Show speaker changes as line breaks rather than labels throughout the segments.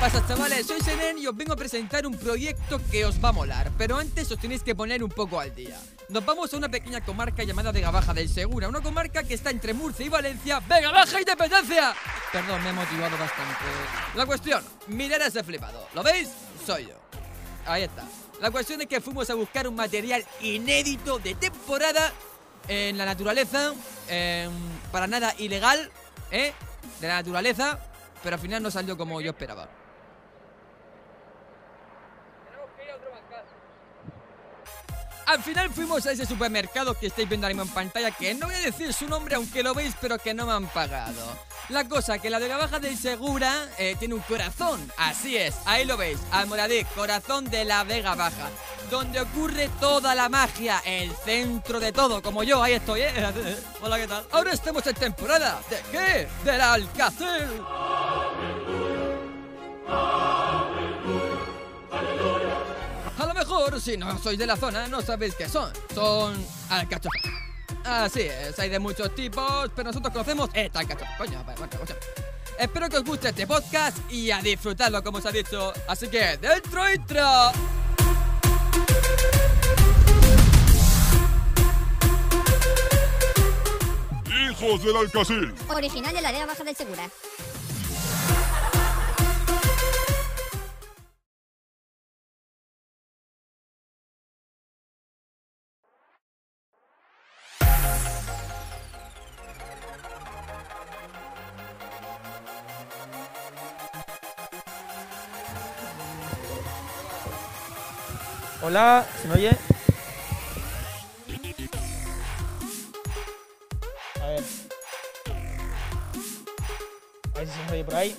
pasa chavales? Soy Seren y os vengo a presentar un proyecto que os va a molar, pero antes os tenéis que poner un poco al día. Nos vamos a una pequeña comarca llamada Vega Baja del Segura, una comarca que está entre Murcia y Valencia, Vega Baja Independencia. Perdón, me he motivado bastante. La cuestión, mirad a ese flipado, ¿lo veis? Soy yo. Ahí está. La cuestión es que fuimos a buscar un material inédito de temporada en la naturaleza, em, para nada ilegal, ¿eh? De la naturaleza, pero al final no salió como yo esperaba. Al final fuimos a ese supermercado que estáis viendo ahora mismo en pantalla, que no voy a decir su nombre aunque lo veis, pero que no me han pagado. La cosa, que la de la baja del Segura eh, tiene un corazón. Así es, ahí lo veis, Almoradí, corazón de la Vega Baja. Donde ocurre toda la magia, el centro de todo, como yo, ahí estoy, ¿eh? Hola, ¿qué tal? Ahora estamos en temporada. ¿De qué? Del Alcácer. A lo mejor, si no sois de la zona, no sabéis qué son. Son alcachofas. Así es, hay de muchos tipos, pero nosotros conocemos esta alcachofa. Coño, vale, bueno, coño. Espero que os guste este podcast y a disfrutarlo, como os ha dicho. Así que, dentro intro.
¡Hijos del Alcacil!
Original de la área baja del Segura.
Hola, ¿se me oye? A ver. A ver si se me oye por ahí.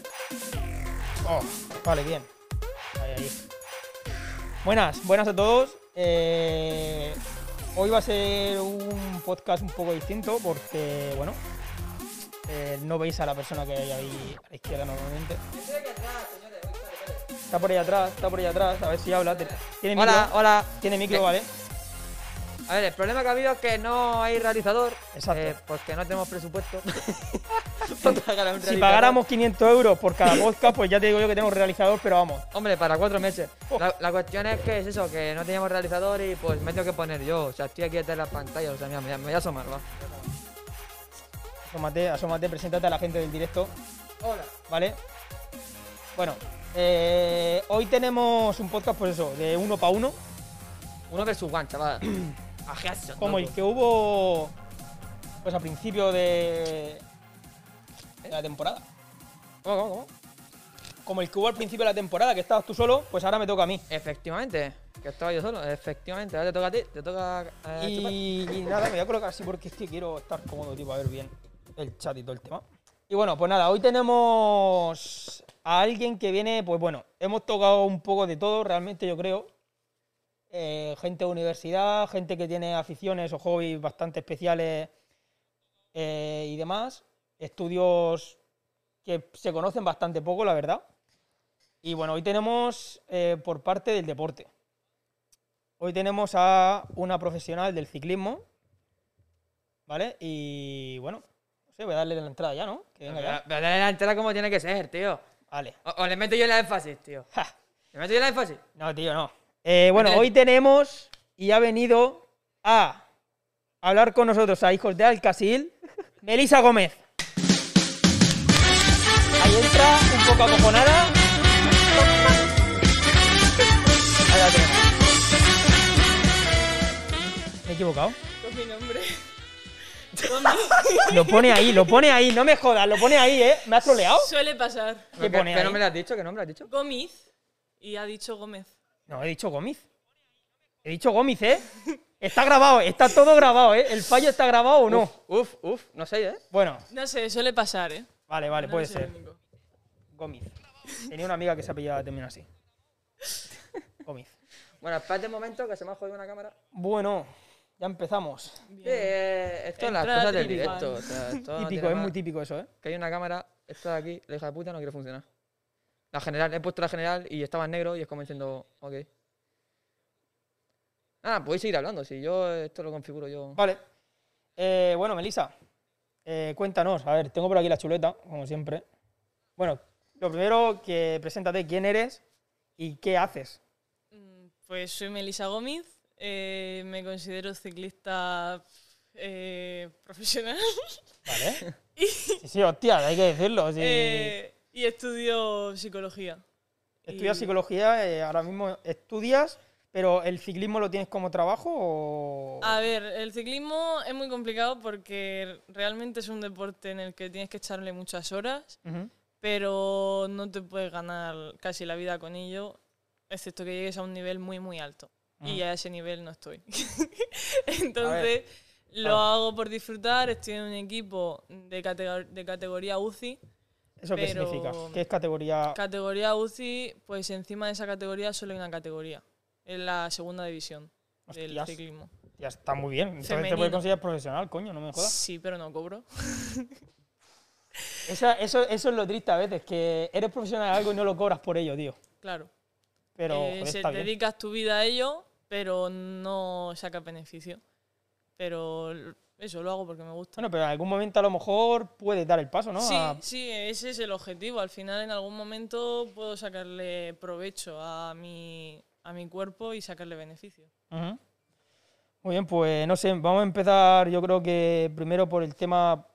Oh, vale, bien. Ahí, ahí. Buenas, buenas a todos. Eh, hoy va a ser un podcast un poco distinto porque, bueno, eh, no veis a la persona que hay ahí a la izquierda normalmente. Está por ahí atrás, está por ahí atrás, a ver si habla. Tiene
Hola,
micro.
hola.
Tiene micro,
Eh,
¿vale?
A ver, el problema que ha habido es que no hay realizador.
Exacto.
eh, porque no tenemos presupuesto. Para pagar a un
Si
realizador.
pagáramos 500 euros por cada podcast, pues ya te digo yo que tenemos realizador, pero vamos.
Hombre, para cuatro meses.
Oh.
La, la cuestión es que es eso, que no teníamos realizador y pues me tengo que poner yo. O sea, estoy aquí detrás de la pantalla. O sea, mira, me, me voy a asomar, va.
Asómate, asómate, preséntate a la gente del directo,
Hola.
¿vale? Bueno, eh, hoy tenemos un podcast, pues eso, de uno para uno.
Uno versus one, chaval. Ajeazo,
Como el
loco.
que hubo, pues a principio de, de la temporada.
¿Cómo, cómo, cómo?
Como el que hubo al principio de la temporada, que estabas tú solo, pues ahora me toca a mí.
Efectivamente. Que estaba yo solo. Efectivamente. Ahora te toca a ti. Te toca
Ah,
eh, chupar.
Y, y nada, me voy a colocar así porque es que quiero estar cómodo, tipo, a ver bien el chat y todo el tema. Y bueno, pues nada, hoy tenemos a alguien que viene, pues bueno, hemos tocado un poco de todo, realmente yo creo. Eh, gente de universidad, gente que tiene aficiones o hobbies bastante especiales eh, y demás. Estudios que se conocen bastante poco, la verdad. Y bueno, hoy tenemos eh, por parte del deporte. Hoy tenemos a una profesional del ciclismo. ¿Vale? Y bueno, no sé, voy a darle la entrada ya, ¿no? Que venga
Pero
ya.
pero dale la entera como tiene que ser, tío.
Vale.
O, o le meto yo la énfasis, tío.
Ja.
¿Le meto yo la énfasis?
No, tío, no. Eh, bueno,
Vete.
hoy tenemos y ha venido a hablar con nosotros a hijos de Alcasil, Melisa Gómez. Ahí entra, un poco acojonada. Ahí la tenemos. Me he equivocado.
mi nombre.
Lo pone ahí, lo pone ahí, no me jodas, lo pone ahí, ¿eh? ¿Me has troleado?
Suele pasar.
¿Qué pone
¿Qué
ahí?
nombre le has dicho? ¿Qué nombre le has dicho?
Gómez. Y ha dicho Gómez.
No, he dicho Gómez. He dicho Gómez, ¿eh? Está grabado, está todo grabado, ¿eh? ¿El fallo está grabado o no?
Uf, uf, no sé, ¿eh?
Bueno,
No sé, suele pasar, ¿eh?
Vale, vale,
No
puede
soy el
ser.
único.
Gómez. Tenía una amiga que se apellidaba también así. Gómez.
Bueno, espérate un momento que se me ha jodido una cámara.
Bueno, ya empezamos.
Sí, eh, esto es las
Entrada
cosas del
típica.
directo. o sea, esto no
típico,
tiene
es
más.
muy típico eso, ¿eh?
Que hay una cámara, esta de aquí, la hija de puta no quiere funcionar. La general, he puesto la general y estaba en negro y es como diciendo, ok. Nada, podéis seguir hablando, si yo eh, esto lo configuro yo.
Vale. Eh, bueno, Melissa, eh, cuéntanos. A ver, tengo por aquí la chuleta, como siempre. Bueno, Lo primero, que preséntate quién eres y qué haces.
Mm, Pues soy Melisa Gómez, eh, me considero ciclista eh, profesional
¿Vale? sí, sí, hostia, hay que decirlo. sí.
eh, y estudio psicología.
Estudias
y-
psicología, eh, ahora mismo estudias, pero ¿el ciclismo lo tienes como trabajo o...?
A ver, el ciclismo es muy complicado porque realmente es un deporte en el que tienes que echarle muchas horas,
Ujú.
pero no te puedes ganar casi la vida con ello, excepto que llegues a un nivel muy, muy alto. Y a ese nivel no estoy. Entonces, lo
Ah.
hago por disfrutar, estoy en un equipo de, categor- de categoría UCI.
¿Eso qué
pero-
significa? ¿Qué es categoría...?
Categoría UCI, pues encima de esa categoría solo hay una categoría, es la segunda división del
Hostias.
ciclismo.
Ya está muy bien. Entonces te puedes
Femenino.
considerar profesional, coño, no me jodas.
Sí, pero no cobro.
Esa- eso, eso es lo triste a veces, que eres profesional de algo y no lo cobras por ello, tío.
Claro.
Pero
Eh,
joder,
se-
está bien.
dedicas tu vida a ello, pero no sacas beneficio. Pero l- eso lo hago porque me gusta.
Bueno, pero en algún momento a lo mejor puedes dar el paso, ¿no?
sí,
A-
sí, ese es el objetivo. Al final, en algún momento puedo sacarle provecho a mi, a mi cuerpo y sacarle beneficio.
Ujú. Muy bien, pues no sé, vamos a empezar yo creo que primero por el tema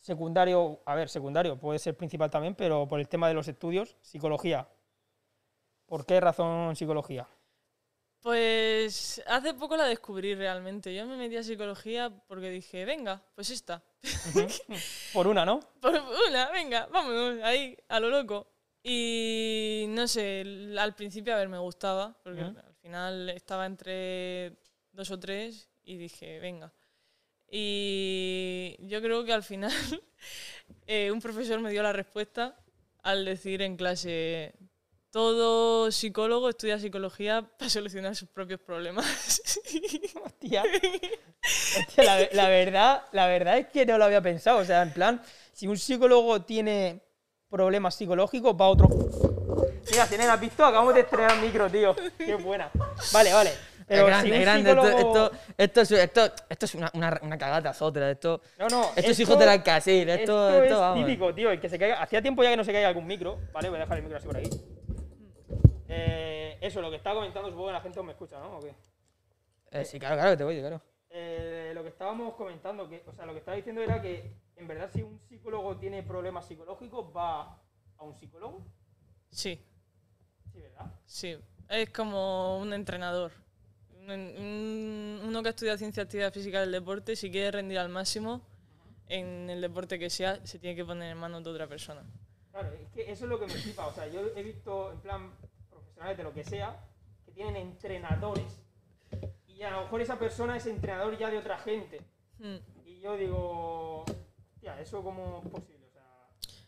secundario, a ver, secundario, puede ser principal también, pero por el tema de los estudios, psicología. ¿Por qué razón psicología?
Pues hace poco la descubrí realmente. Yo me metí a psicología porque dije, venga, pues esta.
Por una, ¿no?
Por una, venga, vámonos, ahí, a lo loco. Y no sé, l- al principio, a ver, me gustaba, porque
Ujú.
al final estaba entre dos o tres y dije, venga. Y yo creo que al final eh, un profesor me dio la respuesta al decir en clase, todo psicólogo estudia psicología para solucionar sus propios problemas.
Hostia. Hostia, la, ve- la verdad, la verdad es que no lo había pensado. O sea, en plan, si un psicólogo tiene problemas psicológicos, va otro. Mira, si has visto, acabamos de estrenar el micro, tío. Qué buena. Vale, vale. Pero
es grande,
si un
es grande. Esto,
psicólogo-
esto, esto, es- esto, esto es una, una, una cagata zotra. Esto,
No, no,
estos
esto-
hijos del Alcacil. Esto, esto,
Esto, es
vamos.
típico, tío. El que se caiga. Hacía tiempo ya que no se caiga algún micro. Vale, voy a dejar el micro así por aquí. Eh, eso, lo que estaba comentando, supongo que la gente os me escucha, ¿no? ¿O qué?
Eh, sí, claro, claro, te voy, claro.
Eh, lo que estábamos comentando, que, o sea, lo que estaba diciendo era que en verdad si un psicólogo tiene problemas psicológicos, va a un psicólogo.
sí.
Sí, ¿verdad?
Sí, es como un entrenador. Un- un- Uno que estudia ciencia, actividad física del deporte, si quiere rendir al máximo en el deporte que sea, se tiene que poner en manos de otra persona.
Claro, es que eso es lo que me flipa. O sea, yo he visto, en plan, profesionales de lo que sea, que tienen entrenadores. Y a lo mejor esa persona es entrenador ya de otra gente.
Mm.
Y yo digo, hostia, eso como es posible. O sea,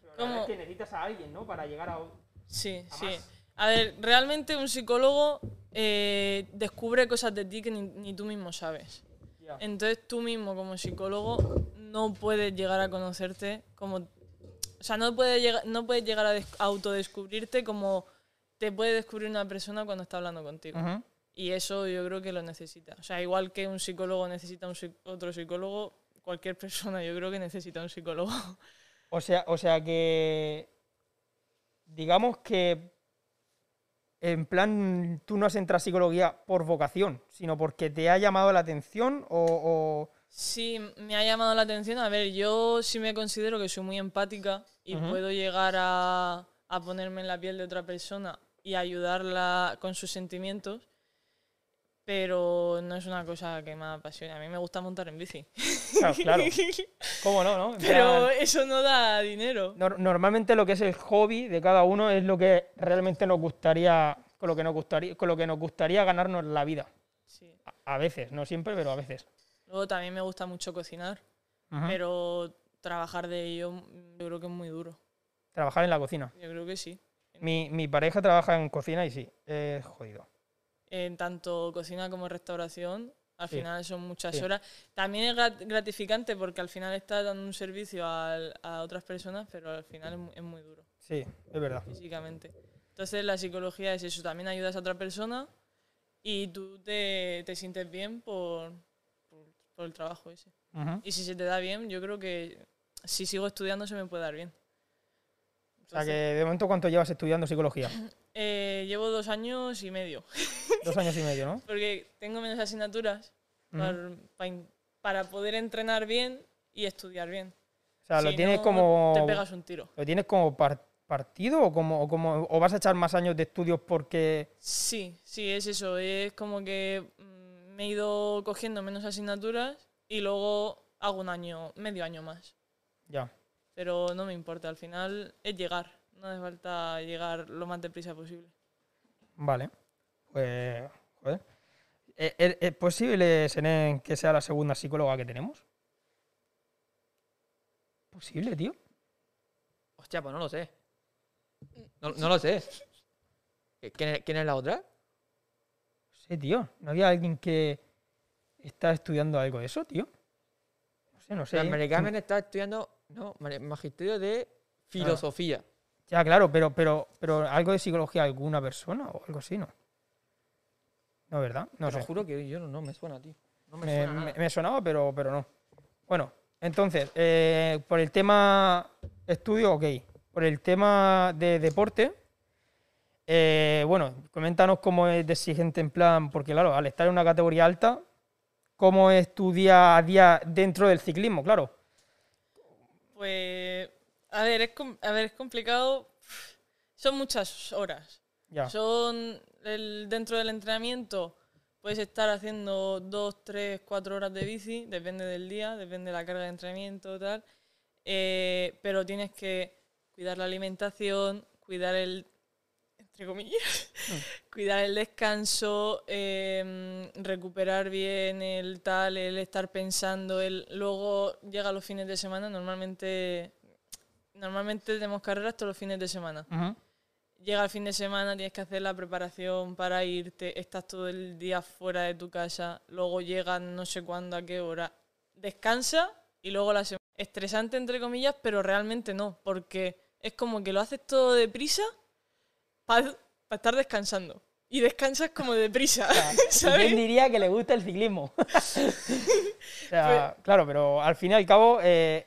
pero la verdad
¿Cómo?
es que necesitas a alguien, ¿no? Para llegar a...
Sí,
¿A
sí.
más?
A ver, realmente un psicólogo eh, descubre cosas de ti que ni, ni tú mismo sabes.
Ya.
Entonces tú mismo como psicólogo no puedes llegar a conocerte como... O sea, no puedes, llega- no puedes llegar a, des- a autodescubrirte como te puede descubrir una persona cuando está hablando contigo. Y eso yo creo que lo necesita. O sea, igual que un psicólogo necesita un psi- otro psicólogo, cualquier persona yo creo que necesita un psicólogo.
O sea, o sea que. Digamos que. En plan, tú no has entrado a psicología por vocación, sino porque te ha llamado la atención o. o-
Sí, me ha llamado la atención. A ver, yo sí me considero que soy muy empática y puedo llegar a, a ponerme en la piel de otra persona y ayudarla con sus sentimientos, pero no es una cosa que me apasione. A mí me gusta montar en bici,
Claro, Ah, claro. ¿Cómo no, no? En
pero
plan,
eso no da dinero.
nor- normalmente lo que es el hobby de cada uno es lo que realmente nos gustaría. Con lo que nos gustaría, con lo que nos gustaría ganarnos la vida.
Sí.
A, a veces, no siempre, pero a veces.
Luego también me gusta mucho cocinar,
Ujú.
pero trabajar de ello mm, yo creo que es muy duro.
Trabajar en la cocina.
Yo creo que sí.
Mi, mi pareja trabaja en cocina y sí, es jodido.
en tanto cocina como restauración. Al
Sí.
final son muchas
Sí.
horas. También es grat- gratificante porque al final estás dando un servicio al- a otras personas, pero al final es mu- es muy duro
Sí, es verdad.
físicamente. Entonces la psicología es eso, también ayudas a otra persona y tú te, te sientes bien por, por, por el trabajo ese.
Ujú.
Y si se te da bien, yo creo que si sigo estudiando se me puede dar bien.
O sea que de momento, ¿cuánto llevas estudiando psicología?
Eh, llevo dos años y medio,
Dos años y medio, ¿no?
porque tengo menos asignaturas
Ujú.
par- pa in- para, poder entrenar bien y estudiar bien.
O sea, lo
Si
tienes
no,
como.
Te pegas un tiro.
¿Lo tienes como par- partido o, como, o, como- o vas a echar más años de estudios porque.
Sí, sí, es eso. Es como que mm, me he ido cogiendo menos asignaturas y luego hago un año, medio año más.
Ya.
Pero no me importa, al final es llegar. No hace falta llegar lo más deprisa posible.
Vale. Pues. Joder. Eh, eh, ¿Es posible, Senen, que sea la segunda psicóloga que tenemos? ¿Posible, tío?
Hostia, pues no lo sé. No, no lo sé. ¿Qui- ¿Quién es, quién es la otra?
No sé, tío. ¿No había alguien que está estudiando algo de eso, tío? No sé, no sé.
La Mary Carmen está estudiando no, ma- magisterio de filosofía.
Ya, claro, pero, pero, pero algo de psicología alguna persona o algo así, ¿no? No, ¿verdad? No
Os
sé.
juro que yo no, no me suena, tío. No me,
Me,
suena nada.
me- me sonaba, pero, pero no. Bueno, entonces, eh, por el tema estudio, ok. Por el tema de deporte, eh, bueno, coméntanos cómo es de exigente en plan, porque claro, al estar en una categoría alta, ¿cómo es tu día a día dentro del ciclismo? Claro.
Pues, a ver, es, com- a ver, es complicado. Son muchas horas.
Ya.
Son el, dentro del entrenamiento, puedes estar haciendo dos, tres, cuatro horas de bici, depende del día, depende de la carga de entrenamiento, tal. Eh, pero tienes que cuidar la alimentación, cuidar el, entre comillas, cuidar el descanso, eh, recuperar bien el tal, el estar pensando, el luego llega los fines de semana, normalmente, normalmente tenemos carreras todos los fines de semana
Ujú.
llega el fin de semana, tienes que hacer la preparación para irte, estás todo el día fuera de tu casa, luego llegas no sé cuándo, a qué hora, descansa y luego la semana... Estresante entre comillas, pero realmente no, porque es como que lo haces todo deprisa para estar descansando. Y descansas como deprisa, ¿sabes?
¿Quién diría que le gusta el ciclismo? O sea, claro, pero al fin y al cabo eh,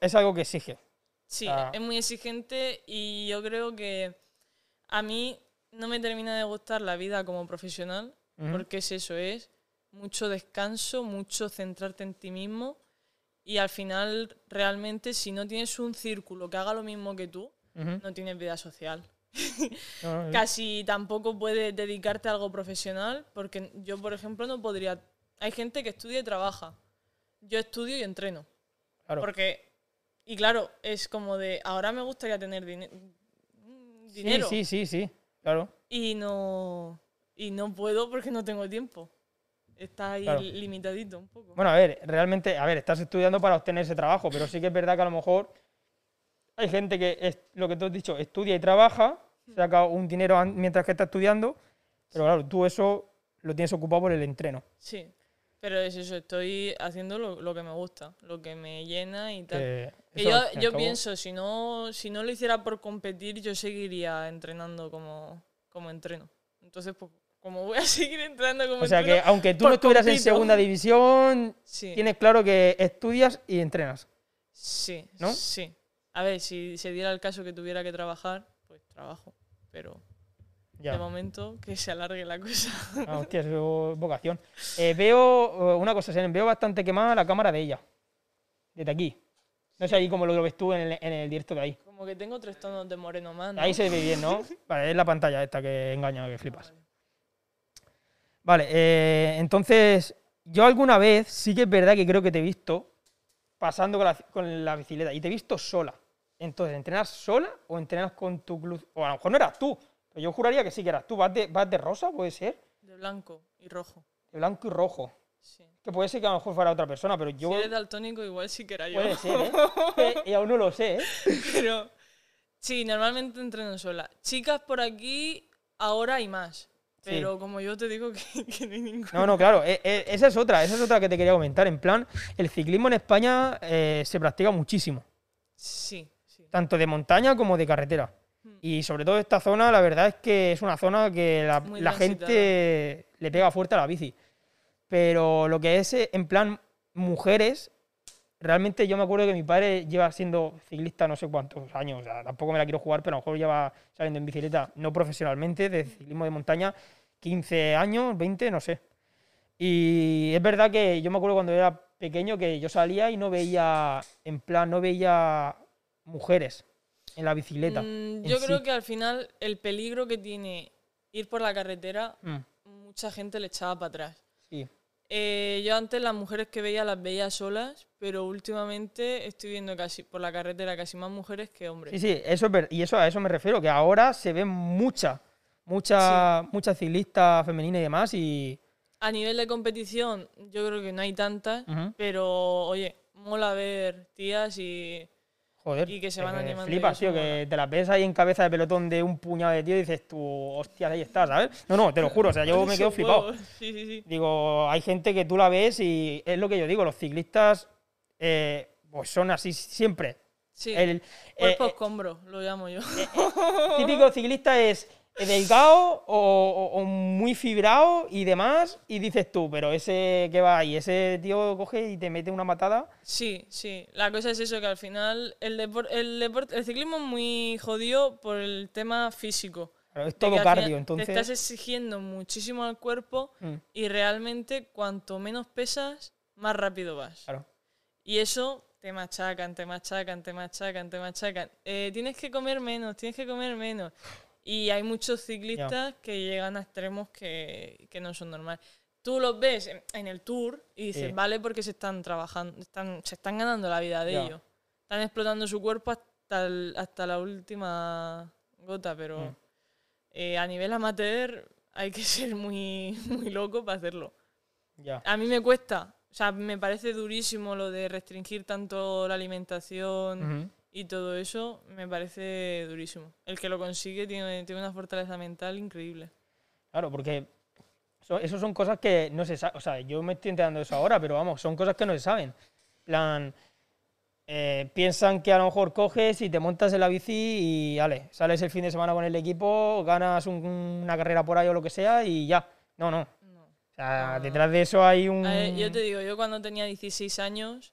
es algo que exige.
Sí,
Ah.
es muy exigente y yo creo que a mí no me termina de gustar la vida como profesional,
Ujú.
porque es eso, es mucho descanso, mucho centrarte en ti mismo y al final realmente si no tienes un círculo que haga lo mismo que tú,
Ujú.
no tienes vida social.
No, no,
Casi tampoco puedes dedicarte a algo profesional, porque yo, por ejemplo, no podría... Hay gente que estudia y trabaja. Yo estudio y entreno.
claro.
Porque, y claro, es como de, ahora me gustaría tener dine- mm, dinero.
Sí, sí, sí, sí, claro.
Y no y no puedo porque no tengo tiempo. Está ahí
Claro.
limitadito un poco.
Bueno, a ver, realmente, a ver, estás estudiando para obtener ese trabajo, pero sí que es verdad que a lo mejor hay gente que, es, lo que tú has dicho, estudia y trabaja,
Mm.
saca un dinero an- mientras que está estudiando, pero claro, tú eso lo tienes ocupado por el entreno.
Sí. Pero es eso, estoy haciendo lo, lo que me gusta, lo que me llena y tal.
que
Que
eso,
yo
al fin y al
yo
cabo,
pienso, si no, si no lo hiciera por competir, yo seguiría entrenando como, como entreno. Entonces, pues, como voy a seguir entrenando como
O sea que
entreno,
aunque tú
por
no estuvieras en
compito.
segunda división,
sí.
tienes claro que estudias y entrenas.
Sí,
¿No?
sí. A ver, si se diera el caso que tuviera que trabajar, pues trabajo. Pero de
Ya.
momento que se alargue la cosa.
Ah, hostia, eso es vocación. Eh, veo, eh, una cosa, Seren, veo bastante quemada la cámara de ella. Desde aquí. No sé ahí cómo lo ves tú en el, en el directo de ahí.
Como que tengo tres tonos de moreno más. ¿no?
Ahí se ve bien, ¿no? Vale, es la pantalla esta que engaña, que flipas. Vale, eh, entonces, yo alguna vez sí que es verdad que creo que te he visto pasando con la, con la bicicleta y te he visto sola. Entonces, ¿entrenas sola o entrenas con tu club? O a lo mejor no eras tú, pero yo juraría que sí que eras tú. ¿Vas de, vas de rosa, puede ser?
De blanco y rojo.
De blanco y rojo.
Sí.
Que puede ser que a lo mejor fuera otra persona, pero yo.
Si eres daltónico, igual sí que era yo.
puede ser, ¿eh? Eh, Y aún no lo sé, ¿eh?
Pero sí, normalmente entreno sola. Chicas por aquí, ahora hay más. Pero como yo te digo que, que no hay ninguna.
No, no, claro, e- e- esa es otra, esa es otra que te quería comentar. En plan, el ciclismo en España eh, se practica muchísimo,
Sí, sí.
tanto de montaña como de carretera. Y sobre todo esta zona, la verdad es que es una zona que la,
Muy
la
transitada.
gente le pega fuerte a la bici. Pero lo que es, eh, en plan, mujeres, Realmente yo me acuerdo que mi padre lleva siendo ciclista no sé cuántos años, o sea, tampoco me la quiero jugar, pero a lo mejor lleva saliendo en bicicleta, no profesionalmente, de ciclismo de montaña, 15 años, 20, no sé. Y es verdad que yo me acuerdo cuando era pequeño que yo salía y no veía, en plan, no veía mujeres en la bicicleta.
Mm,
en
yo creo
sí.
que al final el peligro que tiene ir por la carretera,
Mm,
mucha gente le echaba para atrás.
sí.
Eh, yo antes las mujeres que veía las veía solas, pero últimamente estoy viendo casi por la carretera casi más mujeres que hombres.
Sí, sí, eso es ver- y eso a eso me refiero, que ahora se ven muchas, muchas, muchas ciclistas femeninas y demás y
A nivel de competición, yo creo que no hay tantas,
Ujú.
pero oye, mola ver tías y
joder,
Y que se
es
van animando y
flipas,
eso
tío, que
mola.
te las ves ahí en cabeza de pelotón de un puñado de tío y dices tú, hostias, ahí está, ¿sabes? No, no, te lo juro, o sea, yo me quedo
Sus
flipado.
huevos. Sí, sí, sí.
Digo, hay gente que tú la ves y es lo que yo digo, los ciclistas eh, pues son así siempre.
Sí. Pues
El, eh,
Cuerpo escombro, lo llamo yo.
típico ciclista es delgado o, o- o muy fibrado y demás, y dices tú, pero ese que va ahí, ese tío coge y te mete una matada.
Sí, sí. La cosa es eso, que al final el, depor- el, depor- el ciclismo es muy jodido por el tema físico.
Claro, es
de que
todo
al final
cardio,
Te estás
entonces.
exigiendo muchísimo al cuerpo
Mm,
y realmente cuanto menos pesas, más rápido vas.
claro.
Y eso te machacan, te machacan, te machacan, te machacan. Eh, tienes que comer menos, tienes que comer menos. Y hay muchos ciclistas que llegan a extremos que, que no son normales. Tú los ves en, en el tour y dices,
Sí.
vale, porque se están trabajando, están, se están ganando la vida de
Ya.
ellos. Están explotando su cuerpo hasta, el- hasta la última gota, pero
Mm.
eh, a nivel amateur hay que ser muy, muy loco para hacerlo.
Ya.
A mí me cuesta. O sea, me parece durísimo lo de restringir tanto la alimentación
Ujú.
y todo eso. Me parece durísimo. El que lo consigue tiene, tiene una fortaleza mental increíble.
Claro, porque eso, eso son cosas que no se saben. O sea, yo me estoy enterando de eso ahora, pero vamos, son cosas que no se saben. plan, eh, piensan que a lo mejor coges y te montas en la bici y ale, sales el fin de semana con el equipo, ganas un- una carrera por ahí o lo que sea y ya. No, no. O sea,
No, no,
detrás de eso hay un.
A ver, yo te digo, yo cuando tenía 16 años,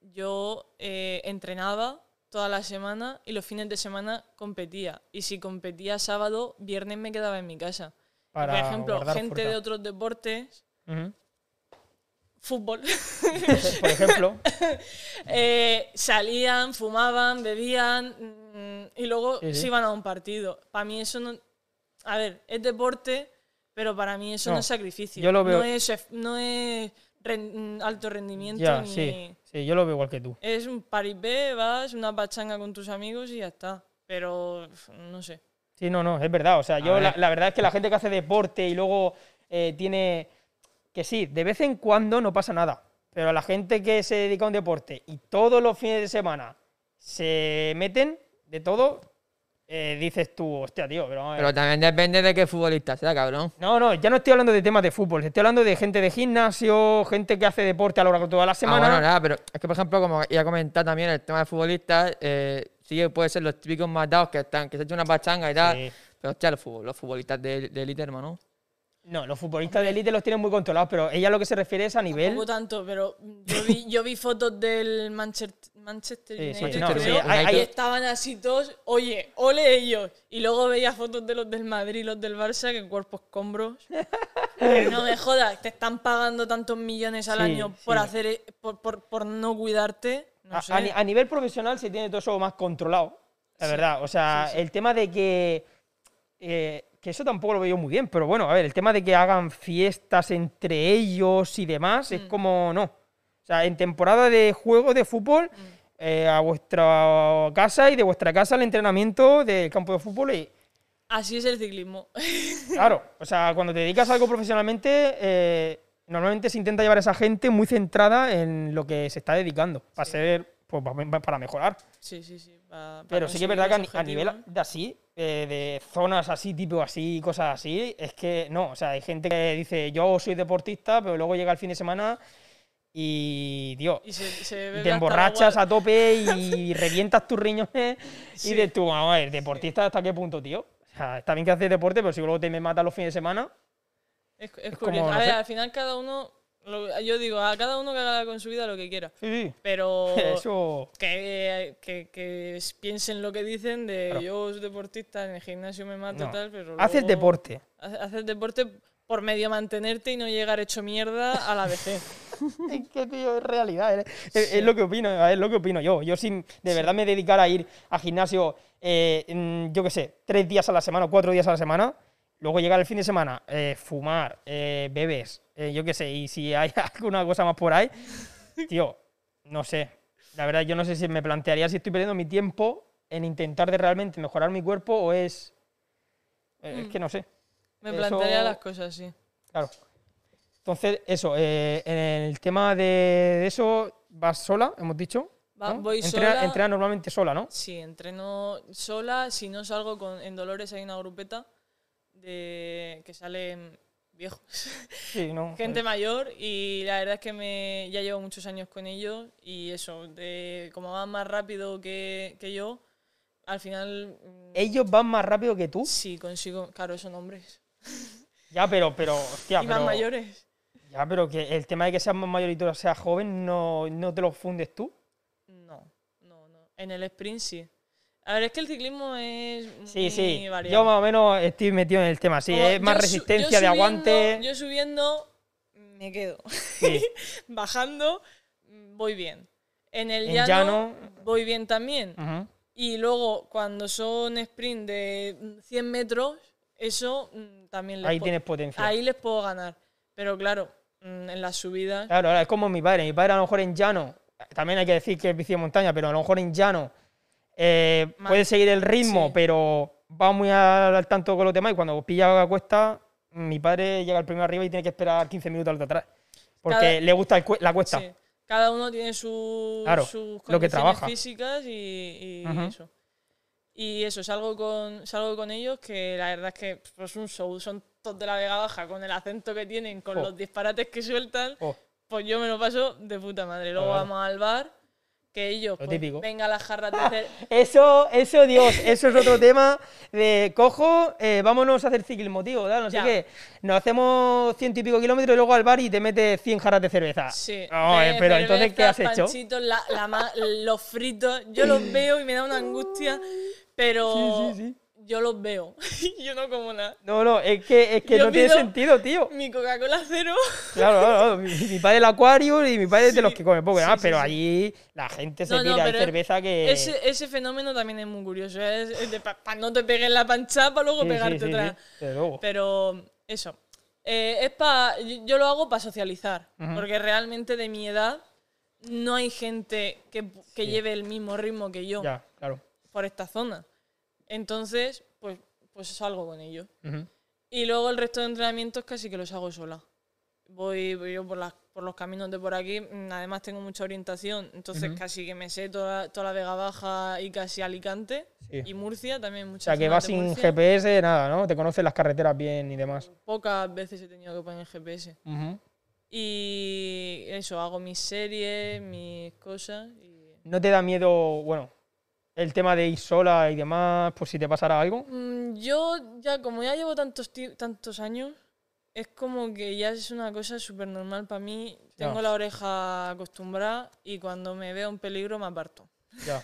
yo eh, entrenaba toda la semana y los fines de semana competía. Y si competía sábado, viernes me quedaba en mi casa. Y,
para
Por ejemplo,
guardar
gente
furca.
de otros deportes,
Ujú.
fútbol.
Por ejemplo,
Eh, salían, fumaban, bebían mm, y luego
Sí, sí.
se iban a un partido. Para mí eso no... A ver, es deporte, pero para mí eso no,
No,
es sacrificio.
yo lo veo-
No es, ef- no es ren- mm, alto rendimiento
ya,
ni...
sí. Sí, yo lo veo igual que tú.
Es un paripé, vas, una pachanga con tus amigos y ya está. Pero pf, no sé.
Sí, no, no, es verdad. O sea, yo
ver.
la, la verdad es que la gente que hace deporte y luego eh, tiene. Que sí, de vez en cuando no pasa nada. Pero a la gente que se dedica a un deporte y todos los fines de semana se meten de todo, eh, dices tú, hostia, tío, pero. vamos a ver".
Pero también depende de qué futbolista sea, cabrón.
no, no, ya no estoy hablando de temas de fútbol, estoy hablando de gente de gimnasio, gente que hace deporte a lo largo de toda la
Ah, bueno,
semana.
nada, pero es que, por ejemplo, como ya comentar también el tema de futbolistas, eh, sí que puede ser los típicos matados que están, que se echan una pachanga y tal.
Sí.
Pero hostia, los, futbol- los futbolistas de de élite, hermano.
No, los futbolistas de élite los tienen muy controlados, pero ella lo que se refiere es a nivel.
Tampoco tanto, pero yo vi, yo vi fotos del Manchester, Manchester
Sí, sí,
United,
no, sí,
creo,
hay-
y
hay-
estaban así todos, oye, ole ellos. Y luego veía fotos de los del Madrid, los del Barça, que cuerpos escombros. Pero no me jodas, te están pagando tantos millones al
Sí,
año
sí.
por hacer e- por, por- por no cuidarte. No
a,
sé.
a ni- a nivel profesional se tiene todo eso más controlado, la verdad. O sea, el tema de que. eh, que eso tampoco lo veo yo muy bien, pero bueno, a ver, el tema de que hagan fiestas entre ellos y demás
Mm.
es como no. O sea, en temporada de juegos de fútbol,
Mm.
eh, a vuestra casa y de vuestra casa al entrenamiento del campo de fútbol y.
Así es el ciclismo.
Claro, o sea, cuando te dedicas a algo profesionalmente, eh, normalmente se intenta llevar a esa gente muy centrada en lo que se está dedicando, para ser, pues, pa- para mejorar.
sí, sí, sí. pa- pa
Pero sí que es
conseguir
verdad que a, ni-
los
a nivel
objetivos.
de así, eh, de zonas así, tipo así, cosas así, es que no. O sea, hay gente que dice, yo soy deportista, pero luego llega el fin de semana y, tío,
Y se, se bebe hasta
te
la
emborrachas
guar-
a tope y revientas tus riñones. Y
Sí.
de tú, vamos a ver, deportista hasta qué punto, tío. O sea, está bien que haces deporte, pero si luego te me matas los fines de semana,
Es, es
Es como,
curioso.
no
a ver,
sé.
al final cada uno Lo- yo digo, a cada uno que haga con su vida lo que quiera.
Sí, sí.
Pero
Eso.
que, que, que piensen lo que dicen de
Claro.
yo soy deportista, en el gimnasio me mato
No.
tal, pero
Haces
luego
deporte.
hace- Haces deporte por medio mantenerte y no llegar hecho mierda a la vejez.
Es que, tío, es realidad. Es, es- es lo que opino, es lo que opino yo. Yo si de verdad me dedicara a ir a gimnasio, eh, mm, yo qué sé, tres días a la semana o cuatro días a la semana, luego llegar el fin de semana, eh, fumar, eh, bebes, eh, yo qué sé, y si hay alguna cosa más por ahí, tío, no sé. La verdad, yo no sé si me plantearía si estoy perdiendo mi tiempo en intentar de realmente mejorar mi cuerpo o es... eh, Es que no sé.
Me
Eso-
plantearía las cosas así.
Claro. Entonces, eso, eh, en el tema de, de eso, vas sola, hemos dicho.
Va-
¿no?
voy
Entrena-
sola.
entrena normalmente sola, ¿no?
Sí, entreno sola. Si no salgo con, en Dolores, hay una grupeta de que salen viejos.
Sí, no.
Gente mayor y la verdad es que me, ya llevo muchos años con ellos y eso, de, como van más rápido que, que yo, al final mm,
Ellos van más rápido que tú.
sí consigo, claro, esos nombres.
Ya, pero, pero, hostia,
y
pero.
más mayores.
Ya, pero que el tema de que seas más mayor y tú seas joven, no, no te lo fundes tú.
No, no, no. En el sprint sí. A ver, es que el ciclismo es
Sí,
muy
sí.
variado.
Yo más o menos estoy metido en el tema, sí.
Mm, Como
es más
yo su-
resistencia
yo
de
subiendo-
aguante.
Yo subiendo me quedo.
Sí.
Bajando voy bien. En el
En
llano,
llano-
voy bien también.
Ujú.
Y luego, cuando son sprint de mm, 100 metros, eso mm, también les
Ahí
puedo-
tienes potencia.
ahí les puedo ganar. Pero claro, mm, en las subidas,
Claro, ahora es como mi padre. Mi padre a lo mejor en llano, también hay que decir que es bici de montaña, pero a lo mejor en llano eh,
Ma-
puede seguir el ritmo,
sí.
pero va muy al, al tanto con los demás y cuando pilla la cuesta, mi padre llega al primero arriba y tiene que esperar 15 minutos al de atrás. Porque
Cada-
le gusta el cue- la cuesta.
sí, cada uno tiene su,
Claro,
sus
lo que
condiciones
trabaja.
físicas y, y
Ujú.
eso. Y eso, salgo con, salgo con ellos, que la verdad es que es un show, son todos de la Vega Baja, con el acento que tienen, con
Jo.
los disparates que sueltan.
Oh,
Pues yo me lo paso de puta madre. Luego
Claro.
vamos al bar, que ellos, pues,
típico.
venga las jarras de hacer.
Eso, eso, Dios, eso es otro tema de cojo, eh, vámonos a hacer ciclismo, tío, tal, no sé
Ya.
qué. Nos hacemos ciento y pico kilómetros y luego al bar y te metes 100 jarras de cerveza.
Sí.
No, eh,
de
pero entonces, ¿qué has
cervezas,
hecho?
panchitos, la- la ma- los fritos, yo los veo y me da una angustia, pero
Sí, sí, sí.
yo los veo. yo no como nada.
No, no, es que, es que
Yo
no tiene
pido-
sentido, tío.
Mi Coca-Cola cero.
Claro, claro, claro. Mi, mi padre el acuario y mi padre es de los que come poco,
sí,
ah,
sí,
pero
sí.
allí la gente se
No, no,
mira, hay
pero
cerveza que...
Ese, ese fenómeno también es muy curioso. ¿eh? Es, para no te peguen la pancha, para luego
Sí, sí,
pegarte
sí,
otra.
sí, desde luego.
Pero eso. Eh, es pa, yo, yo lo hago para socializar. Porque realmente de mi edad no hay gente que, que lleve el mismo ritmo que yo.
Ya, claro.
por esta zona. Entonces, pues, pues salgo con ellos.
Ujú.
Y luego el resto de entrenamientos casi que los hago sola. Voy, voy yo por, las, por los caminos de por aquí, mm, además tengo mucha orientación, entonces casi que me sé toda, toda la Vega Baja y casi Alicante
Sí.
y Murcia también.
O
Muchas
sea, que
zonas
vas
de
sin
Murcia.
GPS, nada, ¿no? Te conoces las carreteras bien y demás.
Pocas veces he tenido que poner GPS.
Ujú.
Y eso, hago mis series, mis cosas. y-
¿No te da miedo, bueno, el tema de ir sola y demás, por si te pasara algo?
Mm, Yo ya, como ya llevo tantos, ti- tantos años, es como que ya es una cosa súper normal para mí.
Ya.
Tengo la oreja acostumbrada y cuando me veo en peligro me aparto.
Ya.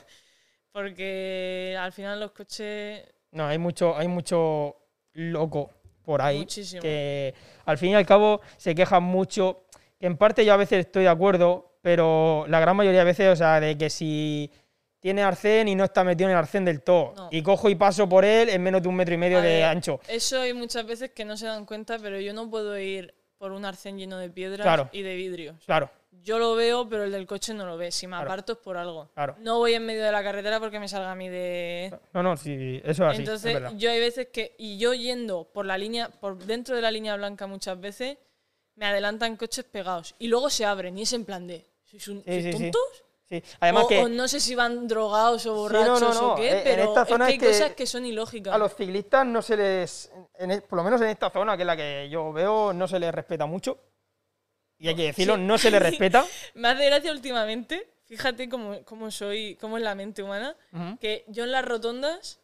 Porque al final los coches...
No, hay mucho, hay mucho loco por ahí.
Muchísimo.
Que al fin y al cabo se quejan mucho. Que en parte yo a veces estoy de acuerdo, pero la gran mayoría de veces, o sea, de que si tiene arcén y no está metido en el arcén del todo.
No.
Y cojo y paso por él en menos de un metro y medio
A
de
ver,
ancho.
Eso hay muchas veces que no se dan cuenta, pero yo no puedo ir por un arcén lleno de piedras
Claro.
y de vidrios.
Claro,
Yo lo veo, pero el del coche no lo ve. Si me
Claro.
aparto es por algo.
Claro.
No voy en medio de la carretera porque me salga a mí de...
no, no, Ah, sí, eso es así. es
Entonces,
verdad.
yo hay veces que, y yo yendo por la línea, por dentro de la línea blanca muchas veces, me adelantan coches pegados y luego se abren y es en plan de, ¿sois, un-
Sí,
sois
sí, sí.
tontos?
Sí, Además
o,
que
o no sé si van drogados o
no,
borrachos
no,
o qué,
eh, en
pero
esta
es
zona
que hay
es que
cosas que son ilógicas.
a los ciclistas no se les, en- en- por lo menos en esta zona que es la que yo veo, no se les respeta mucho. Y hay que decirlo, no se les respeta.
Me hace gracia últimamente, fíjate cómo, cómo soy, cómo es la mente humana,
Ujú.
que yo en las rotondas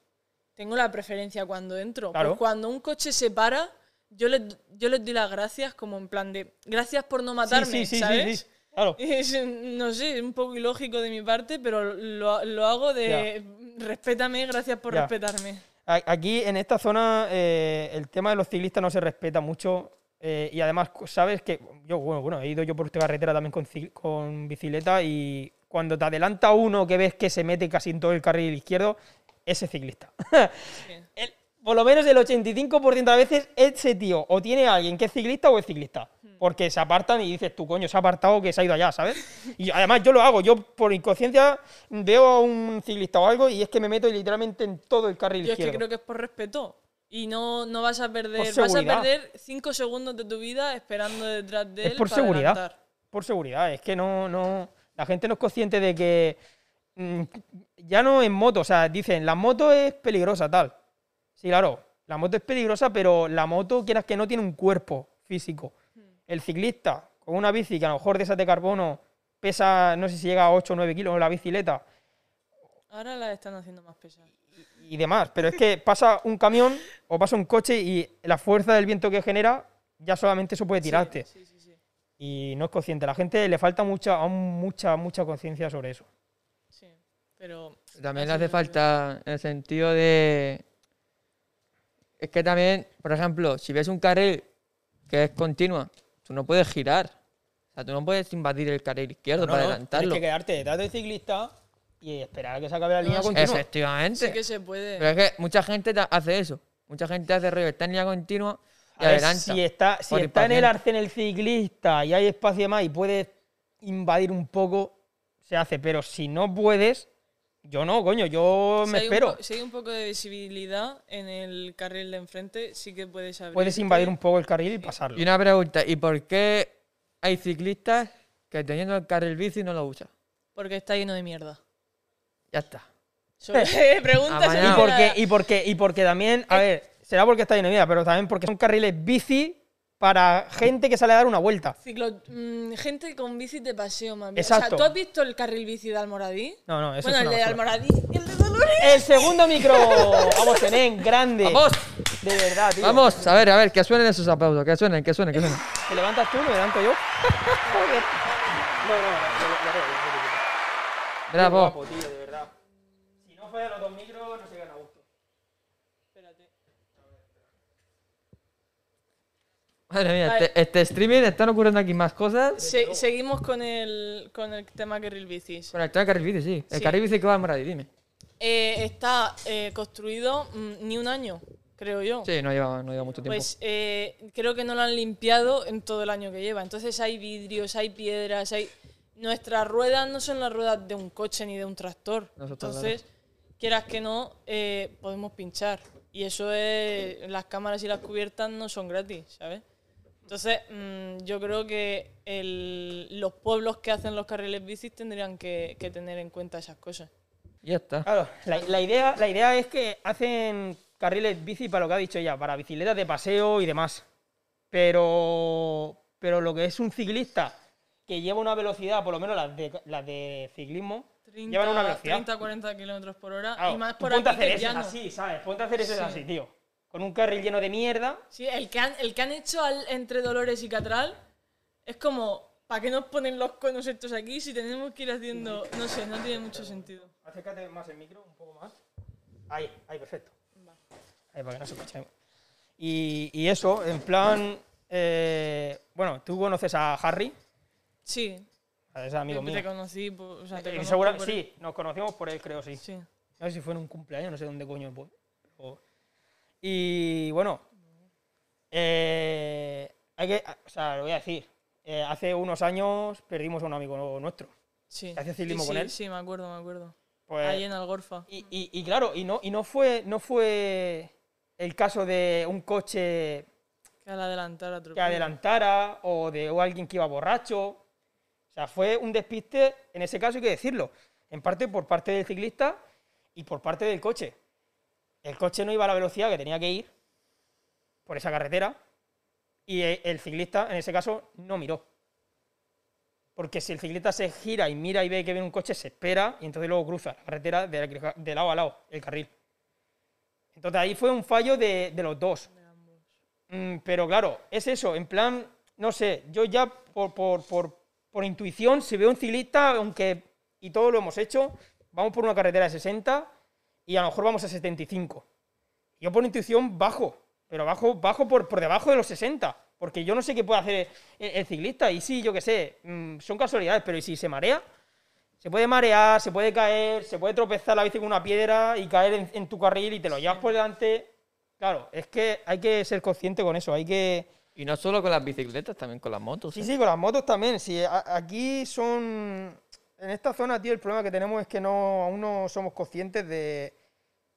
tengo la preferencia cuando entro.
Claro.
Pues cuando un coche se para, yo les, yo les doy las gracias como en plan de gracias por no matarme,
sí, sí, sí,
¿sabes?
sí. Claro.
Es, eh, no sé, es un poco ilógico de mi parte, pero lo, lo hago de respétame, gracias por
Ya.
respetarme.
A- Aquí en esta zona eh, el tema de los ciclistas no se respeta mucho eh, y además cu- sabes que yo bueno, bueno, he ido yo por esta carretera también con, ci- con bicicleta y cuando te adelanta uno que ves que se mete casi en todo el carril izquierdo, ese ciclista. El- por lo menos el 85% de las veces ese tío o tiene a alguien que es ciclista o es ciclista. Porque se apartan y dices, tú coño, se ha apartado que se ha ido allá, ¿sabes? Y además yo lo hago, yo por inconsciencia veo a un ciclista o algo y es que me meto literalmente en todo el carril
Yo es
izquierdo.
que creo que es por respeto. Y no, no vas a perder. Vas a
seguridad.
perder cinco segundos de tu vida esperando detrás de él.
Es por
para
seguridad.
adelantar.
Por seguridad, es que no, no. La gente no es consciente de que. mm, ya no en moto, o sea, dicen, la moto es peligrosa, tal. Sí, claro, la moto es peligrosa, pero la moto, quieras que no, tiene un cuerpo físico. El ciclista, con una bici que a lo mejor de esas de carbono pesa, no sé si llega a 8 o 9 kilos la bicicleta
Ahora las están haciendo más pesadas.
y demás, pero es que pasa un camión o pasa un coche y la fuerza del viento que genera, ya solamente eso puede tirarte.
Sí, sí, sí.
y no es consciente. A la gente le falta mucha, aún mucha, mucha conciencia sobre eso.
sí. Pero.
También
así
le hace
no-
falta en el sentido de. Es que también, por ejemplo, si ves un carril que es continua, tú no puedes girar. O sea, tú no puedes invadir el carril izquierdo para adelantarlo.
Tienes que quedarte detrás del ciclista y esperar a que se acabe la línea
sí.
continua.
Efectivamente.
Sí que se puede.
Pero es que mucha gente ta- hace eso. Mucha gente hace rollo, está en línea continua y
A ver,
adelanta.
si está, si
por
está en el
impaciente.
arcén el ciclista y hay espacio y demás y puedes invadir un poco, se hace. Pero si no puedes, yo no, coño, yo
Si
me
hay un
espero.
po- si hay un poco de visibilidad en el carril de enfrente, sí que puedes abrir.
Puedes invadir un poco el carril y pasarlo.
Y una pregunta, ¿y por qué hay ciclistas que teniendo el carril bici no lo usan?
Porque está lleno de mierda.
Ya está.
Sobre- Preguntas
Y
Apañado.
sobre
porque,
nada.
y porque, y porque también, a
Eh.
ver, será porque está lleno de vida, pero también porque son carriles bici para gente que sale a dar una vuelta.
Ciclo- mm, gente con bici de paseo, mami. O
Exacto.
sea, ¿tú has visto el carril bici de Almoradí?
No, no, eso
Bueno,
es
el
una
de
basura.
Almoradí y el de Dolores.
El segundo micro. Vamos, Enen, grande.
¡Vamos!
De verdad, tío.
Vamos, a ver, a ver, que suenen esos aplausos, que suenen, que suenen, que suenen.
¿Te levantas tú? ¿Me levanto yo? Joder. No, no, no, lo- lo veo, lo veo, lo veo.
Bravo.
tío, de verdad. Si no fuera los dos micros, no se gana gusto.
Madre mía,
Vale.
este, este streaming están ocurriendo aquí más cosas.
Se- seguimos con el, con el tema carril bicis.
Con el tema del carril bici, sí. El
Sí.
carril bici que va a Moradi, dime.
Eh, está eh, construido mm, ni un año, creo yo.
Sí, no lleva, no lleva mucho tiempo.
Pues eh, creo que no lo han limpiado en todo el año que lleva. Entonces hay vidrios, hay piedras, hay... Nuestras ruedas no son las ruedas de un coche ni de un tractor.
Nosotros,
Entonces, quieras que no, eh, podemos pinchar. Y eso es... Las cámaras y las cubiertas no son gratis, ¿sabes? Entonces, mm, yo creo que el- los pueblos que hacen los carriles bicis tendrían que, que tener en cuenta esas cosas.
Y ya está.
Claro, la, la idea, la idea es que hacen carriles bici para lo que ha dicho ella, para bicicletas de paseo y demás. Pero, pero lo que es un ciclista que lleva una velocidad, por lo menos las de, las de ciclismo, llevan una velocidad.
30, 40 kilómetros por hora.
Claro,
y más
tú
por
ponte
aquí
a hacer
que
eso
ya no.
así, ¿sabes? Ponte a hacer eso
Sí.
así, tío. Con un carril lleno de mierda.
Sí, el que han, el que han hecho al- entre Dolores y Catral es como, ¿para qué nos ponen los conos estos aquí si tenemos que ir haciendo...? No sé, no tiene mucho sentido.
Acércate más el micro, un poco más. Ahí, ahí, perfecto. Ahí, para que no se escuche. Y, y eso, en plan. eh, bueno, tú conoces a Harry,
Sí,
es amigo
te-
mío.
te conocí, por- o sea, te
Eh,
conozco
segura-
por-
sí, nos conocimos por él, creo, sí.
sí.
No sé si fue en un cumpleaños, no sé dónde coño fue. O- Y bueno, eh, hay que, o sea, lo voy a decir. Eh, hace unos años perdimos a un amigo nuestro.
Sí.
¿Te hacías
Sí,
ciclismo
sí,
con él?
Sí, me acuerdo, me acuerdo.
Pues,
Ahí en Algorfa.
Y, y- y claro, y no, y no fue, no fue el caso de un coche
Que al adelantar a
que adelantara o de alguien que iba borracho. O sea, fue un despiste, en ese caso hay que decirlo, en parte por parte del ciclista y por parte del coche. El coche no iba a la velocidad que tenía que ir por esa carretera y e- el ciclista, en ese caso, no miró. Porque si el ciclista se gira y mira y ve que viene un coche, se espera y entonces luego cruza la carretera de, de lado a lado, el carril. Entonces ahí fue un fallo de, de los dos. Mm, pero claro, es eso, en plan, no sé, yo ya por, por, por, por intuición, si veo un ciclista, aunque, y todo lo hemos hecho, vamos por una carretera de 60 y a lo mejor vamos a 75. Yo por intuición bajo, pero bajo, bajo por, por debajo de los 60, porque yo no sé qué puede hacer el, el ciclista, y sí, yo qué sé, mm, son casualidades, pero ¿y si se marea? Se puede marear, se puede caer, se puede tropezar la bici con una piedra y caer en, en tu carril y te lo llevas por delante. Claro, es que hay que ser consciente con eso, hay que...
Y no solo con las bicicletas, también con las motos.
Sí,
¿eh?
sí, con las motos también. Sí, a- aquí son... En esta zona, tío, el problema que tenemos es que no, aún no somos conscientes de,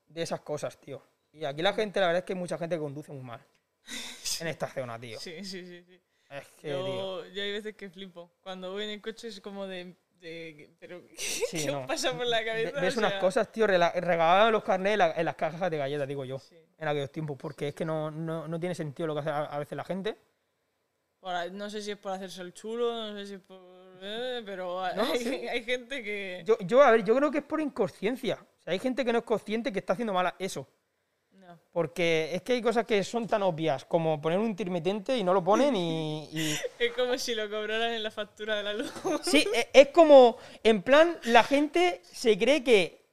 de esas cosas, tío. Y aquí la gente, la verdad es que hay mucha gente que conduce muy mal. En esta zona, tío.
Sí, sí, sí. sí.
Es que, tío.
Yo, yo hay veces que flipo. Cuando voy en el coche es como de. de- pero, ¿qué,
Sí,
qué
no.
pasa por la
Ve-
cabeza?
Ves
O
unas
sea,
cosas, tío, rela- regalaban los carnets en, la- en las cajas de galletas, digo yo,
Sí.
en aquellos tiempos, porque es que no, no, no tiene sentido lo que hace a, a veces la gente.
por- no sé si es por hacerse el chulo, no sé si es por. eh, pero hay,
No, sí.
hay gente que.
Yo, yo, a ver, yo creo que es por inconsciencia. O sea, hay gente que no es consciente que está haciendo mal a- eso.
No.
Porque es que hay cosas que son tan obvias, como poner un intermitente y no lo ponen y... y-
Es como si lo cobraran en la factura de la luz.
Sí, e- es como, en plan, la gente se cree que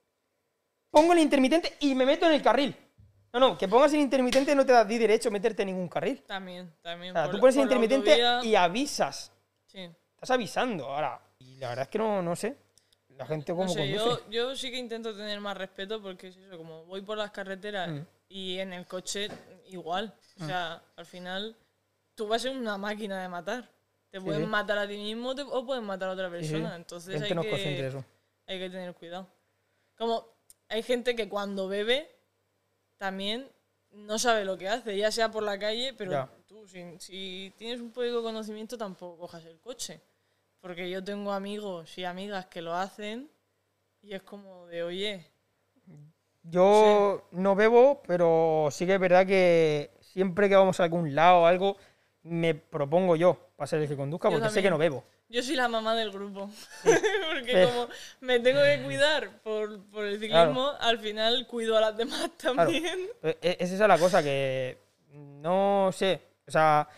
pongo el intermitente y me meto en el carril. No, no, que pongas el intermitente no te da ni derecho a meterte en ningún carril.
También,
O
también.
sea,
por
tú
la-
pones el
por la
intermitente
autovía.
y avisas.
Sí.
Estás avisando ahora. Y la verdad es que no, no sé. La gente como
No sé,
conduce.
yo, yo sí que intento tener más respeto porque es eso, como voy por las carreteras
Mm.
y en el coche igual. O sea, al final tú vas en una máquina de matar. Te pueden
sí.
matar a ti mismo te- o pueden matar a otra
Sí, sí.
persona. Entonces
Gente
hay,
no es consciente
que,
de eso.
hay que tener cuidado. Como hay gente que cuando bebe también no sabe lo que hace, ya sea por la calle, pero
Ya.
tú, si, si tienes un poquito de conocimiento, tampoco cojas el coche. Porque yo tengo amigos y amigas que lo hacen y es como de, oye,
Yo no bebo, pero sí que es verdad que siempre que vamos a algún lado o algo, me propongo yo para ser el que conduzca
Yo
porque sé que
también.
no bebo.
yo soy la mamá del grupo. Porque
Pero-
como me tengo que cuidar por, por el ciclismo, al final cuido a las demás también.
E- e- Es esa la cosa que no sé. O sea,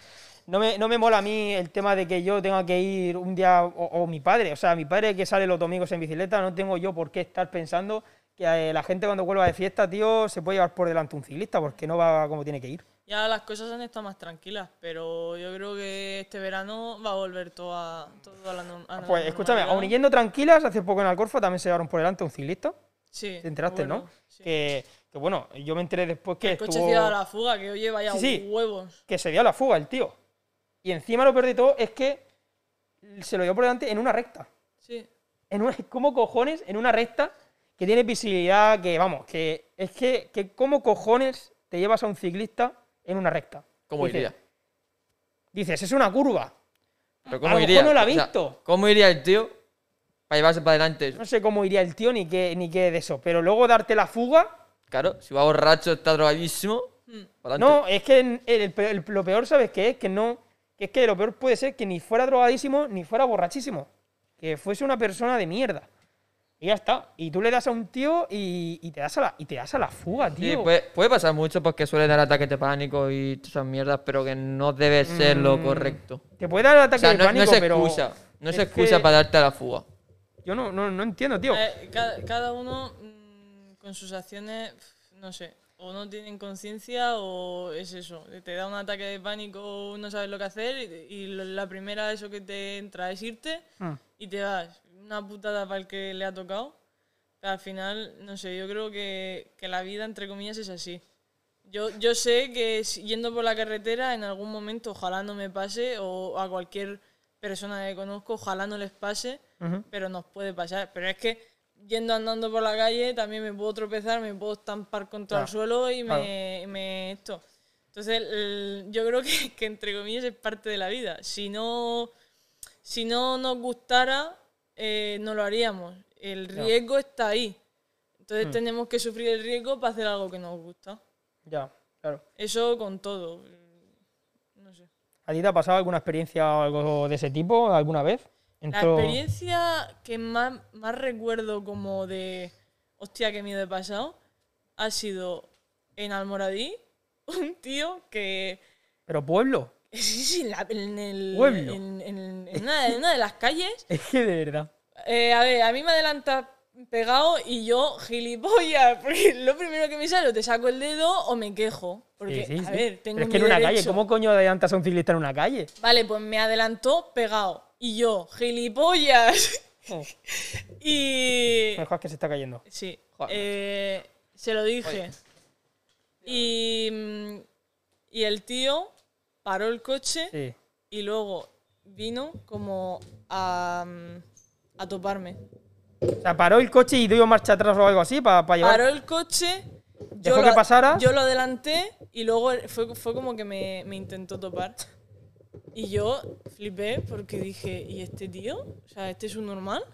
no me, no me mola a mí el tema de que yo tenga que ir un día o, o mi padre. O sea, mi padre que sale los domingos en bicicleta, no tengo yo por qué estar pensando que eh, la gente cuando vuelva de fiesta, tío, se puede llevar por delante un ciclista porque no va como tiene que ir.
Ya las cosas han estado más tranquilas, pero yo creo que este verano va a volver todo a, todo a la norm- a la
Pues escúchame,
normalidad.
aun yendo tranquilas, hace poco en Alcorfa también se llevaron por delante un ciclista.
Sí,
Te enteraste,
bueno,
¿no?
sí.
Que, que bueno, yo me enteré después que
El coche
estuvo-
se dio a la fuga, que oye, vaya
Sí, sí.
huevos.
que se dio a la fuga el tío. Y encima lo peor de todo es que se lo dio por delante en una recta.
Sí.
En una, ¿Cómo cojones? En una recta que tiene visibilidad, que vamos, que es que, que ¿cómo cojones te llevas a un ciclista en una recta?
¿Cómo
Dices-
iría?
Dices, es una curva.
Pero
a
¿cómo
lo mejor
iría?
no lo ha
O sea,
visto.
¿Cómo iría el tío para llevarse para adelante? eso?
No sé cómo iría el tío ni qué, ni qué de eso, pero luego darte la fuga
Claro, si va borracho, está drogadísimo. pa'lante.
Hmm. No, es que en- el- el pe- el- lo peor, ¿sabes qué? Es que no. que es que lo peor puede ser que ni fuera drogadísimo ni fuera borrachísimo. Que fuese una persona de mierda. Y ya está. Y tú le das a un tío y, y te, das a la, y te das a la fuga,
Sí, pues,
tío.
puede, puede pasar mucho porque suele dar ataques de pánico y todas esas mierdas, pero que no debe ser lo
Mm.
correcto.
Te puede dar ataque
O sea,
de
no,
pánico,
no es
pero.
excusa. No es,
es
excusa
que
para darte a la fuga.
Yo no, no, no entiendo, tío.
Eh, ca- cada, uno mm, con sus acciones, pf, no sé, o no tienen conciencia o es eso, te da un ataque de pánico, no sabes lo que hacer y, y lo- la primera eso que te entra es irte
Mm.
y te das una putada para el que le ha tocado. Pero al final, no sé, yo creo que, que la vida, entre comillas, es así. Yo, yo sé que si- yendo por la carretera en algún momento ojalá no me pase o a cualquier persona que conozco ojalá no les pase, pero nos puede pasar. Pero es que yendo andando por la calle también me puedo tropezar, me puedo estampar contra el
Claro,
suelo y
claro.
me, y me esto. Entonces el- yo creo que, que entre comillas es parte de la vida. Si no, si no nos gustara, eh, no lo haríamos. El riesgo está ahí. Entonces
Mm.
tenemos que sufrir el riesgo para hacer algo que nos gusta.
Ya, claro.
Eso con todo. No sé.
¿A ti te ha pasado alguna experiencia o algo de ese tipo alguna vez?
La
Entro-
experiencia que más, más recuerdo como de hostia, qué miedo he pasado, ha sido en Almoradí, un tío que
Pero pueblo,
Sí, sí, en, la- en el-
Pueblo.
en- en- en una, en una de las calles.
es que de verdad.
Eh, a ver, a mí me adelanta pegado y yo gilipollas, porque lo primero que me sale o te saco el dedo o me quejo. Porque,
Sí, sí,
a
sí.
ver, tengo
Pero es que en
mi
una calle,
derecho.
¿cómo coño adelantas a un ciclista en una calle?
Vale, pues me adelantó pegado y yo gilipollas.
Oh.
y...
Mejor que se está cayendo.
Sí.
Joder,
eh, se lo dije. Y, mm, y el tío paró el coche
Sí.
y luego vino como a, mm, a toparme.
O sea, paró el coche y dio marcha atrás o algo así para llevar.
Paró el coche.
¿Dejó que pasara?
yo lo adelanté y luego fue, fue como que me, me intentó topar. Y yo flipé porque dije, ¿y este tío? O sea, ¿este es un normal?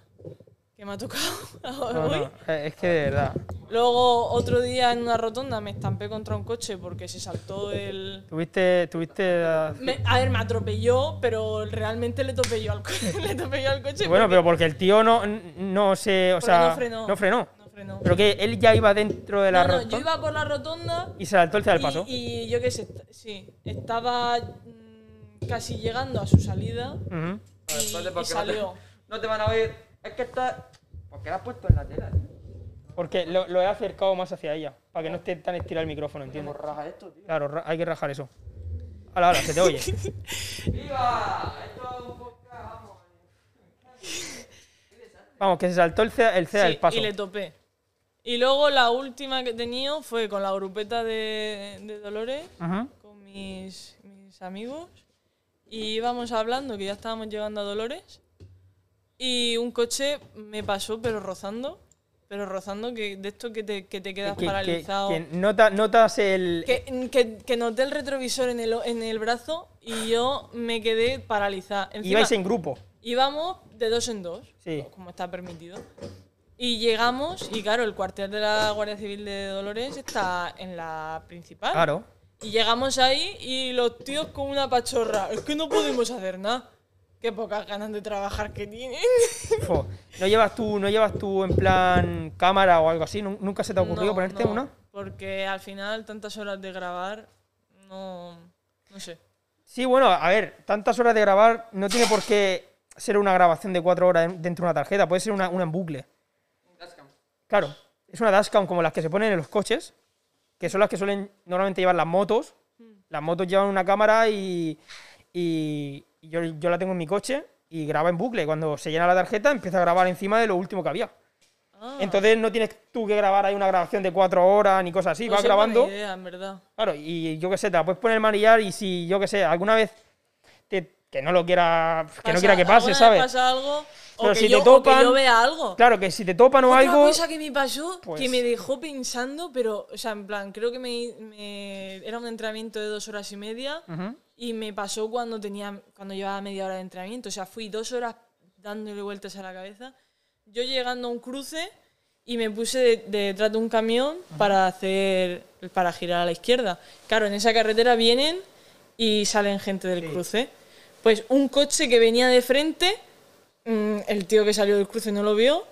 ¿Que me ha tocado? ahora
No,
hoy?".
no, eh, es que de verdad.
Luego, otro día en una rotonda me estampé contra un coche porque se saltó el.
Tuviste, tuviste. ah,
Me- a ver, me atropelló, pero realmente le topé yo al, co- le topé yo al coche.
Bueno,
porque
pero porque el tío no, no se. O
Porque
sea,
no frenó.
No frenó.
no frenó.
Pero que él ya iba dentro de la
No, no,
rotonda
yo iba por la rotonda
y se saltó el
y-
paso.
Y, yo qué sé, est- sí, estaba mm, casi llegando a su salida
Ujú.
y,
Vale, Mm. vale,
y
porque no te-
salió.
No te van a oír. Es que está. Porque la has puesto en la tela, tío.
Porque lo, lo he acercado más hacia ella, para que no esté tan estirado el micrófono, ¿entiendes?
Raja esto, tío.
Claro, ra- hay que rajar eso. Ahora, ahora, se te oye.
¡Viva! Esto es un podcast, vamos.
Vamos, que se saltó el CEA, el CEA
Sí,
del paso.
Y le topé. Y luego la última que he tenido fue con la grupeta de, de Dolores.
Ujú.
con mis, mis amigos y íbamos hablando que ya estábamos llegando a Dolores y un coche me pasó pero rozando, pero rozando que de esto que te, que te quedas
Que- que-
paralizado.
que nota- notas el.
Que, que- que noté el retrovisor en el, o- en el brazo y yo me quedé paralizada. Encima,
Ibais en grupo.
íbamos de dos en dos,
Sí.
como está permitido. Y llegamos, y claro, el cuartel de la Guardia Civil de Dolores está en la principal.
Claro.
Y llegamos ahí y los tíos con una pachorra. Es que no podemos hacer nada. Qué pocas ganas de trabajar que tienen.
Jo, ¿No llevas tú, no llevas tú en plan cámara o algo así? ¿Nun- ¿Nunca se te ha ocurrido
No,
ponerte
no,
una?
Porque al final, tantas horas de grabar, no. No sé.
Sí, bueno, a ver, tantas horas de grabar no tiene por qué ser una grabación de cuatro horas en- dentro de una tarjeta, puede ser una, una en bucle. Claro, es una dashcam como las que se ponen en los coches, que son las que suelen normalmente llevar las motos.
Mm.
Las motos llevan una cámara y, y yo, yo la tengo en mi coche y graba en bucle. Cuando se llena la tarjeta empieza a grabar encima de lo último que había.
Ah,
Entonces no tienes tú que grabar ahí una grabación de cuatro horas ni cosas así,
no
vas
sé, buena
grabando.
idea, en verdad.
Claro, y yo qué sé, te la puedes poner manillar y si, yo qué sé, alguna vez te- que no lo quiera, que no
Pasa-
quiera que
alguna
pase,
vez
¿sabes?
pasa algo, o
Pero
que
si
yo,
te
o que
topan-
yo vea algo.
Claro, que si te topan o
Otra
algo,
cosa que me pasó, que
Pues-
me dejó pensando, pero, o sea, en plan, creo que me, me- era un entrenamiento de dos horas y media
Ujú.
y me pasó cuando tenía, cuando llevaba media hora de entrenamiento. O sea, fui dos horas dándole vueltas a la cabeza. Yo llegando a un cruce y me puse de- de detrás de un camión para hacer, para girar a la izquierda. Claro, en esa carretera vienen y salen gente del cruce. Pues un coche que venía de frente, mm, el tío que salió del cruce no lo vio.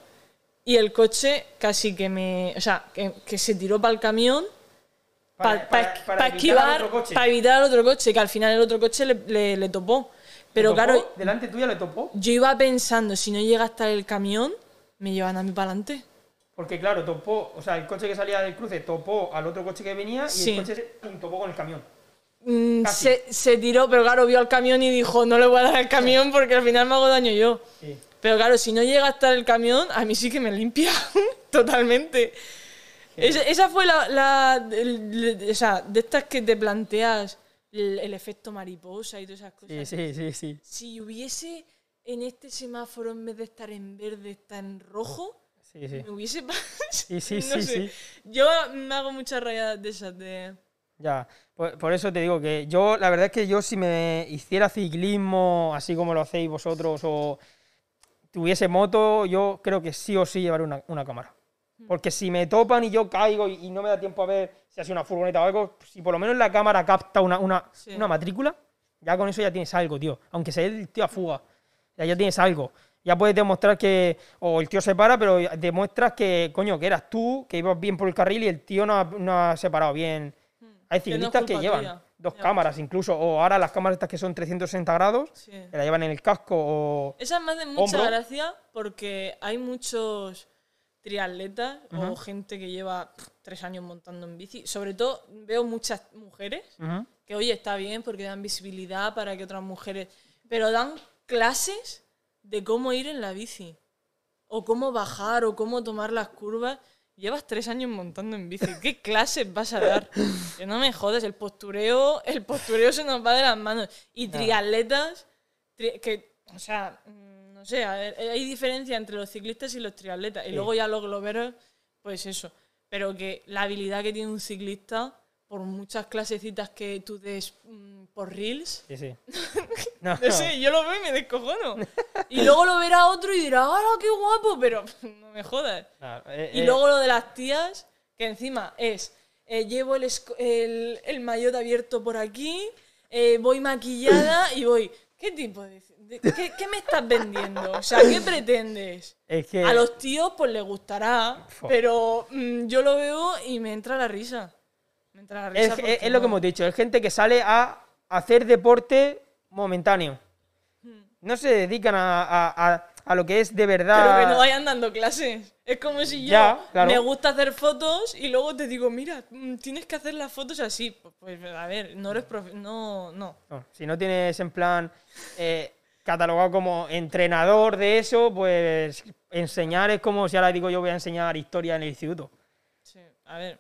Y el coche casi que me. O sea, que, que se tiró para el camión para,
evitar
esquivar,
otro coche.
para evitar al otro coche, que al final el otro coche le, le- le topó. Pero
¿Le topó?
claro,
delante tuya le topó,
yo iba pensando, si no llega hasta el camión, me llevan a mí para adelante.
porque claro, topó, o sea, el coche que salía del cruce topó al otro coche que venía y
Sí.
el coche se pum, topó con el camión.
Mm,
Casi.
se, se tiró, pero claro, vio al camión y dijo, no le voy a dar al camión porque al final me hago daño yo.
Sí.
Pero claro, si no llega hasta el camión, a mí sí que me limpia totalmente. Esa- esa fue la, la- el- el- o sea, de estas que te planteas el, el efecto mariposa y todas esas cosas.
Sí, sí, sí, sí.
Si hubiese en este semáforo, en vez de estar en verde, está en rojo,
Sí, sí.
me hubiese pasado.
Sí, sí,
no
sí,
sé.
sí.
Yo me hago muchas rayadas de esas de...
Ya, por, por eso te digo que yo, la verdad es que yo si me hiciera ciclismo, así como lo hacéis vosotros, o tuviese moto, yo creo que sí o sí llevaré una, una cámara. Porque si me topan y yo caigo y, y no me da tiempo a ver si ha sido una furgoneta o algo, si por lo menos la cámara capta una, una,
Sí.
una matrícula, ya con eso ya tienes algo, tío. Aunque sea el tío a fuga, ya, ya tienes algo. Ya puedes demostrar que, o el tío se para, pero demuestras que, coño, que eras tú, que ibas bien por el carril y el tío no ha, no ha separado bien. Hay
hmm, Que no es
ciclistas que
culpa
llevan
tuya.
dos cámaras incluso, o ahora las cámaras estas que son 360 grados,
Sí. Eh.
que la llevan en el casco o...
Esa me hace mucha
Eh, Hombro.
gracia porque hay muchos triatletas o gente que lleva pff, tres años montando en bici. Sobre todo veo muchas mujeres
Ujú.
que, oye, está bien porque dan visibilidad para que otras mujeres. Pero dan clases de cómo ir en la bici. O cómo bajar, o cómo tomar las curvas. Llevas tres años montando en bici. ¿Qué clases vas a dar? Que no me jodas, el postureo, el postureo se nos va de las manos. Y triatletas, tri- que, o sea, mm, no sé, a ver, eh, hay diferencia entre los ciclistas y los triatletas. Y luego ya los globeros, pues eso. Pero que la habilidad que tiene un ciclista, por muchas clasecitas que tú des mm, por reels,
Sí, sí. No,
no sé, yo lo veo y me descojono. Y luego lo verá otro y dirá, ¡ah, qué guapo! Pero no me jodas.
no, eh,
Y
eh,
luego lo de las tías, que encima es, eh, llevo el, esco- el, el maillot abierto por aquí, eh, voy maquillada y voy, ¿qué tipo de... de- qué, qué me estás vendiendo? O sea, ¿qué pretendes?
es que...
A los tíos pues les gustará,
Fua.
pero mm, yo lo veo y me entra la risa. Me entra la
Es,
risa.
es-
porque
es lo que
no-
hemos dicho, es gente que sale a hacer deporte momentáneo.
Hmm.
No se dedican a, a- a- a lo que es de verdad.
Pero que no vayan dando clases. Es como si yo
Ya, claro.
me gusta hacer fotos y luego te digo, mira, mm, tienes que hacer las fotos así. Pues, pues, a ver, no eres profe. No, no.
No, si no tienes en plan eh, catalogado como entrenador de eso, pues enseñar es como si ahora digo yo voy a enseñar historia en el instituto.
Sí, a ver.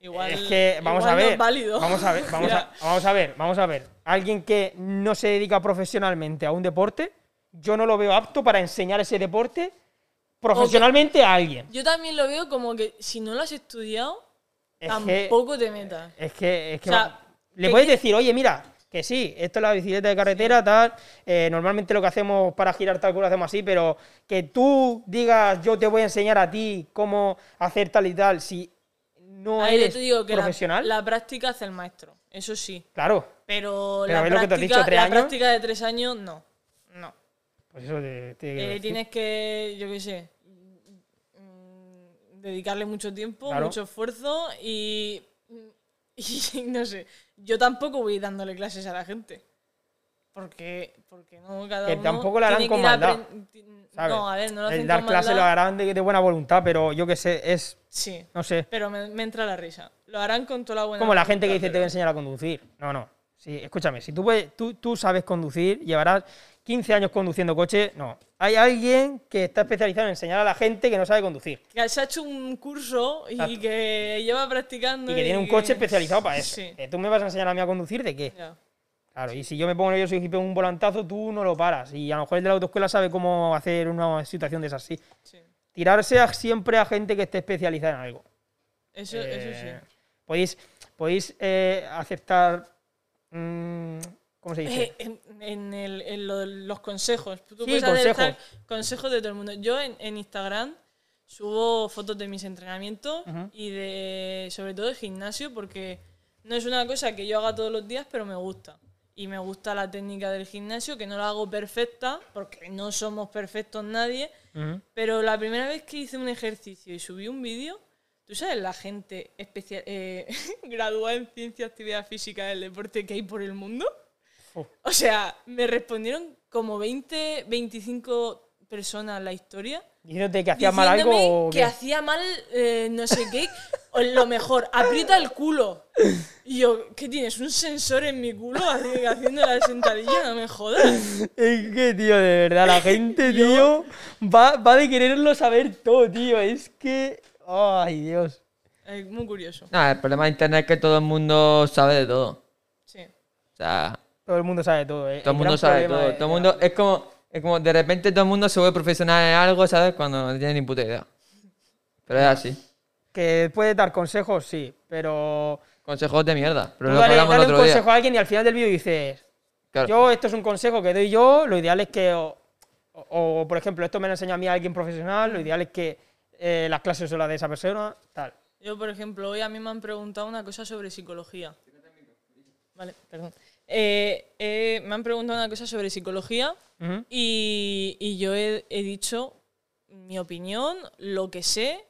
Igual.
es que vamos
igual
a
no es
ver,
válido.
vamos a ver, vamos a,
Ya.
vamos a ver, vamos a ver. Alguien que no se dedica profesionalmente a un deporte, yo no lo veo apto para enseñar ese deporte profesionalmente a alguien.
Yo también lo veo como que si no lo has estudiado,
Es que-
tampoco te metas.
Es que, es que
O sea,
va- le
que
puedes
quiere-
decir, oye, mira, que sí, esto es la bicicleta de carretera, tal. eh, normalmente lo que hacemos para girar tal cual lo hacemos así, pero que tú digas, yo te voy a enseñar a ti cómo hacer tal y tal, si no
Ahí yo
eres
te digo que la-
profesional.
La, práctica hace el maestro, eso sí.
Claro,
Pero,
Pero
la,
ves lo que te
práctica,
has dicho, tres
la
años.
práctica de tres años, no. No.
pues eso te, te-
Eh,
decir.
tienes que, yo qué sé, mm, dedicarle mucho tiempo,
Claro.
mucho esfuerzo y, y no sé, yo tampoco voy dándole clases a la gente. Porque, porque no, cada
Que
uno
tampoco la harán
tiene
con
que ir
maldad,
apren- ti-
¿sabes?
No, a ver, no lo
El
hacen
dar
con
clase
maldad.
lo harán de, de buena voluntad, pero yo qué sé, es,
Sí,
no sé,
pero me, me entra la risa. Lo harán con toda la buena
como la gente que dice,
voluntad,
te voy a enseñar a conducir. No, no. Sí, escúchame, si tú, puedes- tú, tú sabes conducir, llevarás 15 años conduciendo coche, no. Hay alguien que está especializado en enseñar a la gente que no sabe conducir.
pero que se ha hecho un curso y
Exacto.
que lleva practicando.
Y que tiene un coche especializado para eso.
Sí.
Eh, ¿Tú me vas a enseñar a mí a conducir de qué?
ya.
Claro, y si yo me pongo nervioso y pego un volantazo, tú no lo paras. Y a lo mejor el de la autoescuela sabe cómo hacer una situación de esas así.
Sí.
Tirarse a- siempre a gente que esté especializada en algo.
Eso,
Eh,
eso sí.
Podéis, podéis eh, aceptar. mm, ¿Cómo se dice?
Eh, en, en el- en lo- los consejos. Tú
Sí,
puedes aceptar
consejos.
consejos de todo el mundo. Yo en, en Instagram subo fotos de mis entrenamientos
Ujú.
y de sobre todo de gimnasio porque no es una cosa que yo haga todos los días, pero me gusta. Y me gusta la técnica del gimnasio, que no la hago perfecta, porque no somos perfectos nadie,
Ujú.
pero la primera vez que hice un ejercicio y subí un vídeo, tú sabes la gente especia- eh, graduada en ciencia, actividad física del deporte que hay por el mundo.
Oh.
O sea, me respondieron como 20, 25 personas la historia.
Diciéndote que hacías mal
diciéndome
algo o
que
qué?
hacía mal eh, no sé qué. o lo mejor, aprieta el culo. Y yo, ¿qué tienes? ¿Un sensor en mi culo Así, haciendo la sentadilla? No me jodas.
Es que, tío, de verdad, la gente, tío, va, va de quererlo saber todo, tío. Es que. Ay, Dios.
Eh, muy curioso.
Nada, el problema de internet es que todo el mundo sabe de todo.
Sí.
O sea,
Todo el mundo sabe todo, eh.
todo el mundo
gran
sabe
problema
todo.
de-
todo el mundo es como, es como de repente todo el mundo se vuelve profesional en algo, ¿sabes? Cuando no tiene ni puta idea. Pero es así.
Que puede dar consejos, sí, pero.
Consejos de mierda. Pero
Tú
lo que
dale,
hablamos el
dale un
otro
consejo
día.
a alguien y al final del vídeo dices.
Claro.
Yo, esto es un consejo que doy yo. Lo ideal es que. O, o- o, por ejemplo, esto me lo enseñó a mí alguien profesional. Lo ideal es que eh, las clases son las de esa persona, tal.
Yo, por ejemplo, hoy a mí me han preguntado una cosa sobre psicología. Vale, perdón. Eh, eh, me han preguntado una cosa sobre psicología
Ujú.
y, y yo he, he dicho mi opinión, lo que sé,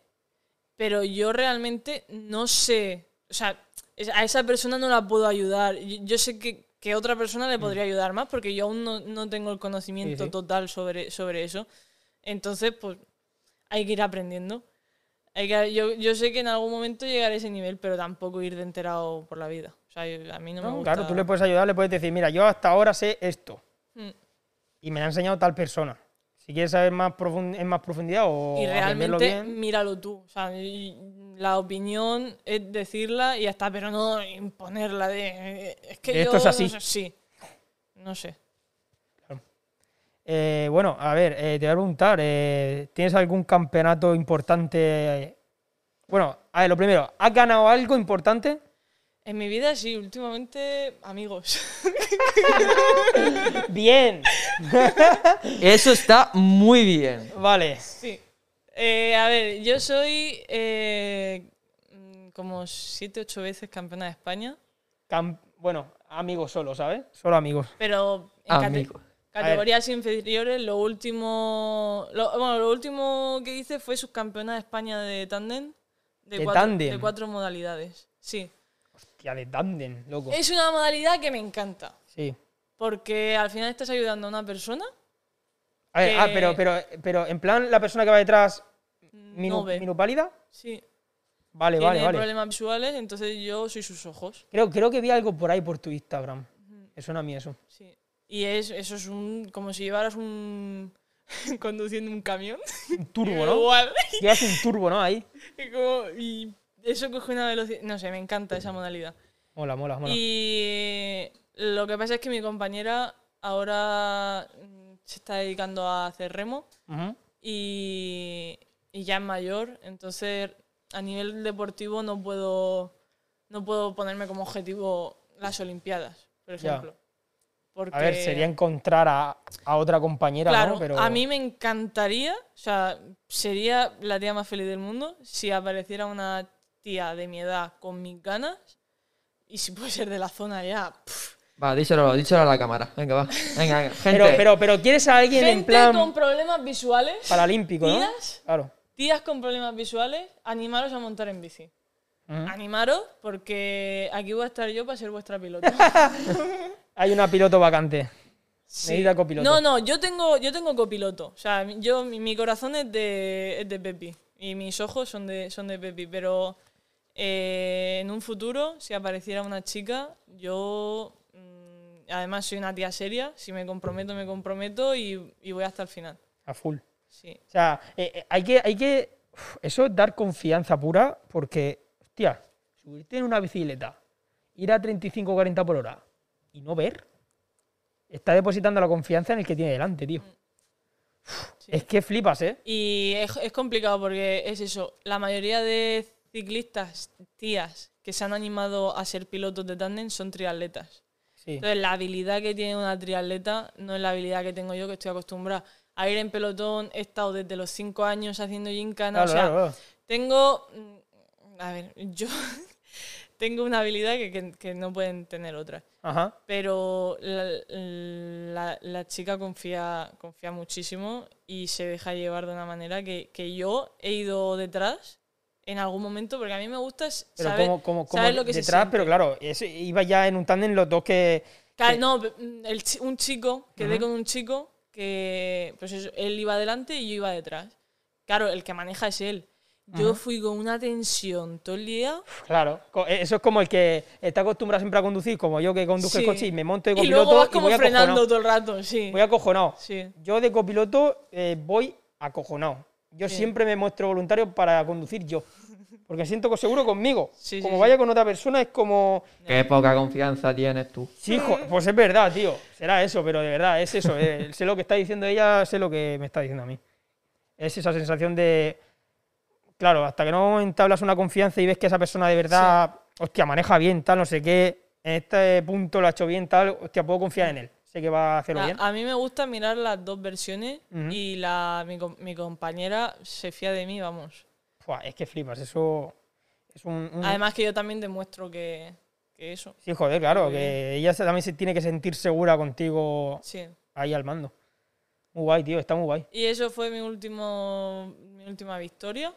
pero yo realmente no sé. o sea, es- a esa persona no la puedo ayudar. Yo, yo sé que, que otra persona
Mm.
le podría ayudar más porque yo aún no, no tengo el
Sí,
conocimiento
sí.
total sobre, sobre eso. Entonces, pues hay que ir aprendiendo. Hay que- yo, yo sé que en algún momento llegaré a ese nivel, pero tampoco ir de enterado por la vida. O sea, yo- a mí no, me gusta.
Claro, tú le puedes ayudar, le puedes decir, mira, yo hasta ahora sé esto
Mm.
y me lo ha enseñado tal persona. Si quieres saber más profun- en más profundidad o
Y
aprenderlo
realmente
bien,
míralo tú. O sea, y- la opinión es decirla y ya está, pero no imponerla de... eh, Es que
Esto
yo
es así.
No sé, sí. No sé.
Eh, bueno, a ver, eh, te voy a preguntar, eh, ¿tienes algún campeonato importante? Bueno, a ver, lo primero, ¿has ganado algo importante?
En mi vida sí, últimamente amigos.
Bien,
Eso está muy bien.
vale.
sí. Eh, a ver, yo soy eh, mm, como siete, ocho veces campeona de España,
Cam- bueno, amigos solo, ¿sabes? Solo amigos.
pero en cate-
Amigo.
categorías inferiores lo último lo, bueno, lo último que hice fue subcampeona de España de tándem de,
¿De
cuatro,
tándem?
de cuatro modalidades. Sí.
Tía, de tándem, loco.
Es una modalidad que me encanta,
Sí.
porque al final estás ayudando a una persona
A ver, ah,
que-
pero, pero, pero, en plan, la persona que va detrás, minu,
no ve.
minupálida.
sí.
Vale,
Tiene
vale, vale.
problemas visuales, entonces yo soy sus ojos.
Creo, creo que vi algo por ahí por tu Instagram. Me suena a mí eso.
Sí. Y es, eso es un. como si llevaras un. conduciendo un camión.
Un turbo, ¿no?
Igual.
Llevas un turbo, ¿no? Ahí.
Y, como- y eso coge una velocidad. No sé, me encanta esa modalidad.
Mola, mola, mola.
Y lo que pasa es que mi compañera ahora mm, se está dedicando a hacer remo
Ujú.
y, y ya es mayor, entonces a nivel deportivo no puedo, no puedo ponerme como objetivo las Olimpiadas, por
Ya.
ejemplo. Porque
A ver, sería encontrar a, a otra compañera,
Claro,
¿no? Pero
a mí me encantaría, o sea, sería la tía más feliz del mundo si apareciera una tía de mi edad con mis ganas y si puede ser de la zona ya. pf.
Va, díselo, díselo a la cámara. Venga, va. Venga, venga. Gente.
pero, pero, pero quieres a alguien en
Gente
plan
con problemas visuales,
paralímpico, ¿no?
¿Tías?
Claro.
tías con problemas visuales, animaros a montar en bici.
Ujú.
Animaros porque aquí voy a estar yo para ser vuestra piloto.
Hay una piloto vacante.
Sí.
Necesita copiloto.
No, no, yo tengo, yo tengo copiloto. O sea, mi- yo, mi, mi corazón es de, es de Pepi y mis ojos son de, son de Pepi, pero eh, en un futuro, si apareciera una chica, yo, mm, además soy una tía seria, si me comprometo, me comprometo y, y voy hasta el final.
A full.
Sí.
O sea, eh, eh, hay que, hay que. uf, Eso es dar confianza pura, porque, hostia, subirte en una bicicleta, ir a 35 o 40 por hora y no ver, está depositando la confianza en el que tiene delante, tío. Uf,
Sí.
Es que flipas, ¿eh?
Y es, es complicado porque es eso, la mayoría de ciclistas, tías, que se han animado a ser pilotos de tándem son triatletas.
Sí.
Entonces, la habilidad que tiene una triatleta no es la habilidad que tengo yo, que estoy acostumbrada a ir en pelotón. He estado desde los 5 años haciendo
Claro,
gincana. o sea,
claro, claro.
tengo. mm, A ver, yo tengo una habilidad que, que- que no pueden tener otras.
Ajá.
Pero la, la- la chica confía, confía muchísimo y se deja llevar de una manera que, que yo he ido detrás en algún momento, porque a mí me gusta s-
Pero
saber,
como, como, como
saber lo que se
detrás,
siente.
pero claro, eso iba ya en un tándem los dos que.
Claro,
Sí.
no, pe- mm, el chi- un chico, quedé con un chico que, pues eso, él iba adelante y yo iba detrás. Claro, el que maneja es él. Yo fui con una tensión todo el día.
pf, Claro, co- eh, eso es como el que está acostumbrado siempre a conducir, como yo que conduzco el
Sí.
coche y me monto de
Y
copiloto
luego vas
y
como
voy acojonado.
frenando todo el rato, sí.
Voy acojonado.
Sí.
Yo de copiloto eh, voy acojonado. Yo
Sí.
siempre me muestro voluntario para conducir yo. Porque siento co- seguro conmigo.
Sí, sí,
como
sí.
vaya con otra persona es como...
Qué poca confianza tienes tú.
Sí, jo- pues es verdad, tío. Será eso, pero de verdad, es eso. eh. Sé lo que está diciendo ella, sé lo que me está diciendo a mí. Es esa sensación de... Claro, hasta que no entablas una confianza y ves que esa persona de verdad, hostia, maneja bien, tal, no sé qué, en este punto lo ha hecho bien, tal, hostia, puedo confiar en él. Sé que va a hacerlo
A-
bien.
A, mí me gusta mirar las dos versiones
Ujú.
y la, mi, com- mi compañera se fía de mí, vamos.
Fua, es que flipas, eso es un... un-
Además que yo también demuestro que, que eso,
Sí, joder, claro,
Muy
que ella se- también se tiene que sentir segura contigo
sí.
ahí al mando. Muy guay, tío, está muy guay.
Y eso fue mi, último, mi última victoria.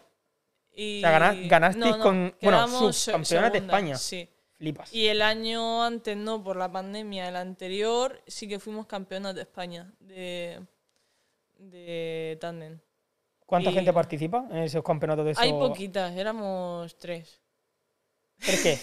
Y
sea, gana- ganasteis con- bueno,
quedamos se-
subcampeonas de
segunda,
España.
Sí.
Flipas.
Y el año antes no, por la pandemia, el anterior sí que fuimos campeonas de España de, de tándem.
¿Cuánta
y-
gente participa en esos campeonatos de esos?
Hay poquitas, éramos tres.
¿Tres qué?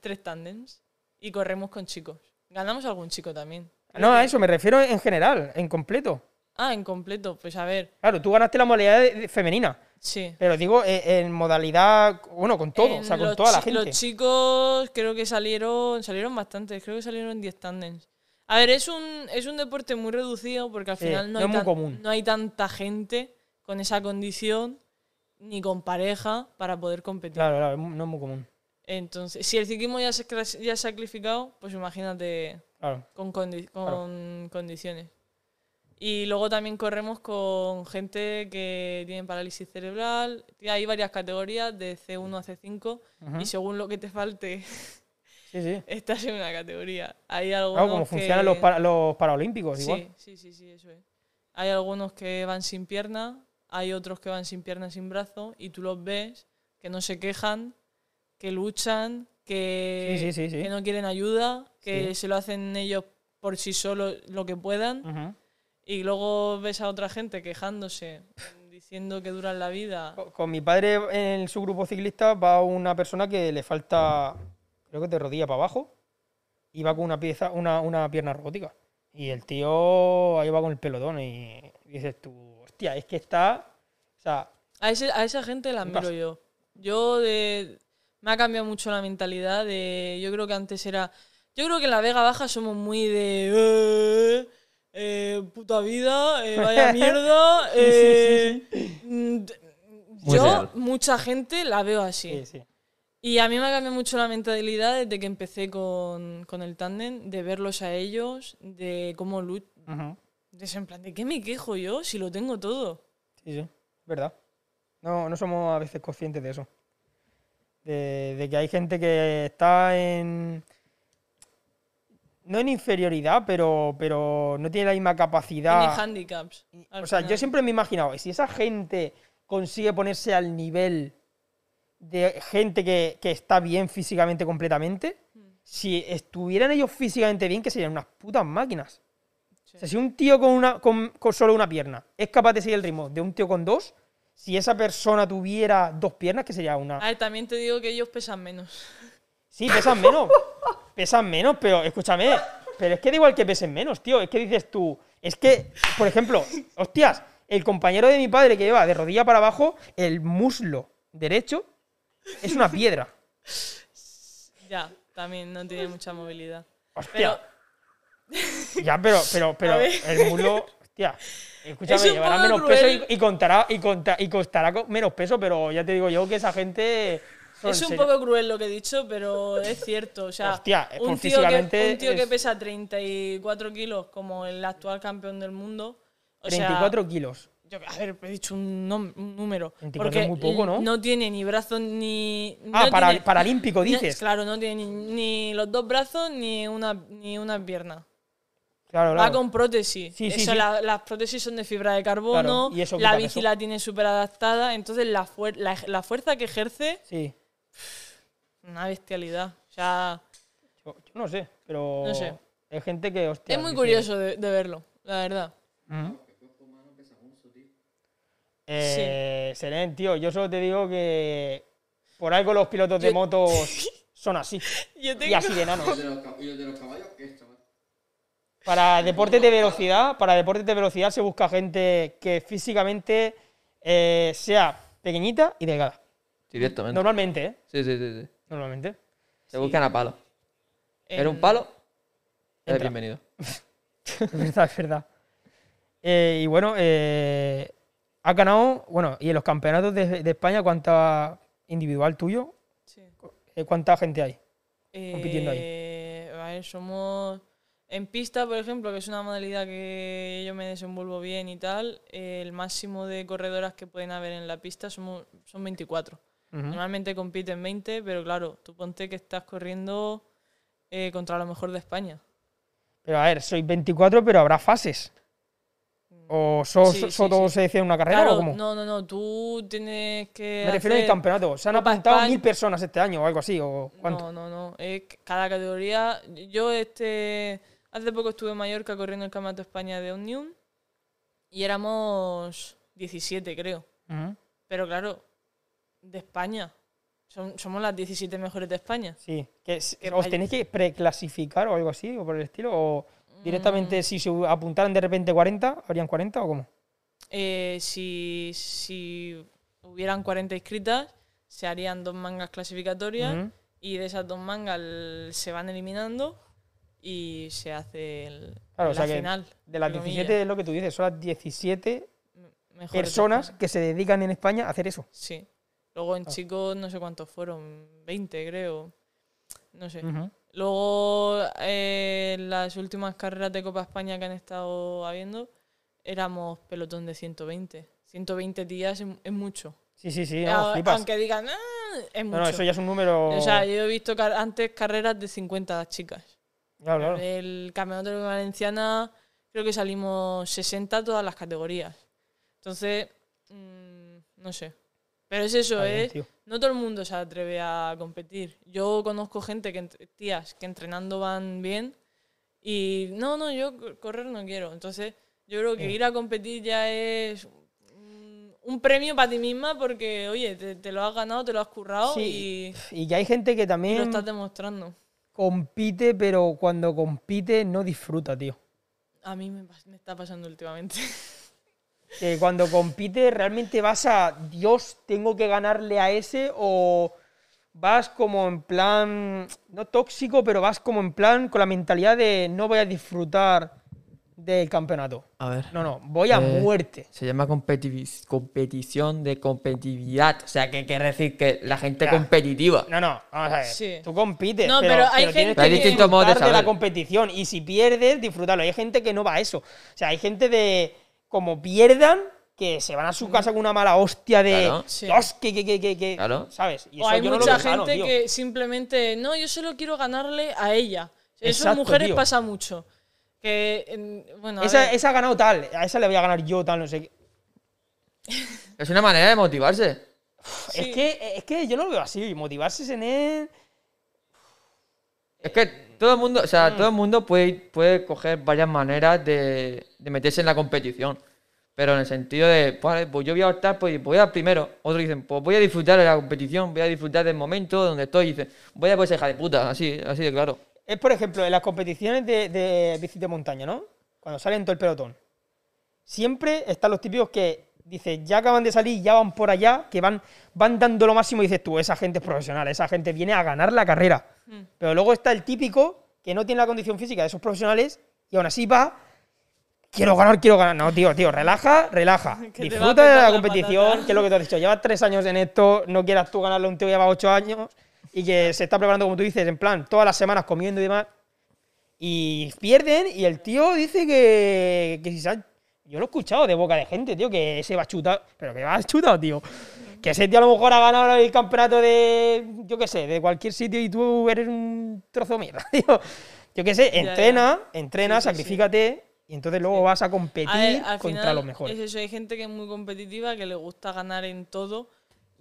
Tres tándems. Y corremos con chicos. Ganamos algún chico también.
No, a eso me refiero en general, en completo.
Ah, en completo. Pues a ver,
Claro, tú ganaste la modalidad de- de- femenina,
sí.
pero digo eh, en modalidad, bueno, con todo, o
En
sea, con
los
toda la
chi- Los
gente.
chicos creo que salieron, salieron bastantes, creo que salieron 10 tandems. A ver, es un, es un deporte muy reducido porque al
Sí,
final no,
no
hay
es muy
tan-
común.
no hay tanta gente con esa condición ni con pareja para poder competir.
Claro, claro, es mu- no es muy común.
Entonces, si el ciclismo ya se, clas- ya se ha clasificado, pues imagínate
Claro.
con, condi- con condiciones. Y luego también corremos con gente que tiene parálisis cerebral. Hay varias categorías, de C1 a C5.
Ujú.
Y según lo que te falte,
Sí, sí.
estás en una categoría. Hay algunos
Claro, como funcionan
que-
los, para- los paraolímpicos,
Sí,
igual.
sí, sí, sí, eso es. Hay algunos que van sin pierna, hay otros que van sin pierna, sin brazo, y tú los ves que no se quejan, que luchan, que,
Sí, sí, sí, sí.
que no quieren ayuda, que
Sí. Mm.
se lo hacen ellos por sí solos lo que puedan,
Ujú.
y luego ves a otra gente quejándose, diciendo que duran la vida.
Co- Con mi padre en su grupo ciclista va una persona que le falta, creo que de rodilla para abajo, y va con una pieza, una, una pierna robótica. Y el tío ahí va con el pelotón y dices tú, hostia, es que está, o sea,
A, ese- a esa gente la
Un
admiro
caso.
yo. Yo de, me ha cambiado mucho la mentalidad de... Yo creo que antes era... Yo creo que en la Vega Baja somos muy de... "Eh, eh, puta vida, eh, vaya mierda. eh, mm, d-
Muy
yo,
real.
mucha gente la veo
sí,
así.
sí.
Y a mí me ha cambiado mucho la mentalidad desde que empecé con, con el tándem, de verlos a ellos, de cómo luchan.
Ujú.
De ser en plan, ¿de qué me quejo yo si lo tengo todo?
Sí, sí, es verdad. No, no somos a veces conscientes de eso. De, de que hay gente que está en. No en inferioridad, pero, pero no tiene la misma
Tiene
capacidad.
handicaps.
Y-
al
o sea, yo
final.
siempre me he imaginado, si esa gente consigue ponerse al nivel de gente que, que está bien físicamente completamente,
Mm.
si estuvieran ellos físicamente bien, que serían unas putas máquinas. O sea, si un tío con, una, con, con solo una pierna es capaz de seguir el ritmo de un tío con dos, si esa persona tuviera dos piernas, que sería una...
A ver, también te digo que ellos pesan menos.
Sí, pesan menos. pesan menos, pero escúchame. Pero es que da igual que pesen menos, tío. Es que dices tú. Es que, por ejemplo, hostias, el compañero de mi padre que lleva de rodilla para abajo, el muslo derecho es una piedra.
Ya, también no tiene mucha movilidad.
Hostia. ya, pero, pero, pero
ver.
el muslo. Hostia. Escúchame,
Es un
llevará
poco
menos
cruel.
peso y, y contará, y, conta- y costará co- menos peso, pero ya te digo yo que esa gente. son
es un
serios.
poco cruel lo que he dicho, pero es cierto. O sea,
Hostia, eh,
un,
pues
tío
físicamente
que, un tío que
es-
pesa 34 kilos, como el actual campeón del mundo. O sea,
34 kilos.
yo- a ver, he dicho un, nom- un número.
34
Porque
es muy poco, ¿no?
No tiene ni brazos ni.
Ah,
no
para-
tiene-
paralímpico,
no-
dices.
claro, no tiene ni, ni los dos brazos ni una, ni una pierna.
Claro, claro.
Va con prótesis.
Sí, sí,
Eso,
sí.
la- las prótesis son de fibra de carbono.
Claro, y eso quita
la bici
peso.
la tiene súper adaptada. Entonces, la, fuer- la, ej- la fuerza que ejerce,
Sí.
una bestialidad. O sea,
Yo, yo no sé, pero.
No sé.
Hay gente que, hostia.
es muy
dice-
curioso de, de verlo, la verdad.
Ujú. Eh, Seren, tío, yo solo te digo que. Por algo los pilotos de
Yo-
motos son así.
Yo
Y
tengo,
así de enanos. Para deportes de velocidad, para deportes de velocidad se busca gente que físicamente eh, sea pequeñita y delgada.
Directamente.
Normalmente, ¿eh?
Sí, sí, sí, sí.
Normalmente.
Se buscan a palo.
en-
Era un palo. Eres
Entra.
bienvenido.
Es verdad, es verdad. Eh, y bueno, eh, has ganado, bueno, y en los campeonatos de, de España, ¿cuánta individual tuyo?
sí.
eh, ¿Cuánta gente hay? compitiendo ahí.
Eh, a ver, somos. En pista, por ejemplo, que es una modalidad que yo me desenvuelvo bien y tal, eh, el máximo de corredoras que pueden haber en la pista somos, son 24. Normalmente compiten 20, pero claro, tú ponte que estás corriendo eh, contra lo mejor de España.
Pero a ver, soy 24, pero habrá fases. ¿O so-
Sí,
so-
sí,
solo
sí.
se decide en una carrera o
Claro,
cómo?
no, no, no, tú tienes que.
Me refiero al
hacer-
campeonato. Se han
Copa
apuntado
España.
mil personas este año o algo así. ¿O cuánto?
No, no, no. Es que cada categoría. Yo este hace poco estuve en Mallorca corriendo el Campeonato de España de Omnium y éramos 17, creo.
Ujú.
Pero claro, de España. Son- somos las 17 mejores de España.
Sí. Que, s-
Que
¿Os
vaya-
tenéis que preclasificar o algo así o por el estilo? ¿O
Mm.
directamente si se apuntaran de repente 40, habrían 40 o cómo?
Eh, si, si hubieran 40 inscritas, se harían dos mangas clasificatorias
Ujú.
y de esas dos mangas el- se van eliminando y se hace el,
Claro,
la
o sea que
final.
De las
entre
17 es lo que tú dices, son las 17
comillas. Mejores de
personas
España.
que Ah. se dedican en España a hacer eso.
Sí. Luego en chicos no sé cuántos fueron, 20 creo. No sé.
Ujú.
Luego, eh, en las últimas carreras de Copa España que han estado habiendo, éramos pelotón de 120. 120 días es, es mucho.
Sí, sí, sí,
A-
no, flipas.
Aunque digan, "Ah", es
No,
mucho.
no, eso ya es un número.
O sea, yo he visto car- antes carreras de 50 chicas.
Claro, claro.
El campeonato de Valenciana creo que salimos 60 todas las categorías. Entonces, mm, no sé. Pero es eso, ¿eh?
Está bien, tío.
es no todo el mundo se atreve a competir. Yo conozco gente que ent- tías que entrenando van bien y no, no, yo co- correr no quiero. Entonces, yo creo que ir a competir ya es un, un premio para ti misma porque, oye, te, te lo has ganado, te lo has currado
Sí, Em.
y-
y ya hay gente que
y, lo
también
estás demostrando.
compite, pero cuando compite no disfruta, tío.
A mí me, pas- me está pasando últimamente.
Que cuando compite realmente vas a Dios, tengo que ganarle a ese o vas como en plan, no tóxico, pero vas como en plan con la mentalidad de no voy a disfrutar del campeonato.
A ver.
No, no, voy a
Eh,
muerte.
Se llama competivi- competición de competitividad. O sea, que quiere decir que la gente
Ya.
competitiva.
No, no, vamos a ver.
Sí.
Tú compites.
No,
pero,
pero hay
pero tienes
gente Hay
que
distintos
disfrutar
modos de
de la
saber.
competición. Y si pierdes, disfrútalo. Hay gente que no va a eso. O sea, hay gente de. Como pierdan, que se van a su casa con una mala hostia de.
Claro.
Sí.
Dios, que, que, que, que, que",
Claro.
¿Sabes? Y
o
eso
hay
yo no lo
mucha
veo sano,
gente
tío.
que simplemente, no, yo solo quiero ganarle a ella. Eso en
Exacto,
mujeres
tío.
pasa mucho. Que, en- bueno, a
Esa,
ver,
esa ha ganado tal, a esa le voy a ganar yo, tal, no sé qué.
Es una manera de motivarse.
Es,
Sí.
que, es que yo no lo veo así. Motivarse es en él.
Es que todo el mundo, o
Mm.
sea, todo el mundo puede, puede coger varias maneras de, de meterse en la competición. Pero en el sentido de, pues, pues yo voy a optar, pues voy a primero. Otros dicen, pues voy a disfrutar de la competición, voy a disfrutar del momento donde estoy. Y dicen, voy a pues hija de puta, así, así de claro.
Es, por ejemplo, en las competiciones de, de bici de montaña, ¿no? Cuando salen todo el pelotón. Siempre están los típicos que dices, ya acaban de salir, ya van por allá, que van, van dando lo máximo y dices tú, esa gente es profesional, esa gente viene a ganar la carrera.
Hmm.
Pero luego está el típico que no tiene la condición física de esos profesionales y aún así va, quiero ganar, quiero ganar. No, tío, tío, relaja, relaja.
Que te va a
Disfruta
petar
de la
la
competición,
patata.
que es lo que te has dicho. Llevas tres años en esto, no quieras tú ganarle a un tío que lleva ocho años y que se está preparando, como tú dices, en plan, todas las semanas comiendo y demás. Y pierden y el tío dice que, que si se ha- Yo lo he escuchado de boca de gente, tío, que se va chutado. Pero que va chutado, tío. Que ese tío a lo mejor ha ganado el campeonato de, yo qué sé, de cualquier sitio y tú eres un trozo de mierda, tío. Yo qué sé,
Ya, ya.
entrena, entrena,
Sí, sí, sí.
sacrifícate y entonces luego vas a competir
a ver, al
contra
final
los mejores.
Es eso, hay gente que es muy competitiva, que le gusta ganar en todo.